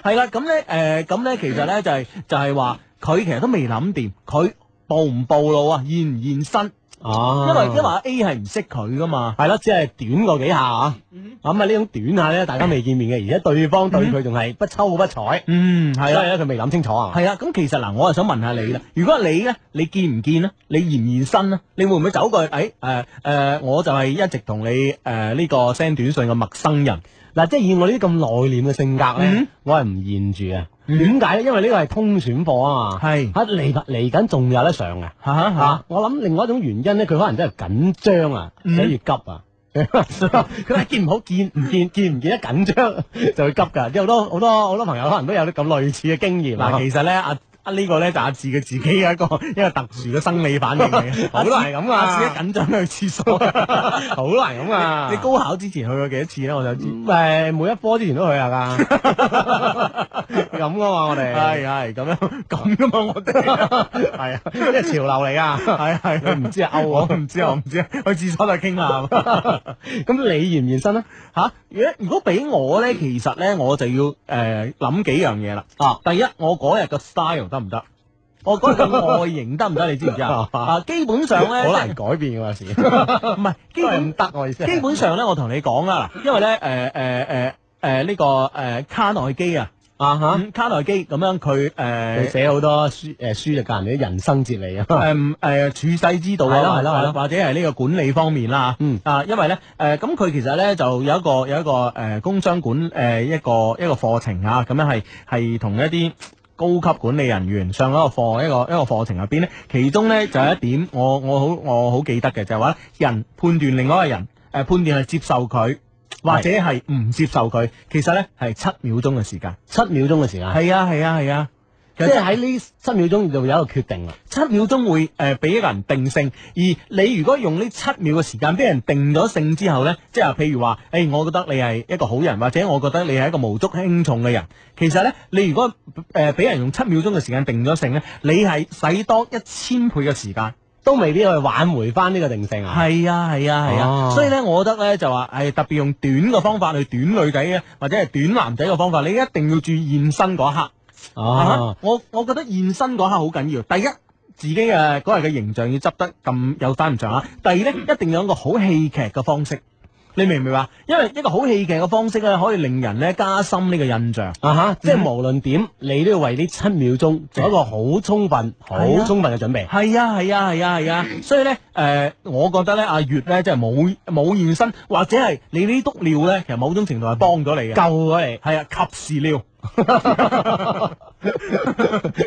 係啦，咁咧誒，咁咧其實咧就係就係話佢其實都未諗掂，佢暴唔暴露啊，現唔現身？哦因為因為阿 A 係唔識佢噶嘛。嗯係咯，只係短過幾下啊。咁啊，呢種短下咧，大家未見面嘅，而且對方對佢仲係不秋不睬。嗯，係所以啦。咧，佢未諗清楚啊。係啊，咁其實嗱，我係想問下你啦。如果係你咧，你見唔見咧？你現唔現身咧？你會唔會走過去？誒誒誒，我就係一直同你呃誒呢、個 send 短信嘅陌生人。嗱，即係以我呢啲咁內斂嘅性格嗯咧，我係唔現住嘅。點解咧？因為呢個係通選課啊嘛。係啊嚟嚟緊仲有得上嘅。嚇嚇啊，我諗另外一種原因咧，佢可能真係緊張啊，嗯所以急啊。 佢一見唔好見唔見見唔見得緊張就會急㗎，有好多好多好多朋友可能都有啲咁類似嘅經驗啊。嗱，其實咧，阿阿呢個咧就阿志嘅自己嘅一個 一個特殊嘅生理反應嚟嘅， 好多人係咁啊！阿志一緊張去廁 所，好難咁啊！嗯你高考之前去過幾多次咧？我想知。誒每一科之前都啊去下㗎， 咁噶嘛我哋係係咁樣咁噶嘛，我哋 係啊，即係潮流嚟㗎。係係，你唔知啊勾我唔知我唔知，啊去廁所就傾啦。 咁你現唔現身咧？吓，如果如果俾我咧，其實咧我就要诶諗、幾樣嘢啦。啊，第一，我嗰日嘅 style 得唔得？我嗰日嘅外形得唔得？你知唔 知啊？啊，基本上咧，好難即改變㗎有時， 係唔係基 都係本唔得我意思係。基本上咧，我同你講啦，嗱，因為咧，诶诶诶诶呢個诶、呃卡內基啊，啊嚇，嗯卡內基咁樣佢呃佢诶寫好多書誒書就教人哋啲人生哲理啊。 诶诶處世之道係咯啊，係咯係咯或者係呢個管理方面啦，嗯啊，因為咧诶咁佢其實咧就有一個有一個诶、呃工商管诶、呃一個一個課程啊，咁樣係係同一啲。高級管理人員上一個課一個一個課程入邊咧，其中咧就有一點我我好我好記得嘅，就係話人判斷另外一個人，誒、判斷係接受佢或者係唔接受佢，其實咧係七秒鐘嘅時間。七秒鐘嘅時間，係啊係啊係啊，即係喺呢七秒鐘就有一個決定啦。七秒鐘會誒俾、一個人定性，而你如果用呢七秒嘅時間俾人定咗性之後呢，即係譬如話，誒、我覺得你係一個好人，或者我覺得你係一個無足輕重嘅人。其實呢，你如果誒俾、人用七秒鐘嘅時間定咗性呢，你係使多一千倍嘅時間。都未必去挽回翻呢個定性啊！係啊係啊係啊，哦所以咧，我覺得咧就話係特別用短嘅方法去短女仔嘅，或者係短男仔嘅方法，你一定要注意現身嗰一刻。啊哦，我我覺得現身嗰刻好緊要。第一，自己嘅嗰日嘅形象要執得咁有翻唔上下；第二咧，一定要有一個好戲劇嘅方式。你明唔明白？因為一個好戲劇嘅方式咧，可以令人咧加深呢個印象啊哈！即係嗯無論點，你都要為呢七秒鐘做一個好充分、好係啊充分嘅準備。係啊係啊係啊係啊，所以咧誒、我覺得咧阿月咧即係冇冇現身，或者係你呢督尿咧，其實某種程度係幫咗你嘅，救咗你。係啊，及時尿。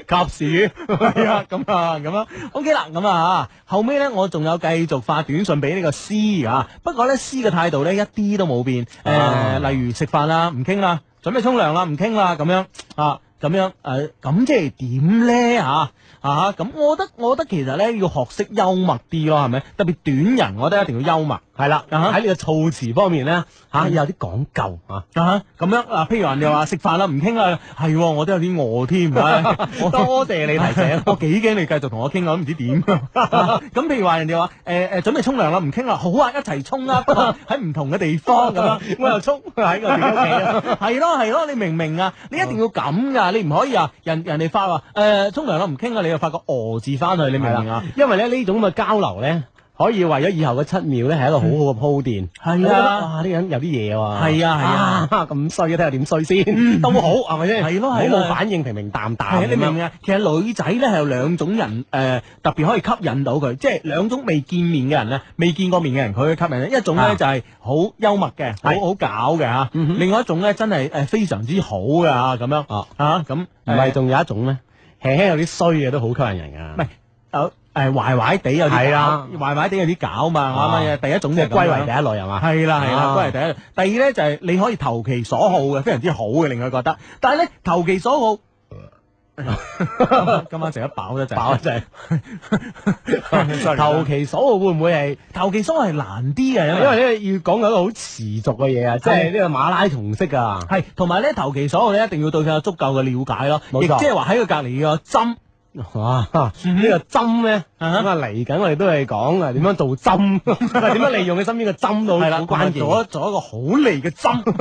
及時係啊，咁啊，咁啊，OK 啦，咁啊，後尾咧，我仲有繼續發短信俾呢個 C 啊，不過咧 C 嘅態度咧一啲都冇變，誒、例如食飯啦，唔傾啦，準備沖涼啦，唔傾啦，咁樣啊，咁樣誒，咁、即係點咧嚇？啊，咁我覺得，我覺得其實咧要學識幽默啲咯，係咪？特別短人，我覺得一定要幽默。係啦，啊喺你嘅措辭方面咧，嗯嚇有啲講究啊，啊咁樣啊，譬如人哋話食飯啦，唔傾啦，係喎我都有啲餓添，唉 我啊多謝你 提醒我幾驚你繼續同我傾啊，我都唔知點。啊咁譬如話人哋話誒誒準備沖涼啦，唔傾啦，好啊，一齊沖啊，不過喺唔同嘅地方咁樣， 我又沖喺我哋屋企啊，係咯係咯，你明唔明啊？你一定要咁嗯噶，你唔可以啊，人人哋發話誒沖涼啦，唔傾啊，你又發個哦字翻去，你明唔明啊？因為咧呢種咁嘅交流咧，可以為咗以後嘅七秒咧係一個好好嘅鋪墊。係啊你覺得哇呢個人有啲嘢喎。係啊係啊，嗯咁衰嘅睇下點衰先，都好係咪先？係咯唔好係咯冇反應，平平淡係啊，淡。你明唔明啊？其實女仔咧係有兩種人誒、呃特別可以吸引到佢，即係兩種未見面嘅人咧，未見過面嘅人佢去吸引咧。一種咧、啊就係好幽默嘅，好係好搞嘅嚇；嗯另外一種咧真係誒非常之好嘅嚇咁樣啊咁。唔係仲有一種咩？輕輕有啲衰嘅都好吸引人㗎。唔係有誒壞壞地有啲係啊搞，壞壞地有啲搞嘛，啊啱啱嘅第一種即就係係咁樣歸為第一類係嘛係啦係啦，啊歸為第一類。第二咧就係你可以投其所好嘅，非常之好嘅，令佢覺嗯得。但係咧投其所 好。今晚食得飽得滯，飽得 滯投其所好會唔會係？投其所好係難啲嘅，因為呢個要講緊一個好持續嘅嘢啊，即係係呢個馬拉松式啊。係同埋咧投其所好咧，一定要對佢有足夠嘅了解咯。冇錯亦即係話喺佢隔離個針。哇！嗯呢個針咧，咁啊嚟緊，我哋都係講啊點樣做 針，點樣利用你身邊嘅針到係啦好關鍵，同埋做一做一個好利嘅針，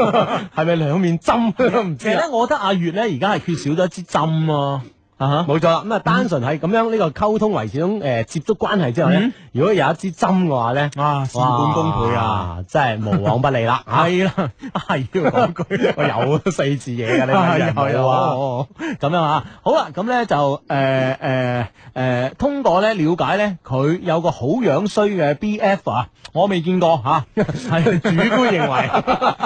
係咪兩面針唔 其知實啊咧，我覺得阿月咧而家係缺少咗一支針咯。啊冇錯啦，咁啊單純係咁樣呢個溝通維持種誒接觸關係之後咧嗯，如果有一支針嘅話咧，啊事半功倍啊，，真係無往不利啦 啊係啦，係要講 句，我有四字嘢㗎，你啊咪人有有冇啊。哦咁樣啊，好啦，咁咧就誒誒誒，通過咧了解咧，佢有個好樣衰嘅 B F 啊，我未見 過吓，係主觀認 為，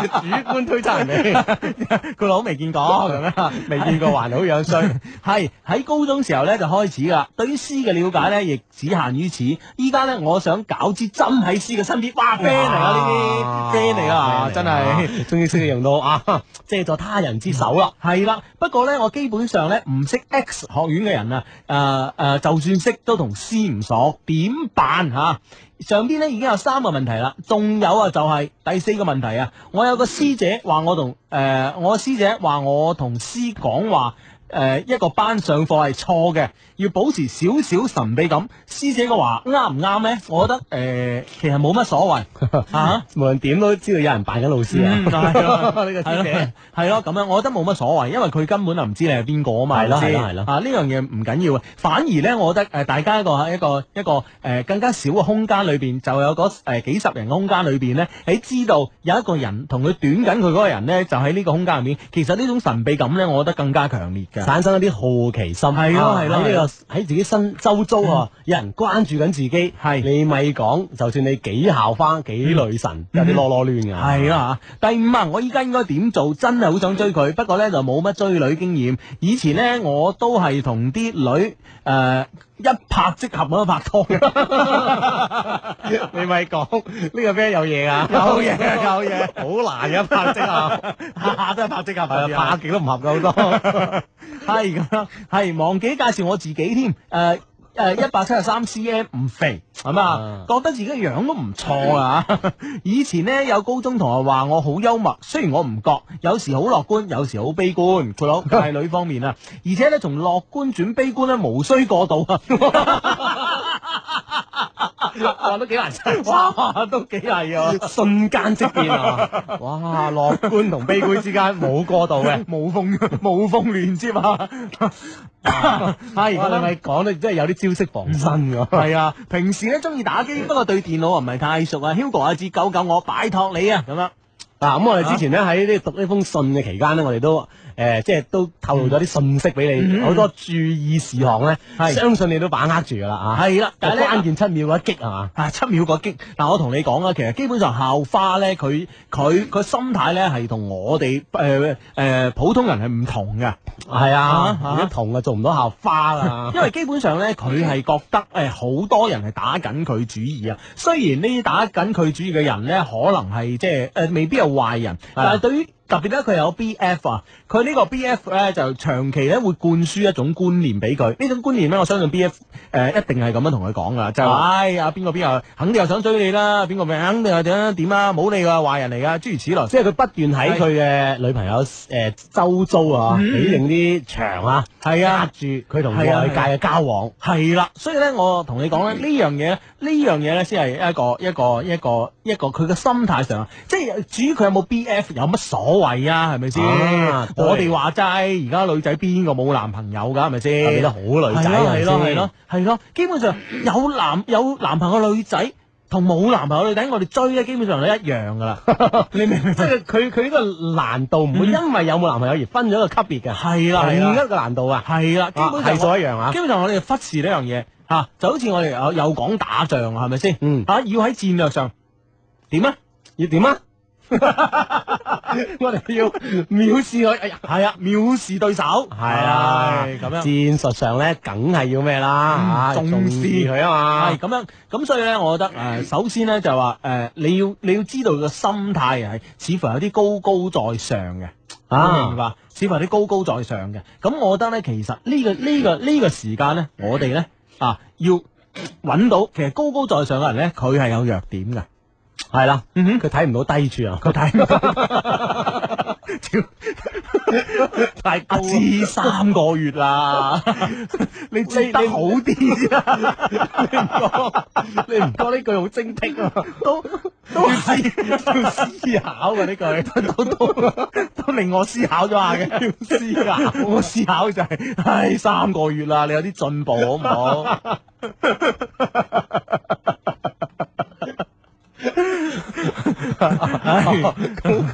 主觀推測人哋， 佢老未見過咁樣，未見過還好樣衰。 係喺高中時候咧就開始噶啦，對於詩嘅了解咧亦只限於此。依家咧我想搞支針喺詩嘅身邊，哇 friend 嚟啊呢啲 friend 嚟啊，真係。終於識用到啊，借助他人之手啦。係啦，不過呢，我基本上呢唔識 X 學院嘅人啊，誒、誒、就算識都同 C 唔熟，點辦吓、啊上邊呢已經有三個問題啦，仲有啊就係、第四個問題啊，我有個師姐話我同誒、我師姐話我同 C 講話。誒、一個班上課係錯嘅，要保持少少神秘感。師姐嘅話啱唔啱呢？我覺得誒、其實冇乜所 謂啊。嗯無論點都知道有人扮緊老師啊。呢個師姐係咯，咁樣我覺得冇乜所謂，因為佢根本就唔知你係邊個啊嘛，係咯係咪係先咯係咯啊呢樣嘢唔緊要啊，反而咧，我覺得誒大家一個一個一個誒更加少嘅空間裏邊，就有嗰誒幾十人嘅空間裏邊咧，喺知道有一個人同佢短緊佢嗰個人咧，就喺呢個空間入面，其實呢種神秘感咧，我覺得更加強烈嘅，產生一啲好奇心，係咯係咯喺呢個喺自己身周遭嗯啊，有人關注緊自己，係你咪講，就算你幾校花幾女神，有啲囉囉攣噶，嗯係啦嚇，第五啊，我依家應該點做？真係好想追佢，不過呢就冇乜追女經驗。以前呢，我都係同啲女誒、呃一拍即合咁樣拍拖 嘅。你咪講呢個 friend 有嘢啊，有嘢有嘢，好難嘅拍即啊，下下都係拍即合係啊拍極都唔合㗎好多。 係咁樣，係忘記介紹我自己添。誒、誒，一百七十三 cm 唔肥，係嘛？覺得自己個樣都唔錯啊！ 以前呢，有高中同學話我好幽默，雖然我唔覺，有時好樂觀，有時好悲觀。佢 老係女方面啊，而且呢，從樂觀轉悲觀呢，無需過度啊！ 哇，都幾難真， 哇，都幾係啊！瞬間即變啊！ 哇，樂觀同悲觀之間冇過度嘅， 無縫無縫連接啊！ 係，我哋咪講得真係有啲招式防身㗎。係啊，平時咧中意 打機，不過對電腦啊唔係太熟啊。Hugo 阿志救救我，拜託你啊！咁樣。嗱，咁我哋之前咧喺呢讀呢封信嘅期間咧，我哋都誒呃即係都透露咗啲信息俾你，嗯好多注意事項咧，係相信你都把握住噶啦啊！係啦但係呢關鍵七秒嗰一擊係嘛？啊，七秒個擊！嗱，我同你講啦，啊其實基本上校花咧，佢佢佢心態咧係同我哋誒誒普通人係唔同嘅，係啊，啊，而家同啊做唔到校花啦 因為基本上咧，佢係覺得誒好、多人係打緊佢主意啊。雖然呢啲打緊佢主意嘅人咧，可能係即係誒未必係壞人，但係對於特別咧，佢有 B.F. 啊，佢呢個 B.F. 咧就長期咧會灌輸一種觀念俾佢。呢種觀念咧，我相信 B.F. 誒、一定係咁樣同佢講噶，就係話、啊唉呀邊個邊個肯定又想追你啦，邊個咪肯定又點點啊，冇理㗎，壞人嚟㗎，諸如此類。即係佢不斷喺佢嘅女朋友誒周遭啊，嗯起定啲牆啊，係啊，住佢同外界嘅交往。係啦，所以咧，我同你講咧，呢樣嘢呢樣嘢咧，先係一個一個一個一個佢嘅心態上，即係至於佢有冇 BF 有乜所謂啊？係咪先啊？對我哋話齋，而家女仔邊個冇男朋友㗎？係咪先？特別都好女仔啊係咯係咪係先咯係咯，基本上有男有男朋友嘅女仔。同冇男朋友嘅女仔，我哋追咧，基本上都一 樣噶啦。你明唔明？即係佢佢呢個難度唔會因為有冇男朋友而分咗個級別嘅，係啦，係同啦一個難度啊，係啦，基本上係咗我一樣啊基。本上我哋忽視呢樣嘢吓，就好似我哋有有講打仗啊，係咪先？嗯，吓要喺戰略上點啊？要點 啊？我哋要藐視佢，哎呀，係啊，藐視對手，係係啊，咁樣。戰術上咧，梗係要咩啦？嚇重視視佢啊嘛。係咁樣，咁所以咧，我覺得誒、呃首先咧就話誒、呃你要你要知道個心態係似乎有啲高高在上嘅，啊你明白？似乎有啲高高在上嘅。咁我覺得咧，其實呢、個呢、個呢、個時間咧，我哋咧啊要揾到其實高高在上嘅人咧，佢係有弱點嘅。系啦，佢睇唔到低處啊，佢睇唔 太高啊知三個月啦，你知得好 啲啊！你唔覺呢句好精辟啊？都都係要思考嘅呢句， 都都都令我思考咗下嘅，要思考。我思考就係、唉，三個月啦，你有啲進步好唔好？ 高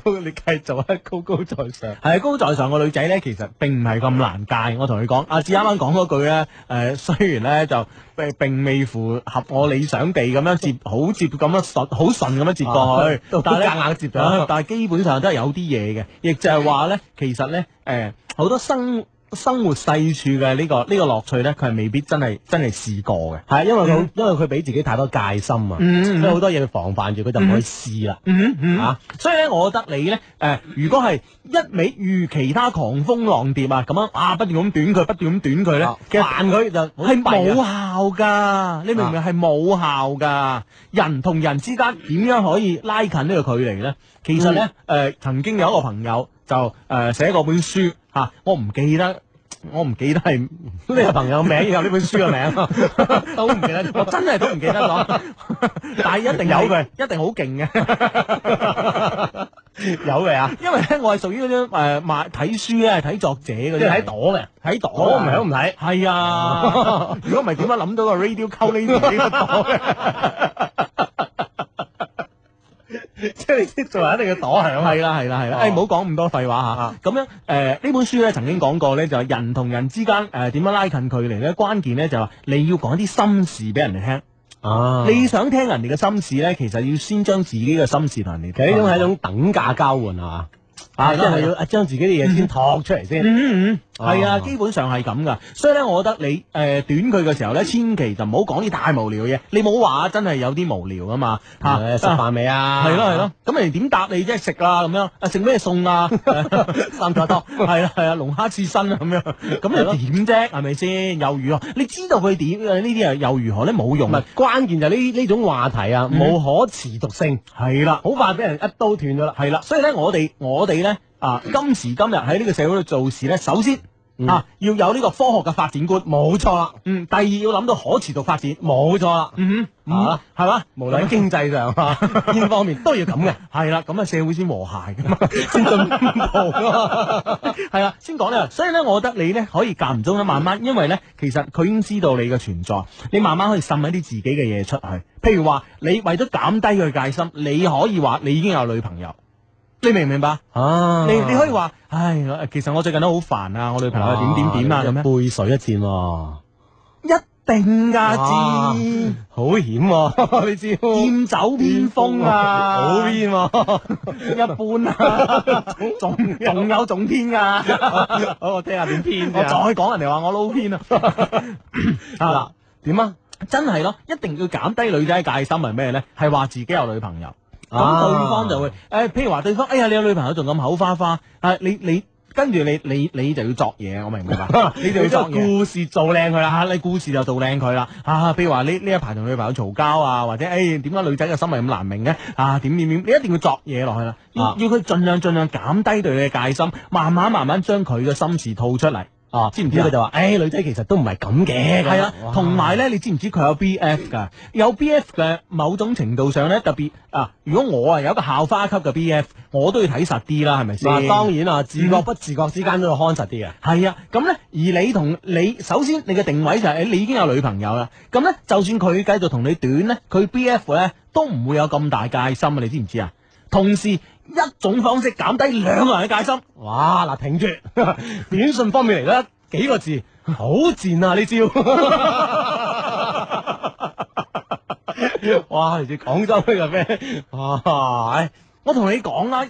高，你繼續啊，高高在上。係高在上個女仔咧，其實並唔係咁難戒。我同你講，阿志啱啱講嗰句咧，誒、雖然咧就並並未符合我理想地咁樣接，好接咁樣順，好順咁樣接過去啊，都 但係呢夾硬接咗啊但係基本上都係有啲嘢嘅，亦就係話咧，其實咧，誒、好多生生活細處嘅呢、個呢、個樂趣咧，佢係未必真係真係試過嘅。係因為佢好嗯因為佢俾自己太多戒心啊，嗯嗯所以好多嘢佢防範住，佢就唔可以試啦。嗯嗯啊，所以咧，我覺得你咧，誒、如果係一味遇其他狂風浪蝶啊，咁樣啊，不斷咁短佢，不斷咁短佢咧，其實煩佢就好係弊冇啊效噶，你明唔明？係冇效噶，人同人之間點樣可以拉近呢個距離咧？其實咧，誒、嗯曾經有一個朋友就誒、寫過本書嚇、啊我唔記得。我唔記 得係呢個朋友名，然後呢本書嘅名都唔記得，我真係都唔記得 咗。但係一定有嘅佢，一定好勁嘅。 有嘅啊，因為咧，我係屬於嗰啲誒買睇書咧，係睇作者即嗰啲係睇朵嘅，睇朵，我唔係都唔睇。係啊， 如果唔係點解諗到個 radio c o l a d y 呢個 朵咧？即係你先做人一定要躲響啊係啦係啦 係啦，哎誒唔好講咁多廢話嚇。咁樣誒呃呢本書咧曾經講過咧，就係人同人之間誒點樣拉近距離咧，關鍵咧就係話你要講啲心事俾人哋聽。啊你想聽人哋嘅心事咧，其實要先將自己嘅心事同人哋其聽。實呢種係一種等價交換啊，啊，係即啦係要將自己嘅嘢先托出嚟先。嗯嗯嗯，係啊，哦基本上係咁噶，所以咧，我覺得你誒、呃短佢嘅時候咧，千祈就唔好講啲太無聊嘅嘢，你冇話真係有啲無聊啊嘛嚇，誒食飯未啊？係咯係咯，咁人哋點答你啫？食啦咁樣，啊食咩 餸啊？三菜湯係啦係啊，龍蝦刺身啊咁樣，咁你點啫？係咪先？又如何？你知道佢點誒呢啲啊又如何咧？冇用唔係啊！關鍵就係呢呢種話題啊，嗯冇可持續性，係啦，好快俾人一刀斷咗啦。係啦，所以咧，我哋我哋咧啊，今時今日喺呢個社會度做事咧，首先啊，要有呢個科學嘅發展觀，冇錯啦。嗯，第二要諗到可持續發展，冇錯啦。嗯哼，啊，係嘛？無論喺經濟上 啊，邊方面都要咁嘅。係啦，咁啊社會先和諧噶 嘛，先進步噶嘛。係啦，先講呢。所以咧，我覺得你咧可以間唔中咧慢慢，因為咧其實佢已經知道你嘅存在，你慢慢可以滲一啲自己嘅嘢出去。譬如話，你為咗減低佢戒心，你可以話你已經有女朋友。你明唔明白？啊你你可以話，唉，其實我最近都好煩啊，我女朋友點點點啊咁樣。背水一戰喎、一定噶，哇知好險喎！你知劍走偏鋒啊，好偏喎，一般啊， 仲仲有仲偏噶， 好我聽下點偏我再講人哋話我撈偏啊， 啊點啊？真係咯，一定要減低女仔嘅戒心係咩咧？係話自己有女朋友，咁、啊對方就會誒、譬如話對方，哎呀，你有女朋友仲咁口花花，啊，你你跟住你你你就要作嘢，我明唔明 白？你就要作嘢。故事做靚佢啦，啊！你故事就做靚佢啦，啊！譬如話呢呢一排同女朋友嘈交啊，或者誒點解女仔嘅心係咁難明嘅啊？點點點，你一定要作嘢落去啦，要、要佢盡量盡量減低對你嘅戒心，慢慢慢慢將佢嘅心事吐出嚟。啊，知唔知啊？咁佢就話誒女仔其實都唔係咁嘅咁係啊啦哇，同埋咧，你知唔知佢有 B F 㗎？有 B F 嘅某種程度上咧，特別啊，如果我啊有一個校花級嘅 B F，我都要睇實啲啦，係咪嗱先？當然啊，自覺不自覺之間都要看實啲嘅。係啊，咁呢，而你同你首先你嘅定位就係、你已經有女朋友啦，咁呢，就算佢繼續同你短呢，佢 B F 呢都唔會有咁大戒心啊！你知唔知啊？同時一種方式減低兩個人嘅戒心，哇！嗱，挺住， 短信方面嚟啦，幾個字，好賤啊！呢招，哇！嚟自廣州呢個咩？哇！唉我同你講啦。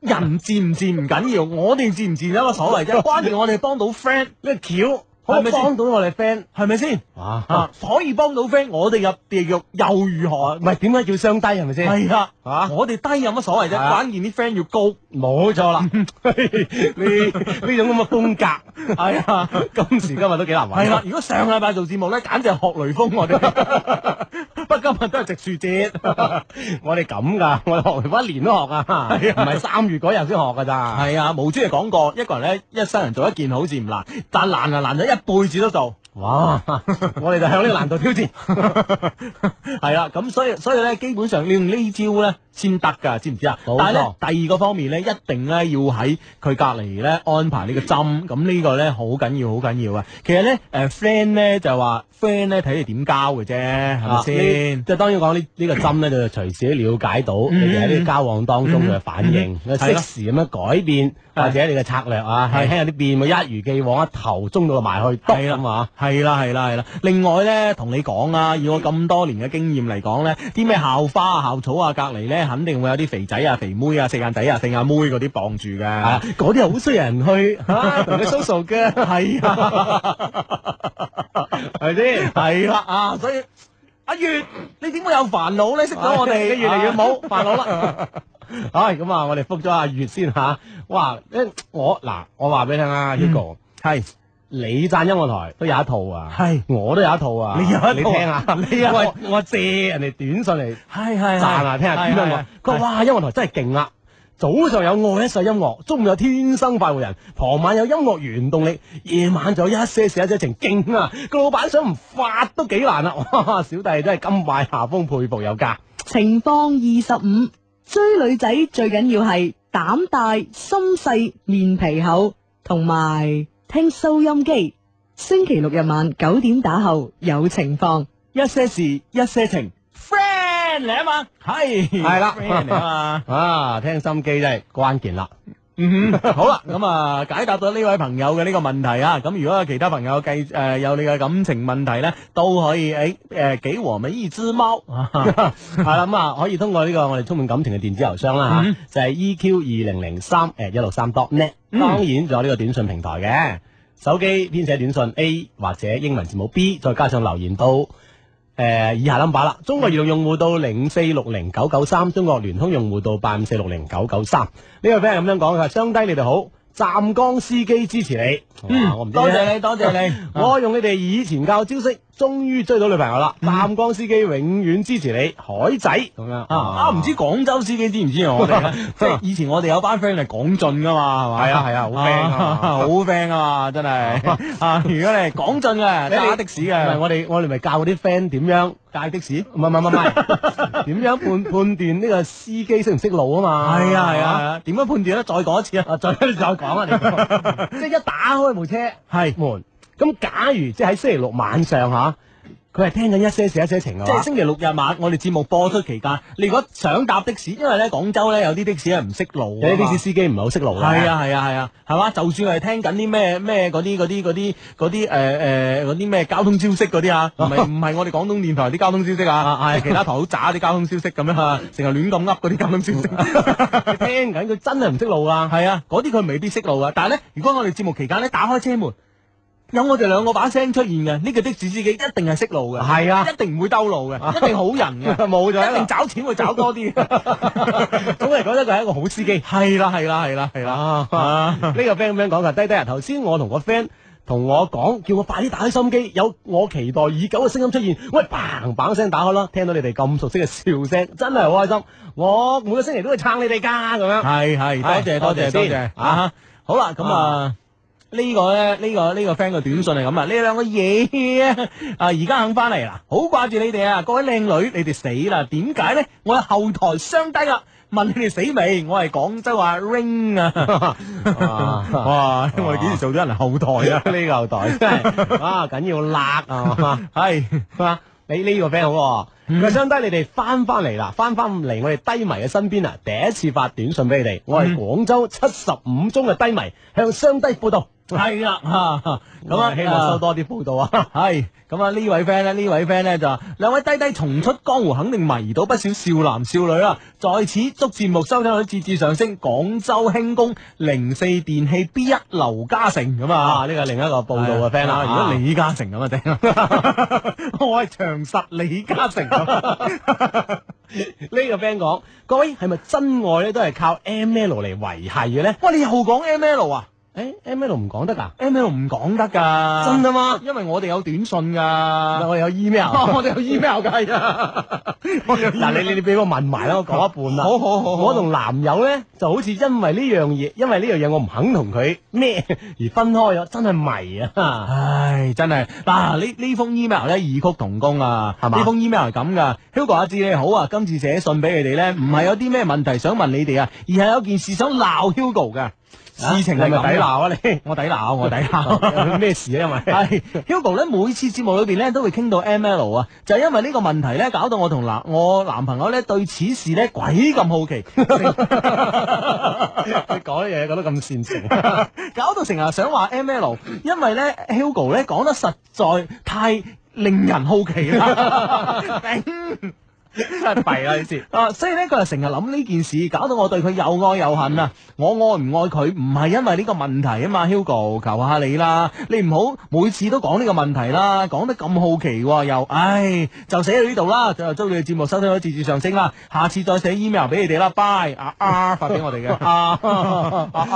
人賤唔賤唔緊要，我哋賤唔賤有乜所 謂啫？關鍵我哋幫到 friend 呢橋，可可唔可唔可以以幫到我哋 friend？係咪先？啊，可以幫到 friend，我哋入地獄又如何？唔 係點解叫雙低係咪先？係啦，啊我哋低有乜所謂啫？係啊關鍵啲 friend 要高。冇錯 啦， 呢呢種咁嘅風格，係啊，今時今日都幾難揾。係啦，如果上禮拜做節目咧，簡直係學雷鋒 我哋。不過今日都係植樹節， 我哋咁噶，我哋學完一年都學啊，係唔啊係三月嗰日先學噶咋。係啊，毛主席講過，一個人咧一生人做一件好事唔難，但難啊難咗一輩子都做。哇！我哋就向呢個難度挑戰。係啦，咁所以所以咧，基本上你用呢招咧先得㗎，知唔知啊？冇錯但係咧，第二個方面咧，一定咧要喺佢隔離咧安排呢個針，咁呢個咧好緊要，好緊要啊！其實咧，誒、friend 咧就話 friend 咧睇你點交嘅啫，係咪啊先呢？即係當然講呢呢個針咧，就隨時都了解到嗯你哋喺呢個交往當中佢嘅反應，嗯嗯適時咁樣改變係或者你嘅策略啊，輕係輕有啲變，咪一如既往一頭中到埋去，篤咁啊，係啦係啦係啦。另外咧，同你講啊，以我咁多年嘅經驗嚟講咧，啲咩校花啊、校草啊，隔離咧，肯定會有啲肥仔啊、肥妹啊、四眼仔啊、四眼妹嗰啲傍住嘅。啊嗰啲係好衰人去 啊同你 social 嘅，係啊，係咪先？係啦啊，所以阿月，你點會有煩惱咧？識 咗我哋，你越嚟越冇煩惱啦。唉，咁啊，我哋覆咗阿月先吓，哇！誒我嗱，我話俾你聽啊，Hugo 嗯係。你讚音樂台都有一套啊，係我都有一套啊，你有一套啊你聽下，你有一套我我借人哋短信嚟 係係讚啊，聽下點樣講。佢話哇，音樂台真係勁啦！早上有愛一世音樂，中午有天生快活人，傍晚有音樂原動力，夜晚仲有一些事一些情，勁啊！個老闆想唔發都幾難啊！哇，小弟真係甘拜下風，佩服有加。情況二十五，追女仔最緊要係膽大、心細、面皮厚，同埋聽收音機。星期六日晚九點打後有情況，一些事，一些情，friend 嚟啊嘛，係係啦 friend 嚟啊嘛。啊，聽心機真係關鍵啦。 嗯哼，好啦，咁 à, 啊，解答到呢位朋友嘅呢個問題啊，咁如果有其他朋友計誒、à, 呃有你嘅感情問題咧，都可以誒誒幾和美一隻貓， 係啦，咁啊，可以通過呢個我哋充滿感情嘅電子郵箱啦嗯吓，就係 EQ 二零零三 à, 誒一六三 dot net，嗯當然仲有呢個短信平台嘅，手機編寫短信 A 或者英文字母 B，再加上留言到。誒、呃以下 number 啦，中國移動用戶到零四六零九九三，中國聯通用戶到八五四六零九九三。呢個 friend 係咁樣講，佢話：雙低你哋好，湛江司機支持你。哇嗯我唔知多謝咧 你多謝你嗯我用你哋以前教招式終於追到女朋友啦！嗯湛江司機永遠支持你，海仔咁樣啊啊！唔知廣州司機知唔知 我哋啊？即係以前我哋有班 friend 係廣進噶嘛，係嘛？係啊係啊好 friend 啊 好 friend 啊嘛，真係 啊！如果你係廣進嘅，你哋揸的士嘅，唔係我哋我哋咪教嗰啲 friend 點樣帶的士，唔係唔係唔係 點樣判判斷呢個司機識唔識路啊嘛？係啊係啊係啊，點樣判斷咧？再講一次啊！ 再再講 啊！你即係一打開部車係門，咁假如即係喺星期六晚上嚇，佢係聽緊一些事一些情嘅即話係，星期六日晚，我哋節目播出期間，你如果想搭的士，因為咧廣州咧有啲的士係唔識路㗎嘛，有啲的士司啊機唔係好識路啦。係啊係啊係啊，係嘛？就算係聽緊啲咩咩嗰啲嗰啲嗰啲嗰啲誒誒嗰啲咩交通消息嗰啲啊，唔係唔係我哋廣東電台啲交通消息啊，係其他台好渣啲交通消息咁 樣啊，成日亂咁噏嗰啲交通消息，聽緊佢真係唔識路啦。係啊，嗰啲佢未必識路啊。但係咧，如果我哋節目期間咧打開車門。有我哋兩個把聲出現嘅，呢、個的士司機一定係識路嘅，係啊一定唔會兜路嘅， 一定好人嘅，冇咗啦一定找錢會找多啲嘅。 總係覺得佢係一個好司機。係啦係啦係啦係啦，啊呢個 friend 咁樣講噶，低低啊！頭先我同個 friend 同我講，叫我快啲打開收音機，有我期待已久嘅聲音出現。喂，砰砰聲打開啦！聽到你哋咁熟悉嘅笑聲，真係好開心。我每個星期都會撐你哋㗎，咁樣。係係，多謝係多謝多先謝啊！好啦，咁啊。呢個咧，呢個呢個 friend 嘅短信係咁啊！你兩個嘢啊，而家肯翻嚟啦，好掛住你哋啊！各位靚女，你哋死啦！點解咧？我喺後台雙低啦，問你哋死未？我係廣州話 ring 啊！哇！我哋幾時做咗人後台啊？ 呢個後台真 係啊緊要辣啊！係嗯啊，你呢個 friend 好喎，佢相低你哋翻翻嚟啦，翻翻嚟我哋低迷嘅身邊啊！第一次發短信俾你哋，我嗯係廣州七十五中嘅低迷，向相低報道。係 啦，啊咁啊，希望收多啲報道啊！ 系咁啊！呢位 friend 咧，呢位 friend 咧就話兩位低低重出江湖，肯定迷倒不少少男少女啦。在此祝節目收聽率節節上升，廣州輕工零四電器 B 一劉嘉誠咁啊！啊呢個另一個報道嘅 friend 啦係啊如果李嘉誠咁啊，頂 我係長實李嘉啊誠咁。 呢個 friend 講，各位係咪真愛咧都係靠 M L 嚟維係嘅咧？喂，你又講 M L 啊？誒 M L 唔講得㗎， M L 唔講得㗎，真㗎嘛？因為我哋有短信㗎，我哋有 email， 我哋有 email 㗎，係啊，我哋有 email 嗱你你你俾我問埋 啦，我講一半啦。好好好好我同男友咧就好似因為呢樣嘢，因為呢樣嘢我唔肯同佢咩 而分開咗，真係迷啊！唉，真係嗱，呢呢封 email 咧異曲同工啊，係嘛呢封 email 係咁噶，Hugo 阿志你好啊，今次寫信俾你哋咧，唔係有啲咩問題想問你哋啊，而係有件事想鬧 Hugo 嘅。事情係你咪咪抵抵鬧鬧啊？你 我抵鬧，我抵 鬧咩事啊？因 為係 Hugo 咧，每次節目裏邊咧都會傾到 M L 啊，就係因為呢個問題咧，搞到我同男我男朋友咧對此事咧鬼咁好 奇，你講啲嘢講得咁煽情， 搞到成日想話 M L，因為咧 Hugo 咧講得實在太令人好奇啦，頂 真係弊啦呢次。 啊！所以咧，佢就成日諗呢件事，搞到我對佢又愛又恨啊！我愛唔愛佢唔係因為呢個問題啊嘛，Hugo，求下 你啦，你唔好每次都講呢個問題啦，講得咁好奇喎、又唉，就寫到呢度啦，就祝你哋節目收聽率節節上升啦，下次再寫 email 俾你哋啦，bye 啊啊，發俾我哋嘅啊啊啊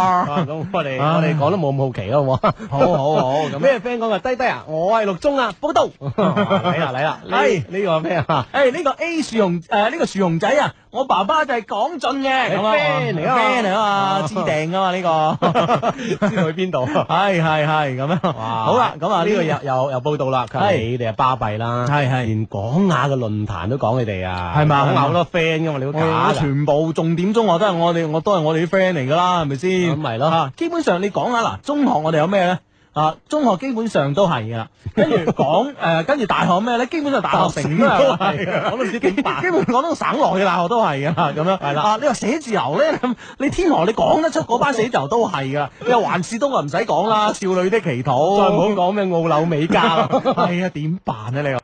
啊咁我哋我哋講得冇咁好奇咯，好唔好？啊好好好咁咩 friend 講嘅低低啊？我係六中啊，報道。嚟啦嚟啦，呢係呢個咩啊？诶，呢個 A 樹熊诶，呢個樹熊仔啊，我爸爸就係港進嘅，係咁啊 friend 嚟啊嘛，friend 嚟啊嘛，啊知定啊嘛呢 個，知道去邊度？ 係係係咁樣，好啦，咁啊呢個又個又又又報道啦，佢話係你哋啊巴閉啦，係係連廣雅嘅論壇都講你哋啊，係嘛廣雅好多 friend 噶嘛，你都假我我㗎全部重點中學都係我哋，我都係我哋啲 friend 嚟噶啦，係咪先？咁咪咯啊基本上你講下嗱，中學我哋有咩咧？啊，中學基本上都係噶啦，跟住 講誒，跟住大學咩咧？基本上大學城都係㗎，我都唔知點辦基本廣東省內嘅大學都係噶啦，咁樣係啦。啊，你話寫字樓咧，咁 你天河你講得出嗰班寫字樓都係噶，你話環市東啊唔使講啦，少女的祈禱，再唔好講咩澳紐美加啦。 哎係啊，點辦啊你話？